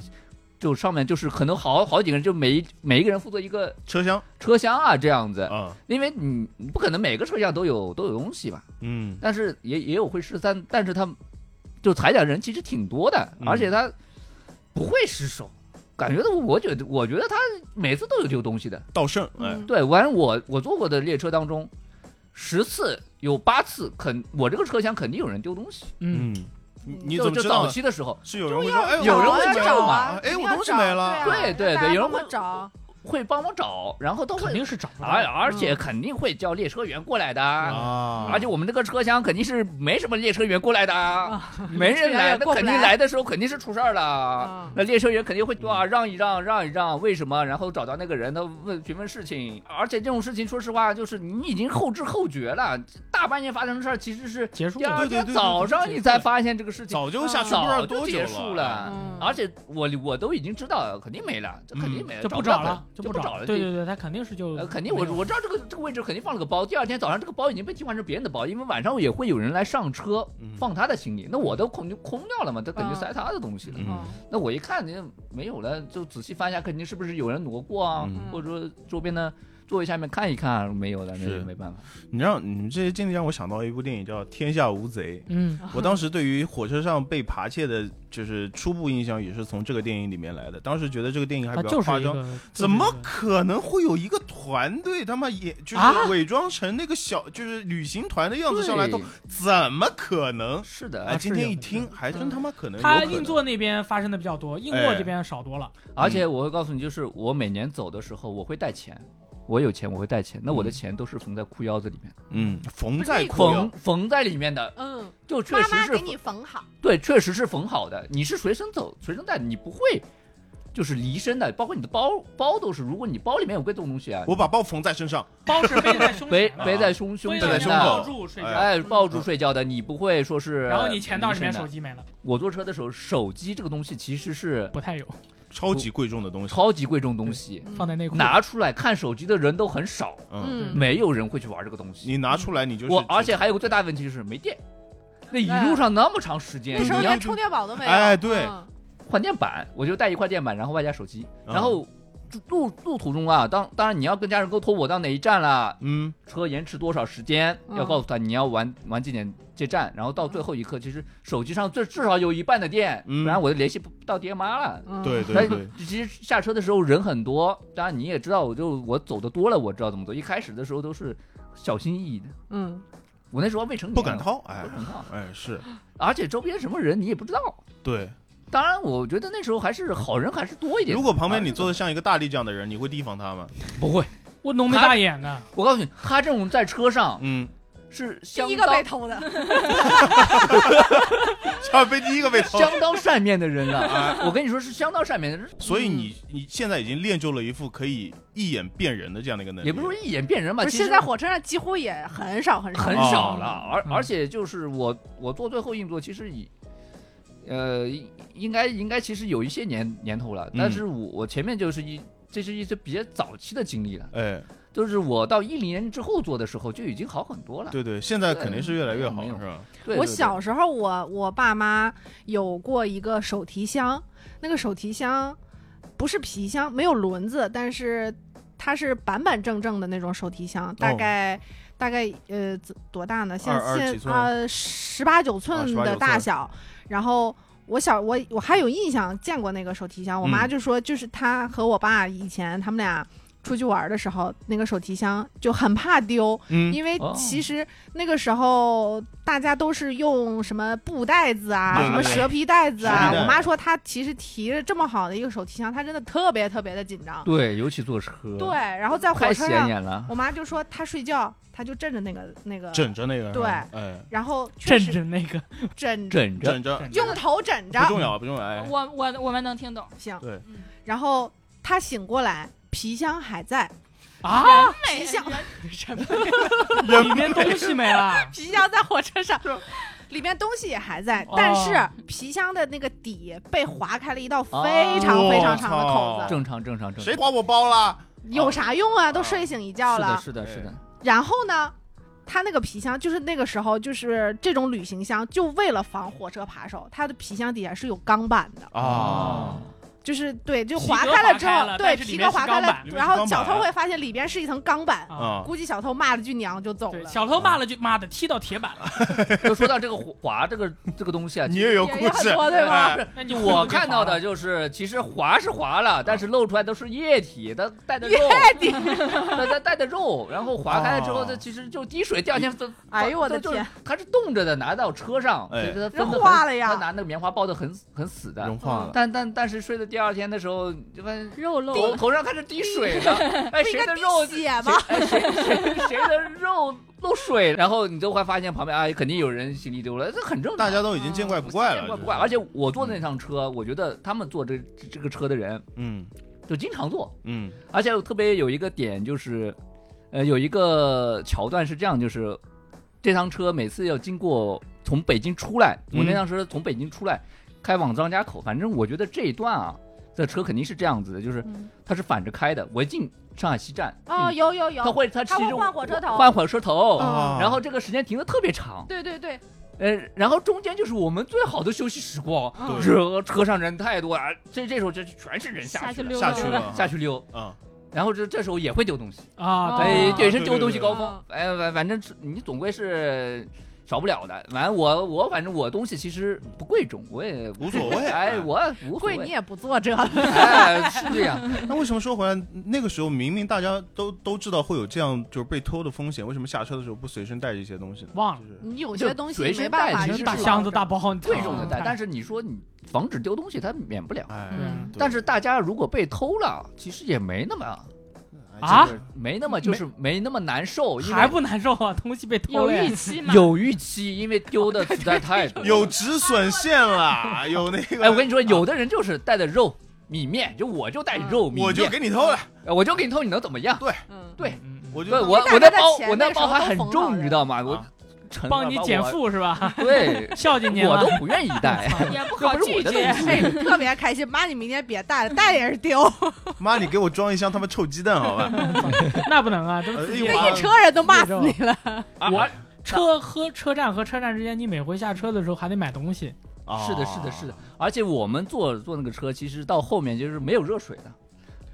就上面就是可能好好几个人，就每一每一个人负责一个
车厢
车厢啊这样子，
啊，
因为你你不可能每个车厢都有都有东西吧，
嗯
但是也也有会失三，但是他就踩点人其实挺多的，
嗯
而且他不会失手，感觉到我觉得我觉得他每次都有丢东西的。
稻盛，哎，
嗯
对，完了我我坐过的列车当中，十次有八次肯我这个车厢肯定有人丢东西。
嗯，
嗯，你你
就
怎么
就
知道啊
早
呢？
期的时候
是有人会说，哎，
有人
我
会
东西没
找
了
啊
哎，我东西没了，
对对对
大家
有人
帮
会
忙找，啊
会帮忙找，然后都
肯
会，
定是找不到
而
的。
而且肯定会叫列车员过来的。
啊，
而且我们这个车厢肯定是没什么列车员过来的啊，没人来，那
过不
肯
来
定来的时候肯定是出事儿了。
嗯
那列车员肯定会啊让一让，让一让，为什么？然后找到那个人，他问询问事情。而且这种事情，说实话，就是你已经后知后觉了，大半夜发生的事儿，其实是
结束
第
了
二
对对
天
对
早上你才发现这个事情，
啊早就下去不知道
早
多
就
久
结束
了，啊
了
嗯。
而且我我都已经知道肯定没了，这肯定
嗯
没了，
就不
哎找
找
了
了，，
就
不
不
找
了。
对对对，他肯定是就
呃，肯定我
没有
我知道这个这个位置肯定放了个包，第二天早上这个包已经被替换成别人的包，因为晚上也会有人来上车
嗯
放他的行李，那我都空就空掉了嘛，他肯定
啊
塞他的东西了。
嗯
那我一看那没有了，就仔细翻一下，肯定是不是有人挪过啊，
嗯
或者说周边的座位下面看一看，没有了，
是
那就没办法。
你让你们这些经历让我想到一部电影叫《天下无贼》，
嗯
我当时对于火车上被扒窃的，就是初步印象也是从这个电影里面来的。当时觉得这个电影还
他
比较
就是
夸
一
张，
个
怎么可能会有一个团队他妈也就是
啊
伪装成那个小就是旅行团的样子上来都
对，
怎么可能？
是的，嗯
哎，
而
今天一
是有
听还真他妈可能。有
他
可能
硬座那边发生的比较多，硬座
哎
这边少多了。
而且我会告诉你，就是我每年走的时候我会带钱，我有钱我会带钱，那我的
嗯
钱都是缝在裤腰子里面，
嗯，缝在裤
缝
腰，
缝在里面的，
嗯，
就确
妈
实
妈
是
给你缝好，
对，确实是缝好的，你是随身走、随身带的，你不会就是离身的，包括你的包包都是，如果你包里面有贵重东西啊，
我把包啊缝在身上，
包是背在胸
背
前的
背在胸胸
背
前
在
的，
胸
抱
口
住睡觉。
哎，抱住睡觉的，你不会说是。
然后你钱袋里面
离身
手
的。
机没了，
我坐车的时候，手机这个东西其实是
不太有，
超级贵重的东西。
超级贵重东西，
放在内裤。
拿出来看手机的人都很少，
嗯，
嗯
没有人会去玩这个东西。
你拿出来你就是
我而且还有个最大的问题就是没电，那
哎
一路上那么长时间，
那时候
你要
连充电宝都没有。
哎对
嗯
换电板，我就带一块电板，然后外加手机，
嗯
然后路路途中啊，当当然你要跟家人沟通，我到哪一站了，
嗯
车延迟多少时间，
嗯
要告诉他你要玩玩几点接站，然后到最后一刻，其实手机上最至少有一半的电，
嗯
不然我就联系不到爹妈了。
嗯
对
那
对对，
其实下车的时候人很多，当然你也知道，我就我走的多了，我知道怎么走。一开始的时候都是小心翼翼的，
嗯，
我那时候还未成年，
不敢，掏，哎
不敢靠，
哎是
而且周边什么人你也不知道。
对。
当然，我觉得那时候还是好人还是多一点的。
如果旁边
啊
你坐的像一个大力这样的人，你会提防他吗？嗯
不会，
我浓眉大眼的，
我告诉你，他这种在车上
嗯，
是相
第一个被
当
偷的，
差被第一个被 偷。
相当善面的人
啊
了。我跟你说是相当善面的人，
所以你你现在已经练就了一副可以一眼辨人的这样的一个能力，
也不是说一眼辨人吧，
不
其
是
实
现在火车上几乎也很少很少。
很
哦
少了。而
嗯
而且就是我我做最后硬座，其实以呃应应该应该其实有一些年年头了，但是我我前面就是一。这是一些比较早期的经历了，
哎，
就是我到一零年之后做的时候就已经好很多了。
对对，现在肯定是越来越好，
没
是
有
吧？
对，
我
对对
小时候我，我爸妈有过一个手提箱，那个手提箱不是皮箱，没有轮子，但是它是板板正正的那种手提箱，大概、大概呃怎多大呢？现
二二几
现
寸
呃十八九寸
18-19
的
寸
大小，然后。我小我我还有印象见过那个手提箱，我妈
嗯
就说就是她和我爸以前他们俩出去玩的时候，那个手提箱就很怕丢，
嗯，
因为
哦
其实那个时候大家都是用什么布袋子啊，
对
什么
对对
蛇皮袋子
蛇
啊
皮。袋
我妈说她其实提着这么好的一个手提箱，她真的特别特别的紧张。
对，尤其坐车，
对，，然后在火
太
车
显
上，
眼了。
我妈就说她睡觉，她就枕着那个那个，
枕着那个，
对
哎，
然后确
枕
实
着那 个
枕着，
枕着
枕着
用头枕着
不，重要不重要，哎，
我我我们能听懂，
行
对
嗯。
然后她醒过来，皮箱还在，
啊，
哎
皮箱，
里面东西 没了啊
皮箱在火车上，里面东西也还在
哦，
但是皮箱的那个底被划开了一道非常非常长的口
我
子，
操
正常正常正常。
谁划我包啦？
有啥用啊？
哦
都睡醒一觉了。
是的，是的，是的。
然后呢，它那个皮箱就是那个时候就是这种旅行箱，就为了防火车扒手，它的皮箱底下是有钢板的，
啊，
就是对，就
皮
划
革
开
划
了之
开
后
了，
对，
但是里
皮
面
革
是
划
钢
开了
板
里，面
然
是
后
钢
小偷
板
会发现里边是一层钢板，
嗯
啊。
啊
估计小偷骂了句娘就走
对，
了。
小偷骂了句妈的，踢到铁板了。
就说到这个滑这个这个东西 啊，
你也有
也
故
也很
事
多对吧
哎
那
其
你
实
裤
我
子就
看到
滑了
的就是，其实滑是滑
啊
了，但是露出来都是液体，它带的肉，
底
它它带的肉，然后滑开了之后，
哦
它其实就滴水，第二天都，
哎呦我的
都就是
天，
它是冻着的，拿到车上，
哎
所以它分的
人化了呀
他拿那个棉花包的很很死的，
融化了。
但但但是睡到第二天的时候，就发现
肉漏
头头上开始滴 水了，哎，
不应
谁
该
的
滴
肉
血吗？
哎谁谁谁的肉漏水，然后你就会发现旁边啊，肯定有人行李丢了，这很正常
大。家都已经见怪不怪了，
见怪不
就是
怪，而且我坐那趟车，我觉得他们坐这这这个车的人
嗯
就经常坐，
嗯
而且特别有一个点就是，呃，有一个桥段是这样，就是这趟车每次要经过从北京出来，
嗯
我那趟车从北京出来，开往张家口，反正我觉得这一段啊，这车肯定是这样子的，就是
嗯
它是反着开的，我一进上海西站，
哦，
进
有有
它
有，
嗯会它其
它会
实
换火车头
换火车头，
啊
然后这个时间停的特别长，
对对对，
呃，然后中间就是我们最好的休息时光，
对
车车上人太多啊，这这时候就全是人下
下
去
去
了
溜
下
达
去
了
了
下去溜，
啊
然后这这时候也会丢东西，
哦
啊，
哎，
对
对
对，是丢东西高
对
峰，哎，反反正是你总归是少不了的。反正我我反正我东西其实不贵重，我也
无所谓啊
哎，我无所
贵你
谓，
也不坐这了，
哎，是这 样，
那为什么说回来，那个时候明明大家都都知道会有这样就是被偷的风险，为什么下车的时候不随身带着一些东西呢？
忘
就
了，
是
你有
就
些东西
随身
没办
带
法，
其
你
就是是
实
大
是
箱子、大包，你
贵
常
重的
常
啊
带，
带
但是你说你防止丢东西，它免不了。
哎，
嗯
对
但是大家如果被偷了，其实也没那么
啊
哎这个
没那么就是没那么难受，因为
还不难受啊？东西被偷
有
了呀，
预期嘛？
有预期，因为丢的实在太多了。
有止损线啦，有那个，
哎，我跟你说，有的人就是带的肉。米面就我就带肉米面，
啊我就给你偷了，
呃我就给你偷，你能怎么样？
嗯，
对
嗯，嗯嗯
我就
对我
大
我
家
那
的
包
钱
我
那
那
时
包
候
还
都
很
缝好
重，你
的
知道吗？我
啊
沉了
帮你
把
减
我，
负是吧？
对
孝敬您
我
了
都，不愿意带，
也不
这
好
不是我
拒
的
绝
东。西。
哎， 特别开心。妈，你明天别带了，带也是丢，
妈，你给我装一箱他妈臭鸡蛋好吧？
那不能啊，这不
哎
自
呦
己
我
这一车人都骂死你了。
我
车和车站和车站之间，你每回下车的时候还得买东西，
啊
是的，是的，是的，。而且我们坐坐那个车，其实到后面就是没有热水的，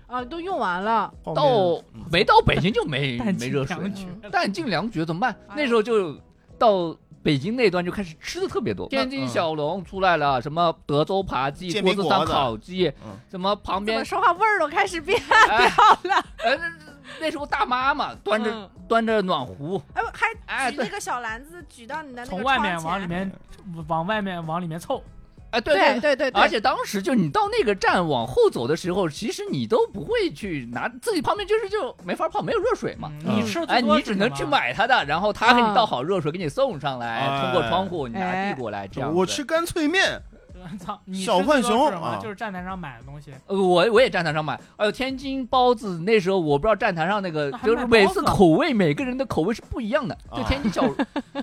啊，都用完了，嗯
后面
到
嗯
没到北京就 没
但
没热
尽
水
量
了。
觉得
弹尽粮绝怎么办？
哎
那时候就到。北京那段就开始吃的特别多，嗯天津小笼出来了，什么德州扒鸡、
煎
锅
饼
子上
果子
烤鸡
嗯，
什么旁
怎
边
么说话味儿都开始变了？
哎 哎，那那时候大妈嘛，端着
嗯
端着暖壶，
哎，还
哎
举
对
那个小篮子举到你的那个
从外面
窗前
往里面
嗯
往外面往里面凑，
哎对
对对对对，
而且当时就你到那个站往后走的时候，其实你都不会去拿自己旁边就是就没法泡，没有热水嘛。
嗯你吃
哎，
最多
你
是
只
什
能
么
去，买它的，然后他给你
啊
倒好热水，给你送上来，
哎
通过窗户你拿递过来，这样子。
我吃干脆面，
操，你吃
小
最
浣
多是
熊
什么
啊
就是站台上买的东西，
呃，我我也站台上买，哎呦，天津包子那时候我不知道站台上那个
那，还
就是
卖
每
包
次
子啊
口味每个人的口味是不一样的。就
啊
天津小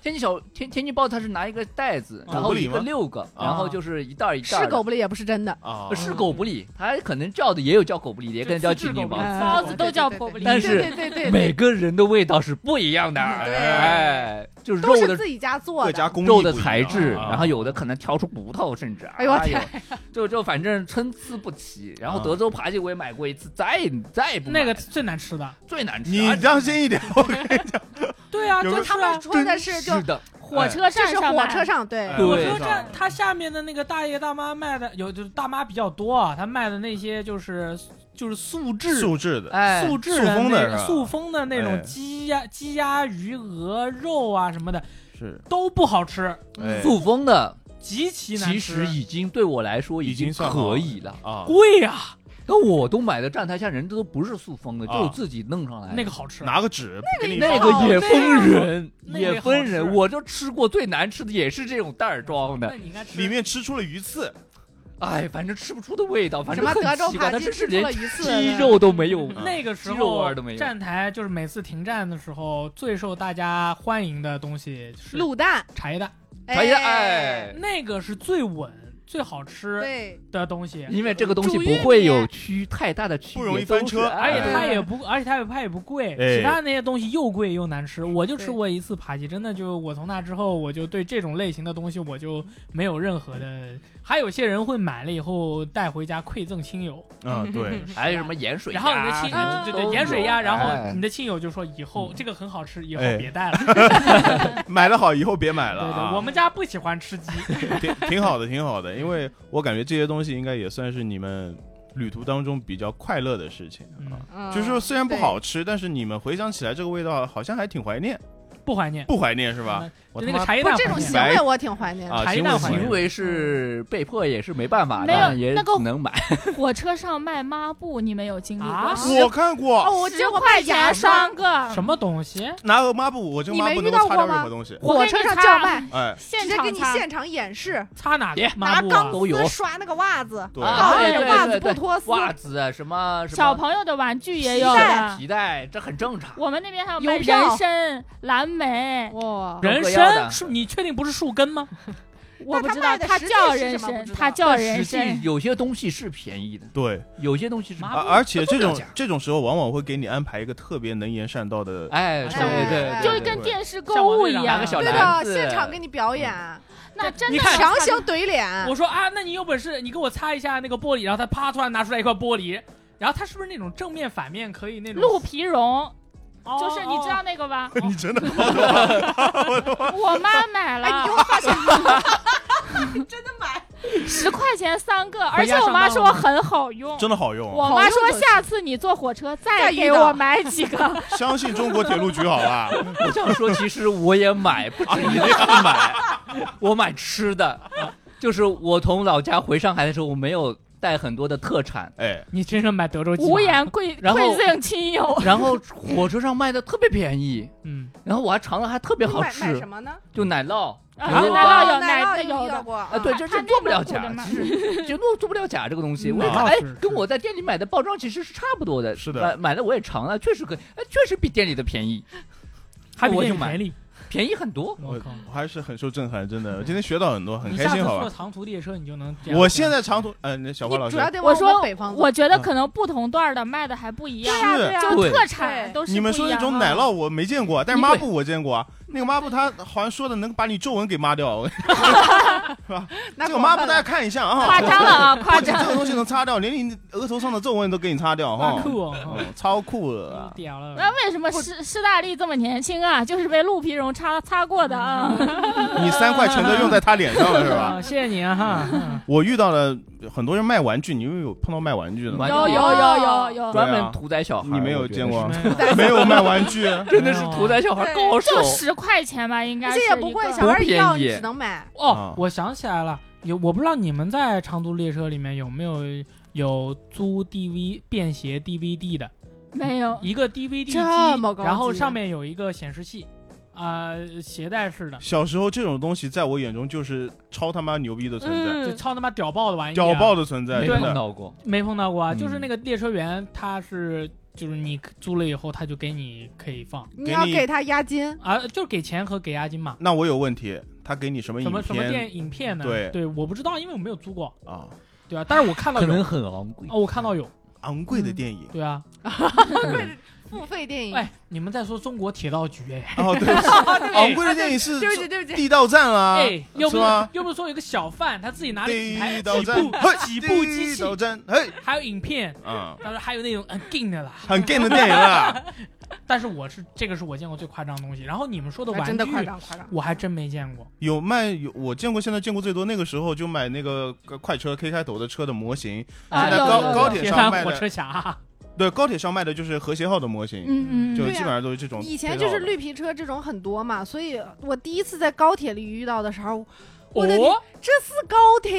天津小天天津包子，它是拿一个袋子，
啊
狗
然后
不理
一个
吗
六个，然后就是一袋儿一袋儿
是
的。
狗不理也不是真的。
啊
呃，是狗不理，它可能叫的也有叫狗不理的，也可能叫
自制
锦鲤
狗不理
哦包。
哎
包子都叫婆不理，
但是
对对对对 对，
每个人的味道是不一样的，
对
哎，就是
都
肉
是
的
自己家做
各
的。
家工艺
肉的
不一样
材质，
啊
然后有的可能挑出骨头，甚至
哎呦我
呦，就就反正参差不齐。然后
啊
德州扒鸡我也买过一次，再也再也不买
那个最难吃的，
最难吃，
你
而且
当心一点，我跟你
对啊，
有
就
个
是
他
啊
们，说的
是嗯
是就
的，
火车
就
站
是
上
火
买
车上对
哎
对
火
对
车站它下面的那个大爷大妈卖的有，就是大妈比较多啊，他卖的那些就是就是素质。
素质的，
哎，
素质
塑
的
封
那
的
个
是吧
塑封的那
哎
种鸡鸭、鸡鸭鱼鹅肉啊什么的
是
都不好吃，
哎
塑封的
极其难
其
吃
实，已经对我来说
已
经
经算
可
好
以了。
啊，
贵啊，
那我都买的站台下人家都不是塑封的，
啊
就自己弄上来。
那个好吃，
拿个哦纸给你
那
放
个也分人，
那个
也分
好
人。
吃
我就吃过最难吃的也是这种袋儿装
那
的，
你应该吃
里面吃出了鱼刺，
哎，反正吃不出的味道，反
什
正
么
很
德州
奇怪，
扒
它
鸡
真
吃
是
出了
连
鱼刺，
鸡肉都没有。
那个时
啊鸡肉味
候
儿都没有
站台就是每次停站的时候最受大家欢迎的东西是
卤蛋，
茶叶蛋，
哎呀，哎，
那个是最稳，最好吃
对，
的东西，
因为这个东西
煮玉
不会
米
有区太大的区别，
不容易翻
都是
车
而且
哎
它也不，而且它也它也不贵，
哎
其他那些东西又贵又难吃。我就吃
对
过一次扒鸡，真的就我从那之后，我就对这种类型的东西我就没有任何的。还有些人会买了以后带回家馈赠亲友，
嗯，对，
还有什么盐水
然
鸭，
后你的亲
什么
嗯
对
都
对
有
盐水鸭，然后
哎
你的亲友就说以后这个很好吃，以后
嗯哎
别带了。
买了好以后别买了
对
啊
对，我们家不喜欢吃 鸡，
挺挺好的，挺好的，因为我感觉这些东西应该也算是你们旅途当中比较快乐的事情啊。
嗯
就是说虽然不好吃，但是你们回想起来这个味道好像还挺怀念，
不怀念，
不怀念是
是
吧？？我他
那个
妈
茶叶
不
蛋
这种
怀念
行为我挺怀念的。
啊，
茶叶
行
蛋
为
怀念
行
行为
为是被迫，也嗯是没办法，
没有
但也
那个
只能买。
火车上卖抹布，你们有经历
啊
过？
我看过
哦，我
十
真我
块
卖
钱
牙
三
刷，
个，
什么东西？
拿个抹布，我这个
你
抹
没
布
遇
能
到
够擦
过
掉任
吗
何东西。
我
火
给
车
你
上
擦
叫卖，
哎，
现
直接
场
给你
擦
现场演示，
擦哪个
别
抹
拿
布
钢
啊？
都有
丝刷那个袜子，
对，
啊
告诉
对
你袜
对
子
对
不脱丝，
袜子啊，什么什么
小朋友的玩具也有
皮带
的。
皮带，这很正常。
我们那边还有卖
邮票
人参、蓝莓，
哇，
人
各样的
参树，你确定不是树根吗？
我不知
那他卖
道
的
它
实际
叫
是
人
什么
参，
不知道
它叫
但
人
实际
参。
有些东西是便宜的，
对，
有些东西是
麻
便
啊
而
宜的
而且
它
这
不了
种
解
这种时候，往往会给你安排一个特别能言善道的，
哎，对
哎
对对，
就
对
跟
对
电视购物一
像
样
我，这种
对
篮
的，
子嗯
现场给你表演，
那真
你
的
看
要
强
看
行怼脸
我，说啊，那你有本事你给我擦一下那个玻璃，然后他啪突然拿出来一块玻璃，然后他是不是那种正面反面可以那种？
鹿皮绒，
哦
就是你知道那个吧？
你真的
我妈买
啊
哎，你
了
会发现
十块钱三个，而
回
且
家
我妈
上当
说
了
很好用。
真的好用，
我妈
好用
说
就
下次你坐火车再
再遇
给
到
我买几 个。
相信中国铁路局好吧？
我想说，其实我也买，不止一次买，我买吃的。就是我从老家回上海的时候，我没有带很多的特产，
哎，
你真是买德州鸡吗
无，言馈
然后
馈赠亲友，
然后火车上卖的特别 便宜，
嗯，
然后我还尝了，还特别
你
好
买买
吃
什，么呢？哦
就奶酪。
啊
牛肉
奶
干
酪有
奶
奶
酪
的有
遇到
的，
过
啊，
啊
对，，这
它
这
内
做不了
蒙古
假
的，嘛
其实就做做不了假这个东西。我一
嗯
看，
那
哎
是，
跟我在店里买的包装其实是差不多的。
是的
买买了我也尝了，确实可以，哎，确实比店里的便宜，
还比
我就
电影
买
便宜。
便宜很多。
我
我
靠！
我还是很受震撼，真的，我今天学到很多，很
你
开
下次
心好
坐
吧？
长途列车你就能这样。
我现在长途，嗯、那小花老
你
师
主，要得
我
往
说
们北方，啊
我觉得可能不同段儿的卖的还不一样，
是对
呀
就
对
特产都是
你们
不
说
一
那
样啊
种
的
奶酪我没见过，但是
因
抹
为
布我见过啊。那个抹布它好像说的能把你皱纹给抹掉，我
那
这个
广
抹
泛了
布大家看一下啊。
夸张了啊，夸
不仅
张
这个东西能擦掉，连你额头上的皱纹都给你擦掉
哇
哈，
酷哦，
嗯超酷的
嗯
啊！
屌了
那！为什么施施大力这么年轻啊？就是被鹿皮绒擦擦过的啊。
你三块全都用在他脸上了是吧？
啊，谢谢你啊哈！嗯
我遇到了很多人卖玩具，你们有碰到卖玩具的吗
玩？
有有有有
啊
有，
专门屠宰小孩儿，
你没有
我觉得
见过啊
是？
没有卖玩具，啊
真的是
哦
屠宰小孩儿高手
就。十块钱吧，应该
而
是
且也不
一
贵，
个
小孩一要
便宜
你只能买，
哦
啊，
我想起来了，有我不知道你们在长途列车里面有没有有租 DV 便携 DVD 的，
没有。
一个 DVD 机，
这么高级啊
然后上面有一个显示器，啊、携带式的，
小时候这种东西在我眼中就是超他妈牛逼的存在，
就
嗯，
超他妈屌爆的玩意、啊，
屌爆的存在，
没
对
真
碰
的。
到过，
没碰到过啊！就是
嗯
那个列车员，他是就是你租了以后，他就给你可以放
你要
你
给他押金，
啊，就是给钱和给押金嘛。
那我有问题，他给你什么
什么
影
什么
片
电影片呢？
对
我不知道，因为我没有租过，
啊？
对吧、但是我看到
可能
有，
很昂贵。
哦，我看到有，
昂贵的电影
对啊。
付费电影，
哎，你们在说中国铁道局哎？
哦，对，昂贵的电影是
对不起对不起，
地道战啦，
哎，又
哦是
不
吗
又不是说有个小贩，他自己拿了几台
地
哎几
道战，
部
嘿，
几部机
地，
器
道战，嘿，
还有影片，
嗯，
当然还有那种很劲的啦。
很 gay 的电影啊啦，
但是我是这个是我见过最夸张的东西。然后你们说的
啊
玩
真的夸
具，
张夸张，
我还真没见过。
有卖有我见过，现在见过最多那个时候就买那个快车 K 开头的车的模型，
啊
现在
有
高
有有
高铁
铁
上
三
卖
火
的，
车侠，
对，高铁上卖的就是和谐号的模型，
嗯嗯
就
对
嗯，
啊
基本上都是这种配套的。
以前就是绿皮车这种很多嘛，所以我第一次在高铁里遇到的时候，我的
哦，
这是高铁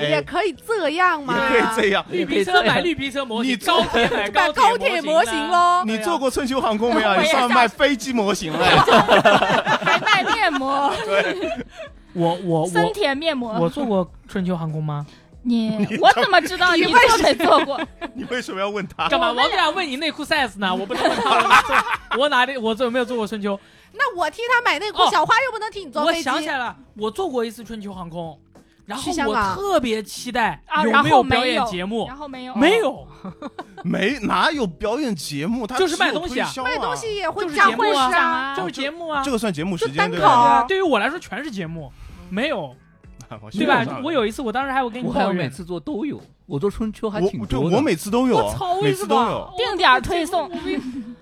也可以这样吗？
也可以这样。
绿皮车买绿皮车模型，
你
高铁买
买高铁
铁
模型
型
喽，
你坐过春秋航空没 有？
我
你
也
上面
想
卖飞机模型了，
还卖面膜，
我我
森
哦我
铁面膜
我。坐过春秋航空吗？
你我怎么知道你做没做过？
你为什么要问他？
干嘛？王俩问你内裤 size 呢？我不能问他我我哪里我坐有没有坐过春秋？
那我替他买内裤，
哦
小花又不能替你坐
我
飞机
想。起来了，我坐过一次春秋航空，然
去
后
香
我
港
特别期待
啊
有
然
有
后
表
没
演
有
节目
然，后没有，
没有，
没哪有表演节目，他
就是卖东西啊
卖东。西也会
就是
展
节目
会
啊
是
讲
啊，
啊，
就是节目啊
这，个算节目时
就
间
单
对
口
吧？
啊，对于我来说全是节目，没有， 对
基本
吧？
上
我有一次，我当时还有跟你
我还有
抱
每
怨，
次做都有，我做春秋还挺
我对
多
我
的。
每次都有
我操，，为
每
什
次都
么啊
有，
定点推送，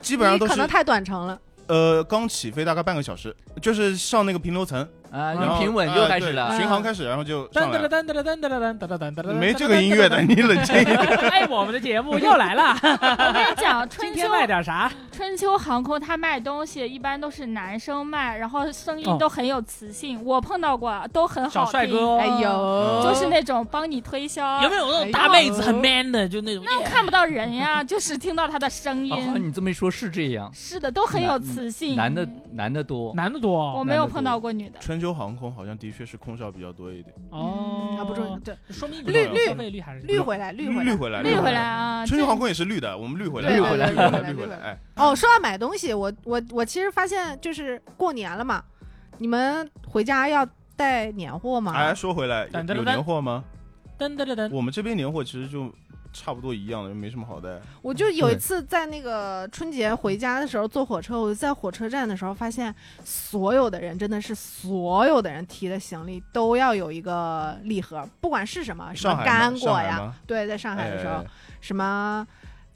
基本上都
你可能
是
太短程了。
呃刚起飞大概半个小时，就是上那个平流层，
嗯
啊，
然
你
后
平稳
呃
又开
对
始了。
巡航开始，然后就
噔
上来
噔
了。
噔噔噔噔噔噔噔噔噔噔，
没这个音乐的，你冷 静。
哎，我们的节目又来了，
我跟 你讲，
今
春秋
天卖点啥？
春秋航空它卖东西一般都是男生卖，然后声
哦
音都很有磁性，我碰到过都很好
小
听。
帅哥哦
哎呦，
就是那种帮你推销，
有没有那种大妹子很 man 的，就那种？
那我看不到人呀，就是听到他的
哦
声
啊，
音。
你这么一说，是这样，
是的，都很有磁性。
男的，男的多。
哦男的多
我没有碰到过女的。
春秋航空好像的确是空少比较多一点，
哦，
啊不重要，对，
说明你
绿
的
绿
消费率还是
绿回来，绿回
绿
来。
回来，
绿回来。啊，
春秋
这
航空也是绿的，我们绿回来，
对
回来，
对
绿
对
回
对
来，绿回来。
对
哎，
哦，说到买东西，我我我其实发现就是过年了嘛，你们回家要带年货吗？
哎，说回来，有
噔噔噔
有年货吗？
噔噔噔噔，
我们这边年货其实就差不多一样的，没什么好带。
我就有一
对
次在那个春节回家的时候坐火车，我就在火车站的时候发现，所有的人真的是所有的人提的行李都要有一个礼盒，不管是什么，什
上
么
海
干
吗
果
上海
呀
吗，
对，在上海的时候，
哎
什么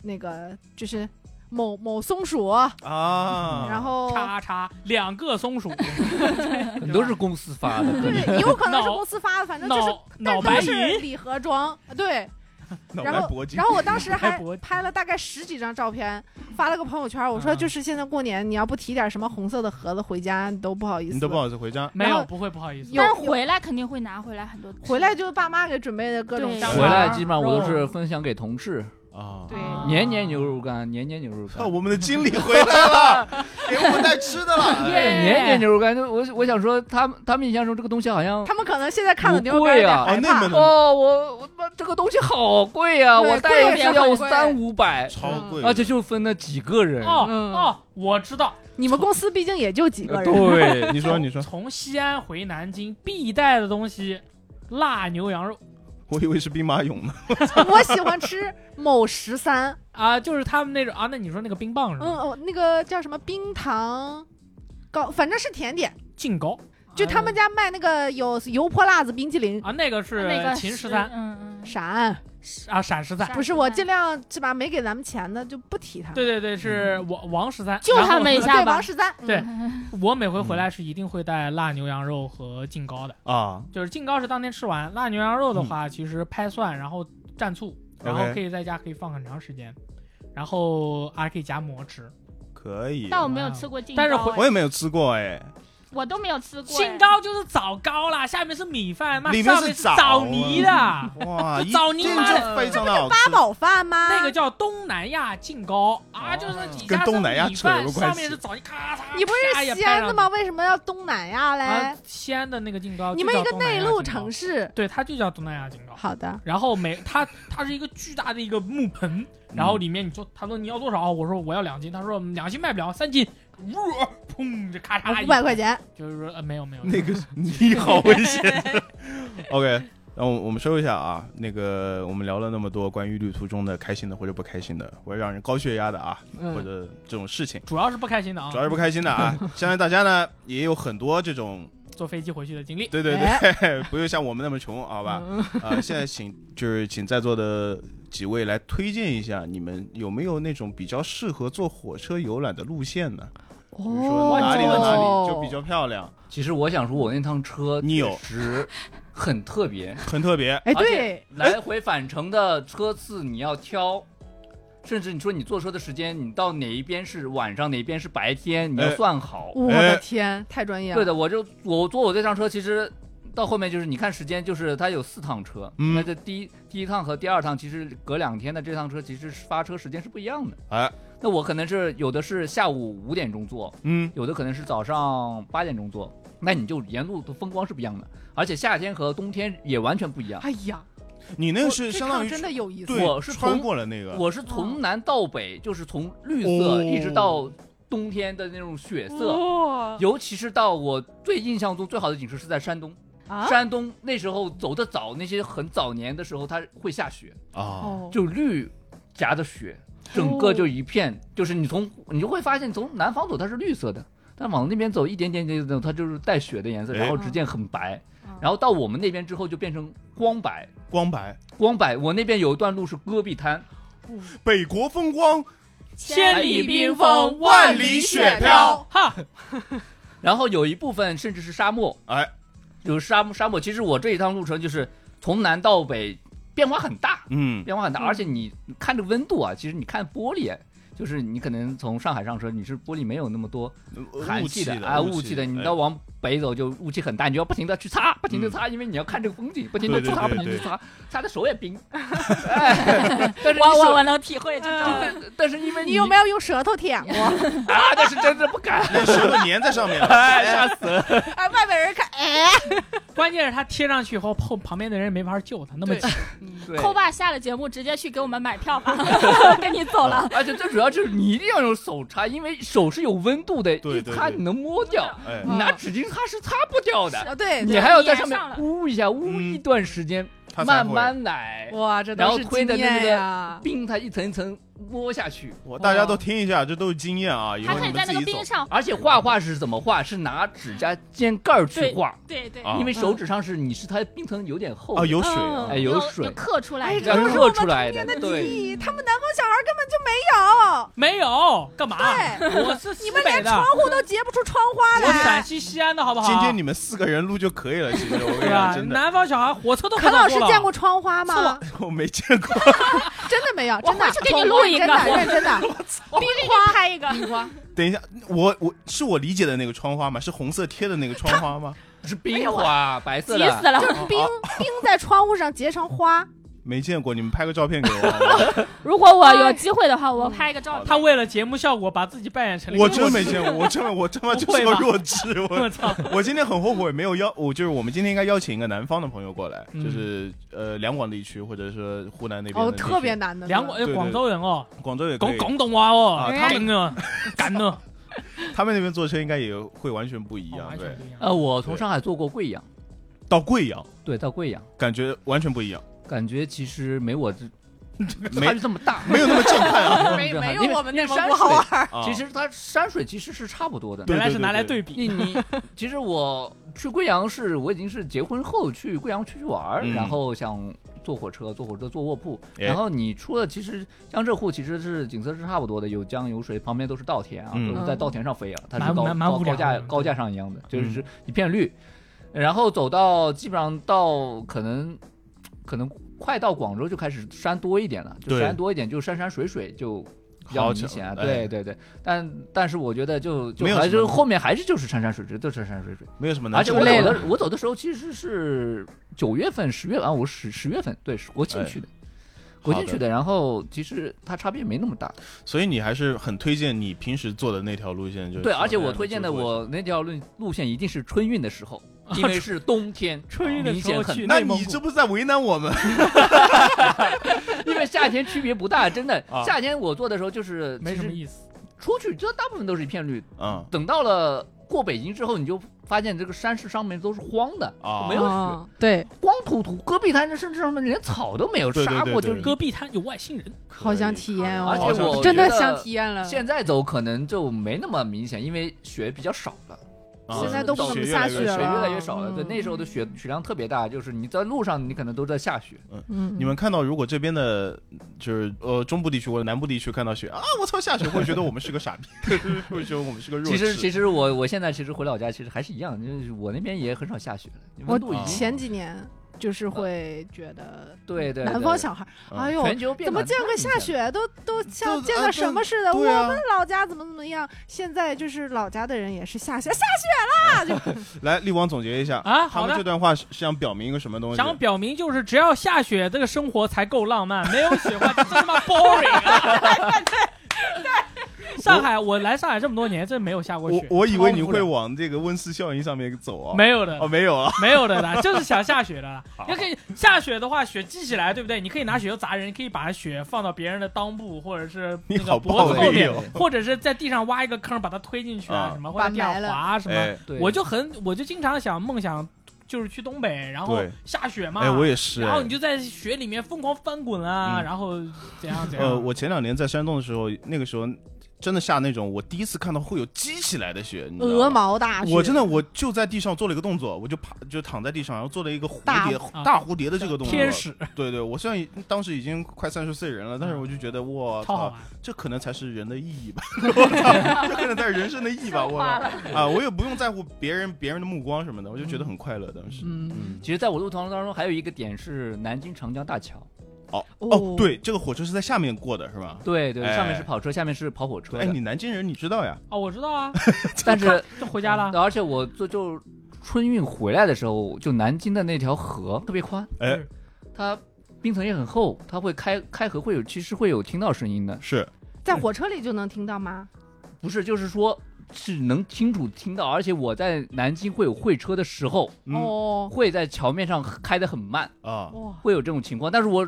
那个就是某某松鼠，
啊，
嗯然后
叉叉两个松鼠，
很多是公司
啊
发的，
对，有可能是
脑
公司发的，反正就是
脑
但
脑
都
白
是
银，
礼盒装，对。
脑
然
袋
后
铂金
然，后我当时
还
还
铂金
拍了大概十几张照片，发了个朋友圈，我说
嗯
就是现在过年，你要不提点什么红色的盒子回家，你都不好意思。
你都不好意思回家。
没
然
有
后
不会不好意思，
有
但是回来肯定会拿回来很多。
回来就是爸妈给准备的各种
对
香
回来
肠
基本上我都是分享给同事，
啊，
对
啊
年年牛肉干，年年牛肉 干
看。我们的经理回来了，给我们带吃的 了。哎
耶
年年牛肉干，就我我想说，他们他们印象中这个东西好像
他们可能现在看了
不
牛肉干
贵
有点
啊
害
哦内
怕
蒙的
哦，我我妈这个东西好贵啊，
对
我带一
贵
次
也很
要
贵
三五百，
超贵，
而且哦就分了几个人。
哦
嗯
哦，我知道，
你们公司毕竟也就几
呃
个人，
对，
你说你说，
从西安回南京必带的东西，辣牛羊肉
我以为是兵马俑呢。
我喜欢吃某十三，
啊，就是他们那种啊，那你说那个冰棒是
嗯，
吧？
哦，那个叫什么冰糖糕，反正是甜点，
劲糕
就他
嗯
们家卖那个有油泼辣子冰淇淋，
啊，那个是
那个
秦十
是
三
嗯嗯，
闪。
啊，陕十三，
不是我尽量是吧？没给咱们钱的就不提他，
对对对，是
嗯
王王十三，
就
然后
他们一
对
下吧
王十三，
对
嗯
我每回回
嗯
来是一定会带辣牛羊肉和劲糕的，
啊，
就是劲糕是当天吃完，辣牛羊肉的话，其实拍蒜然后蘸醋，然后
嗯 OK
可以在家可以放很长时间，然后还可以夹馍吃。
可以。
但我没有吃过劲糕，
但是回
我也没有吃过哎，
我都没有吃过。哎
劲糕就是枣糕啦，下面是米饭，妈
里面
上
是
面是
枣啊嗯
枣泥 的，
哇，一
枣泥
见
妈
就
的
非常的好吃。
八宝饭吗？
那个叫东南亚劲糕啊，
哦
就是底
跟
下是
东南亚
米
扯有
饭，
个关系
上面是枣泥，咔嚓。
你不
啪
是
也
西安
拍上
的
去
吗？为什么要东南亚
啊
嘞？，
西安的那个劲糕，
你们一个内陆城
市，
市，
对，它就叫东南亚劲糕。
好的，
然后每它它是一个巨大的一个木盆，
嗯
然后里面你说他说你要多少，我说我要两斤，他说两斤卖不了，三斤，呜，砰，就咔嚓，
五百块，钱，
就是说呃没有没有，
那个你好危险。OK，那我我们说一下啊，那个我们聊了那么多关于旅途中的开心的或者不开心的，或者让人高血压的啊，
嗯
或者这种事情，
主要是不开心的啊，
主要是不开心的啊。相信大家呢也有很多这种，
坐飞机回去的经历，
对对对， 不用像我们那么穷，好吧？啊，现在请就是请在座的几位来推荐一下，你们有没有那种比较适合坐火车游览的路线呢？比
哦
如说哪里到哪里就比较漂亮，
其实我想说，我那趟车
你有
确实很特别，
很特 别。
哎，
而且
对，
来回返程的车次你要挑，甚至你说你坐车的时间，你到哪一边是晚上，哪一边是白天，你要
哎
算好。
我的天，太专业
对
了。
的，我就我坐我这趟车，其实到后面就是你看时间，就是它有四趟车，
嗯
那这第一第一趟和第二趟其实隔两天的这趟车其实是发车时间是不一样的。
哎，
那我可能是有的是下午五点钟坐，
嗯，
有的可能是早上八点钟坐，那你就沿路的风光是不一样的，而且夏天和冬天也完全不一样。
哎呀，
你那
我
个是
这
相
趟
当于
真的有意思。
对，
我是
穿
从
过了那个，
我是从南到北，就是从绿色
哦
一直到冬天的那种雪色，
哇，
哦
尤其是到我最印象中最好的景色是在山东，
啊
山东那时候走的早，那些很早年的时候，它会下雪，
哦
啊，
就绿夹着雪，整个就一片，就是你从你就会发现，从南方走它是绿色的，但往那边走一点点点点，它就是带雪的颜色，
哎
然后逐渐很白
嗯，
然后到我们那边之后就变成光白，
光白，
光白。我那边有一段路是戈壁滩，
北国风光，
千里
冰封
万里雪飘。
哈，
然后有一部分甚至是沙漠，
哎，
有沙漠沙漠。其实我这一趟路程就是从南到北，变化很大，
嗯，
变化很大。
嗯
而且你看这个温度啊，其实你看玻璃，就是你可能从上海上车，你是玻璃没有那么多寒
雾
气
气
的啊，雾
气
的。你
哎
到往北走就雾气很大，你就要不停的去擦，不停的擦，因为你要看这个风景，不停的
对对嗯
擦，
对
不停的
对
擦，擦的手也冰。啊哎但是你
我我
手，
我能体会这种。
嗯
但但是因为
你有没有用舌头舔过？
有啊？那是真的不敢，
那舌头粘在上面了，
哎，吓死了。
哎，外边人看，哎，
关键是他贴上去以后，后旁边的人没法救他，那么
对
紧
对
扣爸下了节目，直接去给我们买票 吧，跟你走了。
而且最主要就是你一定要用手擦，因为手是有温度的，
对
一
对
擦
对
你能摸掉，
哎
你拿纸巾擦是擦不掉的，
哦 对，
你还要在
嗯粘
上面
上了
捂一下，捂一段时间，
嗯它才
慢
会。
慢来，
哇，这
哎然后
都是
推
经
的那
验
个
呀。
冰它一层一层摸下去。
我大家都听一下，这都是经验啊，以
他
后
可
你
以在
们
那
自
个
己
冰
走。
上，
而且画画是怎么画？是拿指甲尖盖儿去画，
对嗯对，
啊
因为手指上是你是它冰层有点厚
啊，
的
有水啊
嗯
哎
有
有水
有刻出来
哎，
的。
这
要
都是
刻
我们
出来
童
的
年的
对
记忆，他们南方小孩根本就没
没有干嘛？
对
我是西
你们
北
连
的，
有，窗户都结不出窗花
我陕
来。
西西安的好不好？
今天你们四个人录就可以了，其实我跟你
对
讲，
啊吧？
真的，
南方小孩火车都
可
看
老
到
师见过窗花
错
吗
了？
我没见过。
真的没有，
我
真的。
回去给你录一个
真的认真的。
我必须给你拍一个。
等一下，我我是我理解的那个窗花吗？是红色贴的那个窗花吗？
是冰花，白色
哎急
的。
死了！
冰冰在窗户上结成花，
没见过，你们拍个照片给我。
如果
哎
我有机会的话，我拍一个照片。
他为了节目效果，把自己扮演成了
我
一个
真没见过，我真的我他妈就是个弱智。
我
我
操！
我今天很后悔没有邀，我就是我们今天应该邀请一个南方的朋友过来，
嗯
就是呃两广地区或者说湖南那边
哦，
的地区
特别难的。
两广哎
对对
广州人哦，
广州也可
广
以，
广东话哦，
啊
他 们呢，干呢，
他们那边坐车应该也会完全不一样。
完
对
全，不一样。
呃，我从上海坐过贵阳，
到贵阳
对，到贵阳，
感觉完全不一样，
感觉其实没我这
没
差距这么大，
没有那么震撼 啊。
没
没有
因为
我们内
因为
蒙
山
古好
水
玩。
啊
其实它山水其实是差不多的。
对哦
原来是拿来对比。
你 你，其实我去贵阳是我已经是结婚后去贵阳出去玩儿，
嗯
然后想坐火车，坐火车坐卧铺，
哎
然后你出了其实江浙沪其实是景色是差不多的，有江有水，旁边都是稻田啊，
嗯
都是在稻田上飞啊，它
蛮
是高
蛮蛮
高
无
高
聊
架
的，
高架上一样的，
嗯
就是一片绿，然后走到基本上到可能可能快到广州就开始山多一点了，就
对
山多一点就山山水水就。比较
好
明
巧
显啊，
哎
对对对，但但是我觉得就就
没有
还
什
是
么
后面还是就是山山水水，都是山山水水。
没有什么难
而且
震
我
撼，
走的我走的时候其实是九月份、十月份，啊我十十月份对是国庆
哎
去的，国
好
庆去
的
的。然后其实它差别没那么大，
所以你还是很推荐你平时做的那条路线，就是哎
对。而且我推荐的
走过去
我那条路路线一定是春运的 时候，因为是冬天
春运的
明
时
显
候
很
去
那
内蒙
你
古
这，不是在为难我们？
因为夏天区别不大，真的
啊。
夏天我做的时候就是
没
其
什么
实
意思。
出去，这大部分都是一片绿。
嗯
等到了过北京之后，你就发现这个山是上面都是荒的，
啊，
没有
嗯，对，
光秃秃，戈壁滩甚至上面连草都没有，
对对
沙漠
对
就
对
是
戈壁滩有外星人，
好想体验
而
哦，
且我
真的
觉得
想体验了。
现在走可能就没那么明显，因为雪比较少了，
啊
现在都不
雪
怎么
越
下
来
雪
雪越
少
了
来越少了。对，
嗯
那时候的雪雪量特别大，就是你在路上你可能都在下雪。
嗯，
你们看到如果这边的，就是呃中部地区或者南部地区看到雪啊，我操下雪，会觉得我们是个 傻逼， 会觉得我们是个弱
其实
智。
其实我我现在其实回老家其实还是一样，就是我那边也很少下雪了，温度已
我
经
前几年就是会觉得，
对对对
南方小孩，
嗯
哎呦，
全球变
怎么
暖
见
太
个
明
下
显了？
雪都都像
都
见
啊
个什么似的？我
对啊
们老家怎么怎么样？现在就是老家的人也是下雪下雪啦，就
来，力王总结一下
啊
他
好的
们这段话是想表明一个什么东西？
想表明就是只要下雪，这个生活才够浪 漫，没有雪花真他妈 boring 啊！上海，我来上海这么多年，真没有下过
我
雪，
我以为你
超无
会
聊
往这个温室效应上面走啊，
没有的
哦，没有啊，
没有的啦， 就是想下雪的啦
好。
你可以下雪的话，雪积起来，对不对？你可以拿雪球砸人，你可以把雪放到别人的裆部或者是
你
那
好
个脖子后
暴力
面
哦，
或者是在地上挖一个坑把它推进去
啊，
啊什么或者地上
把埋了
滑啊什么。
哎，
对，
我就很，我就经常想梦想就是去东北，然后
对，
下雪嘛，
哎，我也是。
然后
哎
你就在雪里面疯狂翻滚啊，
嗯
然后怎样怎样。
呃，我前两年在山东的时候，那个时候真的下那种我第一次看到会有积起来的雪，你知道
鹅
吗？
毛大雪，
我真的我就在地上做了一个动作，我就趴就躺在地上，然后做了一个蝴
大
蝶
啊
大蝴蝶的这个动作。
天，使
对对，我虽然已当时已经快三十岁人了，但是我就觉得我
超好
操，
玩，
这可能才是人的意 义吧，我操，这可能才是人生的意义吧，我
花
操
了，
啊，我也不用在乎别人别人的目光什么的，我就觉得很快乐当时。
嗯，
其实，在我路途当中，还有一个点是南京长江大桥，
嗯
哦，，对，这个火车是在下面过的是吧？
对对，
哎
上面是跑车，下面是跑火车
哎，
的。
你南京人你知道呀？
哦，我知道啊，
但是，
就回家
嗯
了。
而且我就就春运回来的时候，就南京的那条河特别宽，
哎，
它冰层也很厚，它会开开河会有，其实会有听到声音的，
是
在火车里就能听到吗？
不是，就是说是能清楚听到，而且我在南京会有会车的时候，
嗯
哦，
会在桥面上开得很慢，
啊，
哇，
会有这种情况，但是我。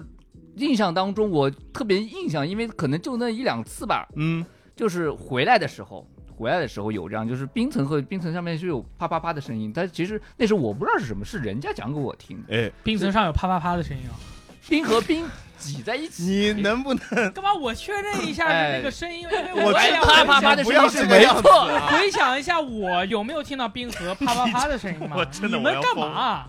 印象当中，我特别印象，因为可能就那一两次吧，
嗯，
就是回来的时候，回来的时候有这样，就是冰层和冰层上面是有啪啪啪的声音，但其实那时候我不知道是什么，是人家讲给我听的。
哎，
冰层上有啪啪啪的声音啊！
冰和冰挤在一起，
你能不能
干嘛？我确认一下是那个声音，因为
我
我
知
哎
道
想
啪啪啪的
不
声
要
音
这
是
个
没
样子啊
错的。
回想一下，我有没有听到冰河啪啪啪的声音 嘛？
我 真的
你
我
们
要
干
疯
嘛？啊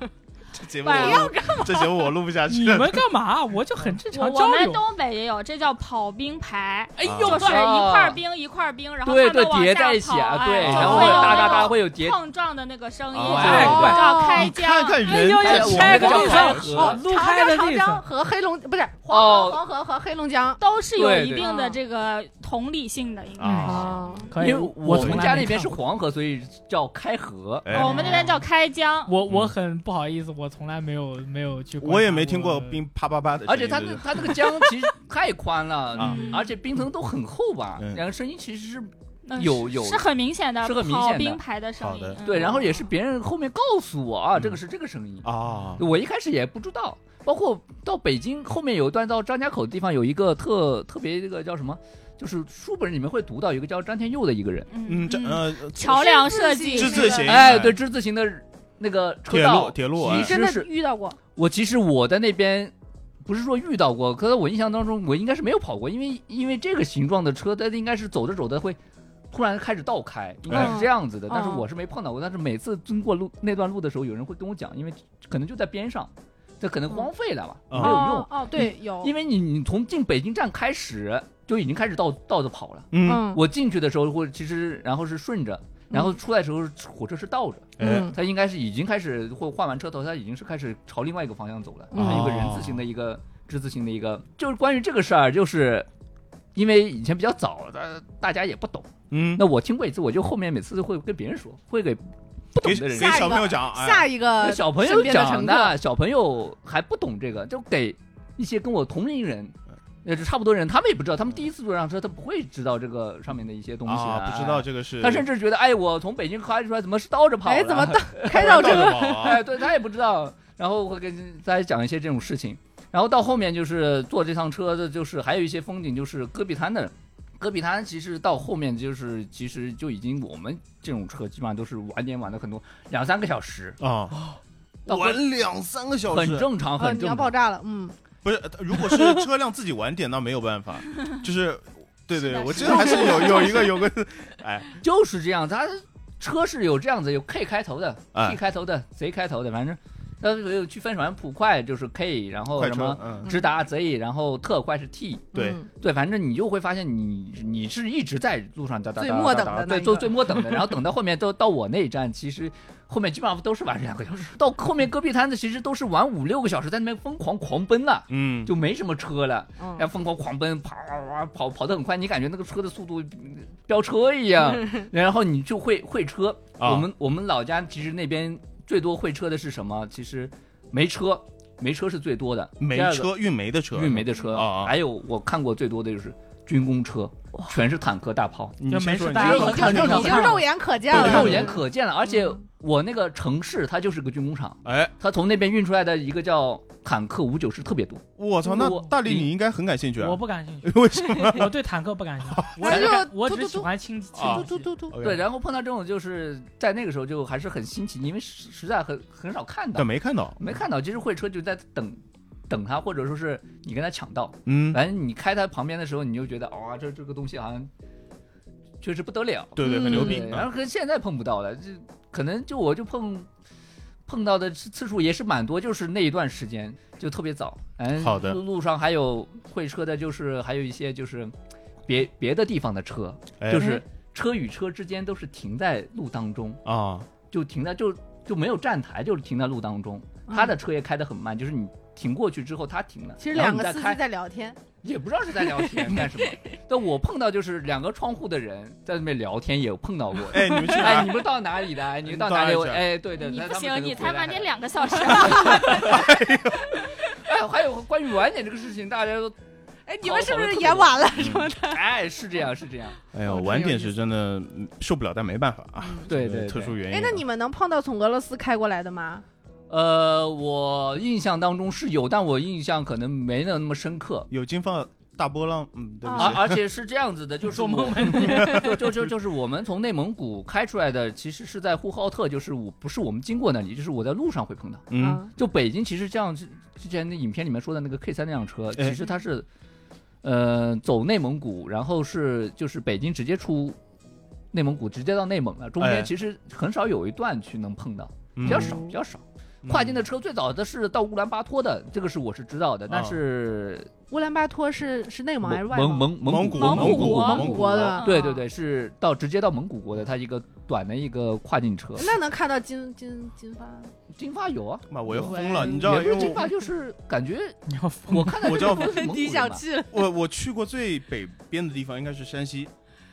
这节目
不要
我这节目我录不下
你
去了。
们干嘛？啊我就很正常
我我
交
们
流。
东北也有，这叫跑冰排，
哎呦，
就是一
啊
块冰一块冰，然后
对
慢慢
对，
往
叠
下
在一起啊，
跑
对，
哎
然后
会有
大
那
大大
种
会有叠。
碰撞的那个声音，
哦
然后叫
对
开
你看
江。
看
哎
人
呦，
哎
家
这
我们
拆个
这
路上
个海
哦
河
路
长
开
江、
的
长
地
江
方，
和黑龙不是黄河、
哦
黄河和黑龙江
都是有
对
一
对
定的
嗯
这个同理性的，应该。
啊，
啊，
可以。
因为我
哎从
们
来
家
没
那边是
看过
黄河，所以叫开河。
哎
我们那边叫开江，
我我很不好意思，我从来没有没有去观
嗯
察。
我也没听过冰啪啪啪的声
而
音，
且它
对
那
对
它那个江其实太宽了，
啊
嗯而且冰层都很厚吧，
嗯
两个声音其实是
嗯
有有
是很明显的
是很明
跑
显的
冰排的声
好的
音。嗯
对，然后也是别人后面告诉我啊，
嗯
这个是这个声音，
啊，
我一开始也不知道。包括到北京后面有一段到张家口的地方，有一个特特别这个叫什么，就是书本里面会读到有一个叫张天佑的一个人，
嗯，这呃，
桥梁设计
之
是
字
吧
形，
哎，对，，之字形的那个车
铁路
道，
铁路
其
哎
你真
实
的
是
遇到过？
我其实我在那边不是说遇到过，可是我印象当中我应该是没有跑过，因为因为这个形状的车，它应该是走着走着会突然开始倒开，应该是这样子的。
嗯
但是我是没碰到过，但是每次经过路那段路的时候，有人会跟我讲，因为可能就在边上，这可能荒废了吧，
嗯
没有用
哦，哦，对，有，
因为你你从进北京站开始就已经开始倒倒着跑了。
嗯，
嗯
我进去的时候或者其实然后是顺着。然后出来的时候，火车是倒着，
哎，
嗯
它应该是已经开始或换完车头，它已经是开始朝另外一个方向走了。
嗯
它有一个人字形的一个之字形的一个，就是关于这个事儿，就是因为以前比较早的，大家也不懂。
嗯，
那我听过一次，我就后面每次都会跟别人说，会给不懂
给
的人
给
下一
小
个
朋友讲，
下
哎，
一
那
个
小朋
身
友
边的
讲
乘客，
的，小朋友还不懂这个，就给一些跟我同龄人。也就差不多人，他们也不知道，他们第一次坐上车，他不会知道这个上面的一些东西
啊，不知道。这个是，
他甚至觉得，哎，我从北京开出来，怎么是倒着跑的？
哎，怎么倒开到这
个
个？
哎，对他也不知道，然后会跟大家讲一些这种事情。然后到后面就是坐这趟车的，就是还有一些风景，就是戈壁滩的。戈壁滩其实到后面就是，其实就已经我们这种车基本上都是晚点晚的很多，两三个小时，
啊，
到戈
玩两三个小
很
时，
正常，
呃，
很
你
正
要爆
常。
炸了，嗯，
不是，如果是车辆自己晚点，那没有办法，就是。对
是
对，
的
我
是
记得
的
还是有有一个有个，
就是这样，它车是有这样子，有 K 开头的、
哎
T 开头的、Z 开头的，反正它有区分，反正普快就是 K，然后
快
什
车
么，
嗯，
直达 Z，然后特快是 T。
对，
嗯
对，反正你就会发现你你是一直在路上哒哒哒
最
哒
末
哒
等
哒
的那
对，
一
都
个
最末等的，然后等到后面都到我那一站，其实后面基本上都是晚上两个小时，到后面戈壁滩的其实都是晚五六个小时在那边疯狂狂奔了。
嗯，
就没什么车了，
嗯
然后疯狂狂奔，跑跑跑得很快，你感觉那个车的速度嗯飙车一 样，然后你就会会车。
啊
我们我们老家其实那边最多会车的是什么？其实没车，没车是最多的。
煤
第二个
车运煤的车，
运煤的车
啊啊
还有我看过最多的就是军工车，全是坦克大炮，
你
就
先
没
说
事
你
大家
先
都
说
已
看
经
着
已经
看
肉眼可见
对
了，
肉眼可见了。而且我那个城市它就是个军工厂，
哎，
它从那边运出来的一个叫坦克五九式特别多。
我操，那
我
大力你应该很感兴趣
我
啊？
不感兴趣，
为什么？
我对坦克不感兴趣，我
那
只感
就
我
突
只
突
喜
突
欢轻轻
啊
武
突
器。
突突突，
对，，然后碰到这种就是在那个时候就还是很新奇，因为实实在很很少看 到
但，没看到，
没看到。其实会车就在等等它，或者说是你跟它抢到。
嗯，
反正你开它旁边的时候，你就觉得哇、这这个东西好像确实不得了。
对对，很牛逼
对，然
嗯
后跟现在碰不到了，就可能就我就碰碰到的次次数也是蛮多，就是那一段时间就特别早。嗯，
好的
路路上还有会车的，就是还有一些就是别别的地方的车，
哎
就是车与车之间都是停在路当中，
啊，
就停在就就没有站台，就是停在路当中。
嗯
他的车也开得很慢，就是你停过去之后他停了，
其实
然后
两
你
个
再
司机
开
在聊天，
也不知道是在聊 天干什么。但我碰到就是两个窗户的人在那边聊天，也有碰到过。
哎，你们去哪
哎，
儿？
你们到哪里的？哎，你们
你
到
到
哪
哪
里？
里
我
去
哎，对的，
你
他
不
他们
行
可，能
你
回
他
来
妈
了
你两个小时
哎，还有关于晚点这个事情，大家都
哎，你们是不是也晚了？
哎是这样是这样，
嗯哎呦，晚点是真的嗯受不了，但没办法啊，
嗯对对对
特殊原因
哎
啊。，
那你们能碰到从俄罗斯开过来的吗？
呃，我印象当中是有，但我印象可能没那么深刻。
有金发大波浪，嗯，对不
而、
起，
而且是这样子的，就是
做梦
我
吧你！
就就就就是我们从内蒙古开出来的，其实是在呼和浩特，就是我不是我们经过那里，就是我在路上会碰到。
嗯，
啊
就北京其实像之之前那影片里面说的那个 K 三那辆车，
哎
其实它是，呃，走内蒙古，然后是就是北京直接出内蒙古，直接到内蒙了，中
哎
间其实很少有一段去能碰到，比
比
较少比较少。
嗯
跨境的车最早的是到乌兰巴托的，这个是我是知道的，但是
乌兰巴托是是内蒙还是
蒙
外蒙？
蒙蒙
古
蒙
蒙
古国
蒙
蒙古
古
国的
对对对，是到直接到蒙古国的，它一个短的一个跨境车。
那能看到金金金发？
金发有啊，
妈，我又疯了，
对
你知
也
道，哎
不
因为
是金发，
我
就是感觉
你要疯
我
了！
看到
我
这
叫
个都是蒙古
你
人
想
嘛
去了？
我我去过最北边的地方应该是山西，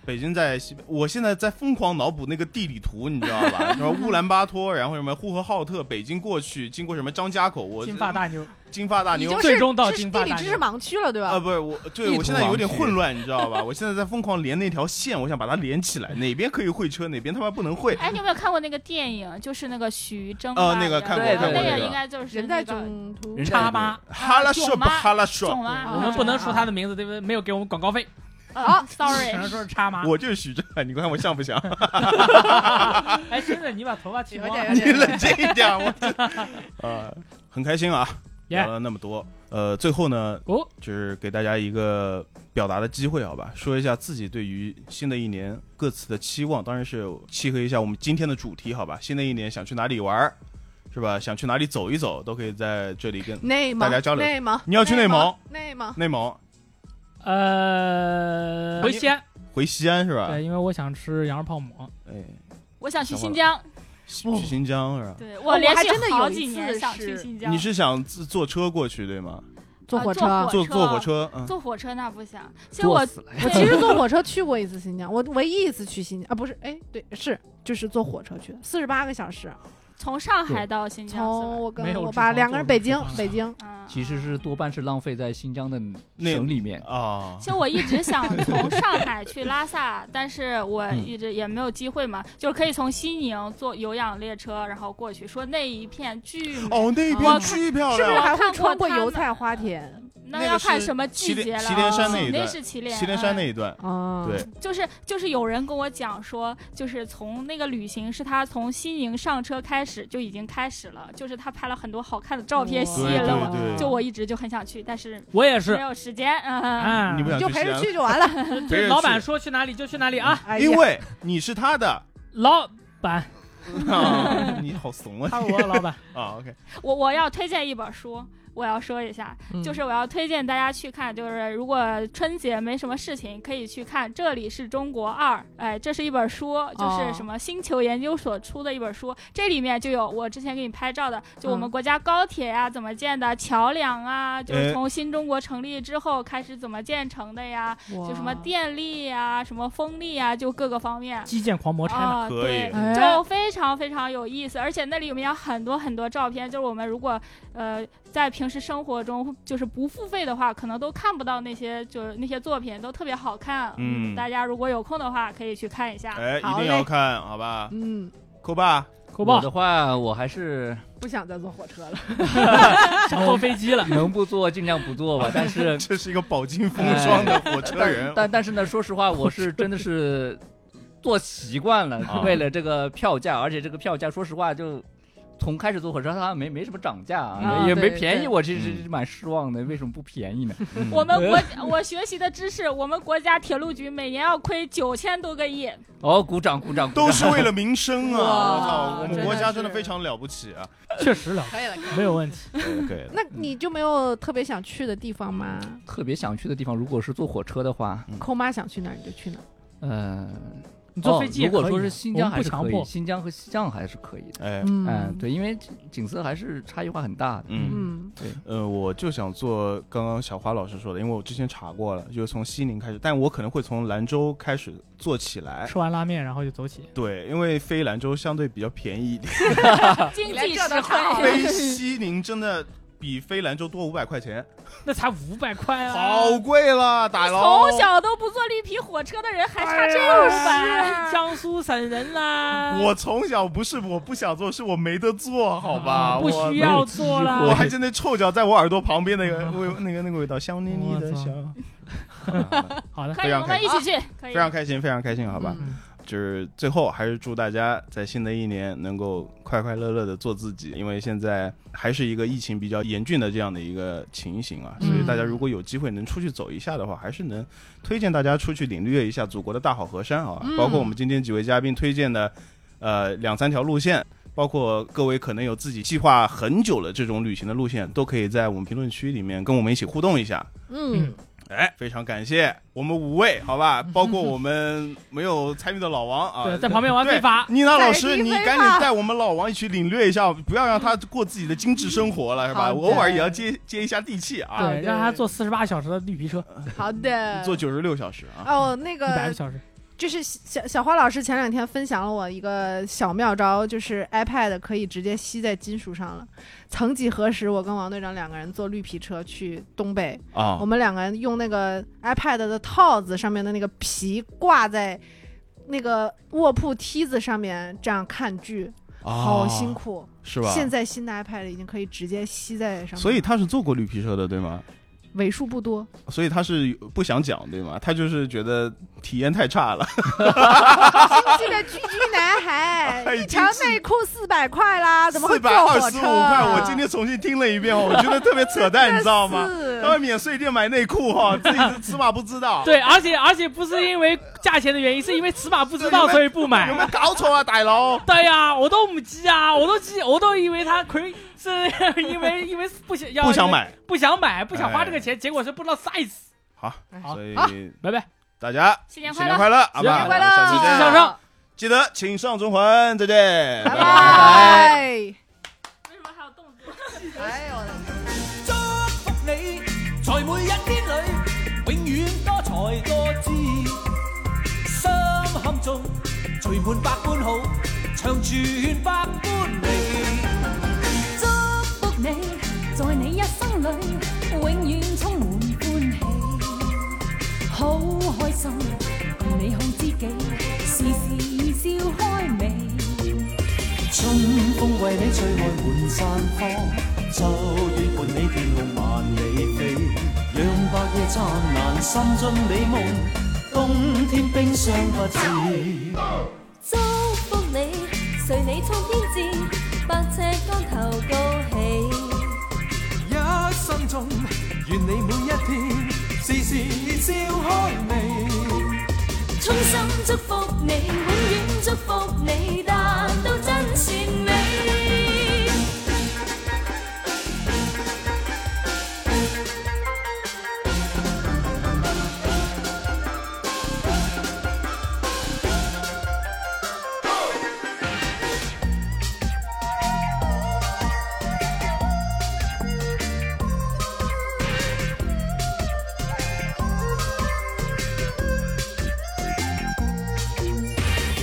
北京在西北，我现在在疯狂脑补那个地理图，你知道吧？什么乌兰巴托，然后什么呼和浩特，北京过去，经过什么张家口，我
金发大妞，
金发大
你
妞
就。
最
是
终到
知
金发
地理
大
知
妞
识盲区了，对
啊，
吧？
不是我，对
地
我
图
现在有点
盲区
混乱，你知道吧？我现在在疯狂连那条线，我想把它连起来，哪边可以会车，哪边他妈不能会。
哎，你有没有看过那个电影？就是那个徐峥
呃
吧
那个看
过
然后
看过
那
那
个
个
应该就是
人
那
在
个
囧途，
人
叉八，
哈拉
囧
说
妈
哈拉说，
囧妈，
我们不能说他的名字，对不对？没有给我们广告费，
啊
只能
，sorry，
说是叉妈。
我就是徐峥，你看我像不像？
哎，真的，你把头发剃
有
光
点有
了
你
点。
冷静一点，我 这啊，很开心啊，聊
耶！
了那么多。呃，最后呢，
哦，
就是给大家一个表达的机会，好吧？说一下自己对于新的一年各自的期望，当然是契合一下我们今天的主题，好吧？新的一年想去哪里玩儿，是吧？想去哪里走一走，都可以在这里
嗯
跟
内蒙，
大家交流
内蒙，
你要去内蒙，
内蒙，
内蒙
啊
呃，回西安，
回西安是吧？
对，因为我想吃羊肉泡馍。
哎，
我想去新疆，
去去新疆是吧？
哦对
我
我连
还
续
真的有
好
一
几
次
年想去
是
新疆，
你是想自坐车过去对吗？
坐
啊
火
坐
车
火。
坐
车
坐火车，嗯，
坐火车那不想，其实
作
我
死了。
我其 实坐火车去过一次新疆，我唯一一次去新疆啊，不是，哎，对，是就是坐火车去，四十八个小时，
从上海到新疆是吧
从我跟
没有
我
脂
爸
肪
两个
坐
人
的
北
地
京
方，
北京，
嗯，
其实是多半是浪费在新疆的
那
省里面。
啊
其，实我一 直想从上海去拉萨，但是我
嗯
一直也没有机会嘛，就是可以从西宁坐有氧列车，然后过去，说那一片巨美。
哦，那边
我
巨漂
是不是
亮，
还
看
会
过
穿过
他
油
们
菜花田
那
那
要
个是
看什么季
祁连
节了？
祁连山那一
哦
段
那是祁连
祁连山那
嗯
一段，
啊？
对，
就是就是有人跟我讲说，就是从那个旅行是他从西宁上车开始就已经开始了，就是他拍了很多好看的照片
哇
吸引了
对
我，
哦对对
就我一直就很想去，但是
我也
没
是。
有时间。嗯，
啊，
你不想
就
去
陪
西
着
安
去就完了。
陪着去
老板说去哪里就去哪里啊，
哎呀
因为你是他 的，
老 板，
啊你好怂啊
他是我的老板。
啊！OK，
我我要推荐一本书，我要说一下，就是我要推荐大家去看，就是如果春节没什么事情，可以去看《这里是中国二》。哎，这是一本书，就是什么星球研究所出的一本书，这里面就有我之前给你拍照的，就我们国家高铁呀、怎么建的，桥梁啊，就是从新中国成立之后开始怎么建成的呀，就什么电力呀、什么风力呀，就各个方面。
基建狂魔拆了，
啊，
哦可以
对，
哎
就非常非常有意思，而且那里面有很多很多照片，就是我们如果呃在平平时生活中就是不付费的话，可能都看不到那些就是那些作品都特别好看。
嗯
大家如果有空的话，可以去看一下。
哎，一
好
定
嘞
要看好吧？
嗯，
扣爸，
扣
我
爆
的话，我还是
不想再坐火车了。
想坐飞机了。
能不做尽量不做 吧，但是
这是一个饱经风霜的
哎
火车人
但。但但是呢，说实话，我是真的是做习惯了
啊，
为了这个票价，而且这个票价，说实话就。从开始坐火车，它没没什么涨价、
啊
也
对
没便宜，
对
我其实
嗯
是蛮失望的。为什么不便宜呢？
嗯
我们国我学习的知识，我们国家铁路局每年要亏九千多个亿。
啊
哦，鼓掌鼓掌，鼓掌
都是为了民生 啊！
哇
我操，我
真
们
的
国家真的
是
非常了不起 啊！
确实了，
可以了，可以
没有问题。
对，
那你就没有特别想去的地方吗？
特别想去的地方。如果是坐火车的话，
抠妈想去哪儿你就去哪儿。
呃，
你坐飞机
哦
也
如
可以、啊
果说是新
我
疆
们
还
不
是
强
可以，
迫。
新疆和西藏还是可以的。
哎，
嗯，
嗯，
对，因为景色还是差异化很大的。
嗯，
嗯，
呃，我就想做刚刚小花老师说的，因为我之前查过了，就是从西宁开始，但我可能会从兰州开始做起来。
吃完拉面然后就走起。
对，因为飞兰州相对比较便宜一点，
经
你来
济
这
实
都看好
惠。
飞西宁真的比飞兰州多五百块 钱，
那才五百块啊！
好贵了，大佬。
从小都不坐绿皮火车的人，还差这五
哎
百、
是江苏省人啦，
我从小不是我不想做，是我没得做，好吧？
啊不
我
需要做啦。
我还真的臭脚在我耳朵旁边那个味，那个那个味道，香腻腻的
我操
香。
好的，
可以，
非常
我们一起去，可
非。
以
常开心，非常开心，好吧？
嗯
就是最后还是祝大家在新的一年能够快快乐乐的做自己，因为现在还是一个疫情比较严峻的这样的一个情形啊，所以大家
嗯
如果有机会能出去走一下的话，还是能推荐大家出去领略一下祖国的大好河山啊，
嗯
包括我们今天几位嘉宾推荐的，呃，两三条路线。包括各位可能有自己计划很久的这种旅行的路线，都可以在我们评论区里面跟我们一起互动一下。
嗯，
哎，非常感谢我们五位，好吧，包 括我们没有参与的老王啊，
对，在旁边玩非法。
妮娜老师，
在地
你
非
赶紧
法
带我们老王一起领略一下，不要让他过自己的精致生活了，是吧？
好的
偶尔也要接接一下地气啊，
对，让他坐四十八小时的绿皮车，
嗯好的。
坐九十六小时啊。
哦，那
一百个
个
小时。
就是小小花老师前两天分享了我一个小妙招，就是 iPad 可以直接吸在金属上了。曾几何时，我跟王队长两个人坐绿皮车去东北，
啊
我，们两个人用那个 iPad 的套子上面的那个皮挂在那个卧铺梯子上面，这样看剧，好辛，苦。
哦啊是吧？
现在新的 iPad 已经可以直接吸在上面，
所以他是坐过绿皮车的，对吗？
为数不 多。
所以他是不想讲，对吗？他就是觉得体验太差了。
这个居居男 孩，
哎已
一
经
条
是
内裤四百块啦，怎么会
四
坐
百
火
二
车？啊
十五块，我今天重新听了一遍，我觉得特别扯淡，你知道吗？
是
他们免税店买内裤哈，自 己起码不知道。
对，而且而且不是因为价钱的原因，是因为尺码不知道所以不
有没
买。
有搞错啊，大佬？
对呀、我都唔知啊，我都记，我都以为他可以 是因为因为不想要
不想，买。哎
不想买，不想花这个钱，结果是不知道 size。
好，
好
所以
好
拜拜，
大家
新年
新
快
年
乐！
快乐，好吧？
快
乐
我
积
们下次见
积向上。
记得请上中环，再见，
拜
哎
拜。
为什么还有动作？
哎呦我的。
祝福你，在每一天里，永遠多才多姿。心坎中聚滿百般好，長存百般美。
祝福你，在你一生里，永遠充滿歡喜，好開心，你好知己，時時笑開眉。
春風為你吹開滿山坡，秋雨伴你天空萬里飛，讓白夜燦爛，心中美夢，冬天冰霜不至。
祝福你，隨你衝天志，百尺竿頭高起。
一生中，願你每一天，時時笑開眉。
衷心祝福你，永遠祝福你，達到真善美。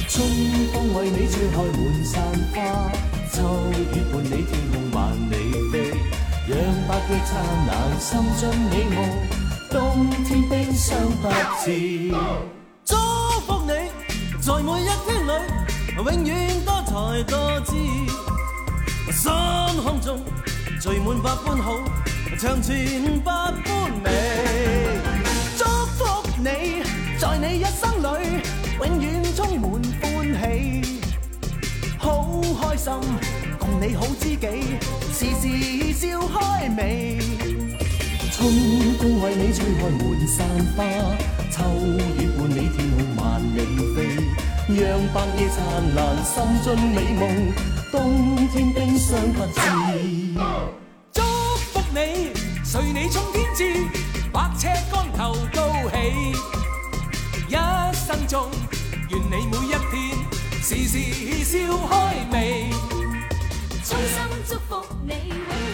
春風為你吹開滿山花，秋雨伴你天空萬里飛，讓百億燦爛心中你我，冬天冰霜不至。祝福你，在每一天裏，永遠多才多姿。心胸中聚滿百般好，長存百般美。祝福你，在你一生裏，永遠充滿歡喜。好開心，共你好知己，時時笑開眉。春風為你吹開滿山花，秋雨伴你天空萬里飛，讓白夜燦爛，心中美夢，冬天冰霜不至。
祝福你，隨你衝天志，百尺竿頭高起。一生中，願你每一天，時時笑開眉。
衷心祝福你永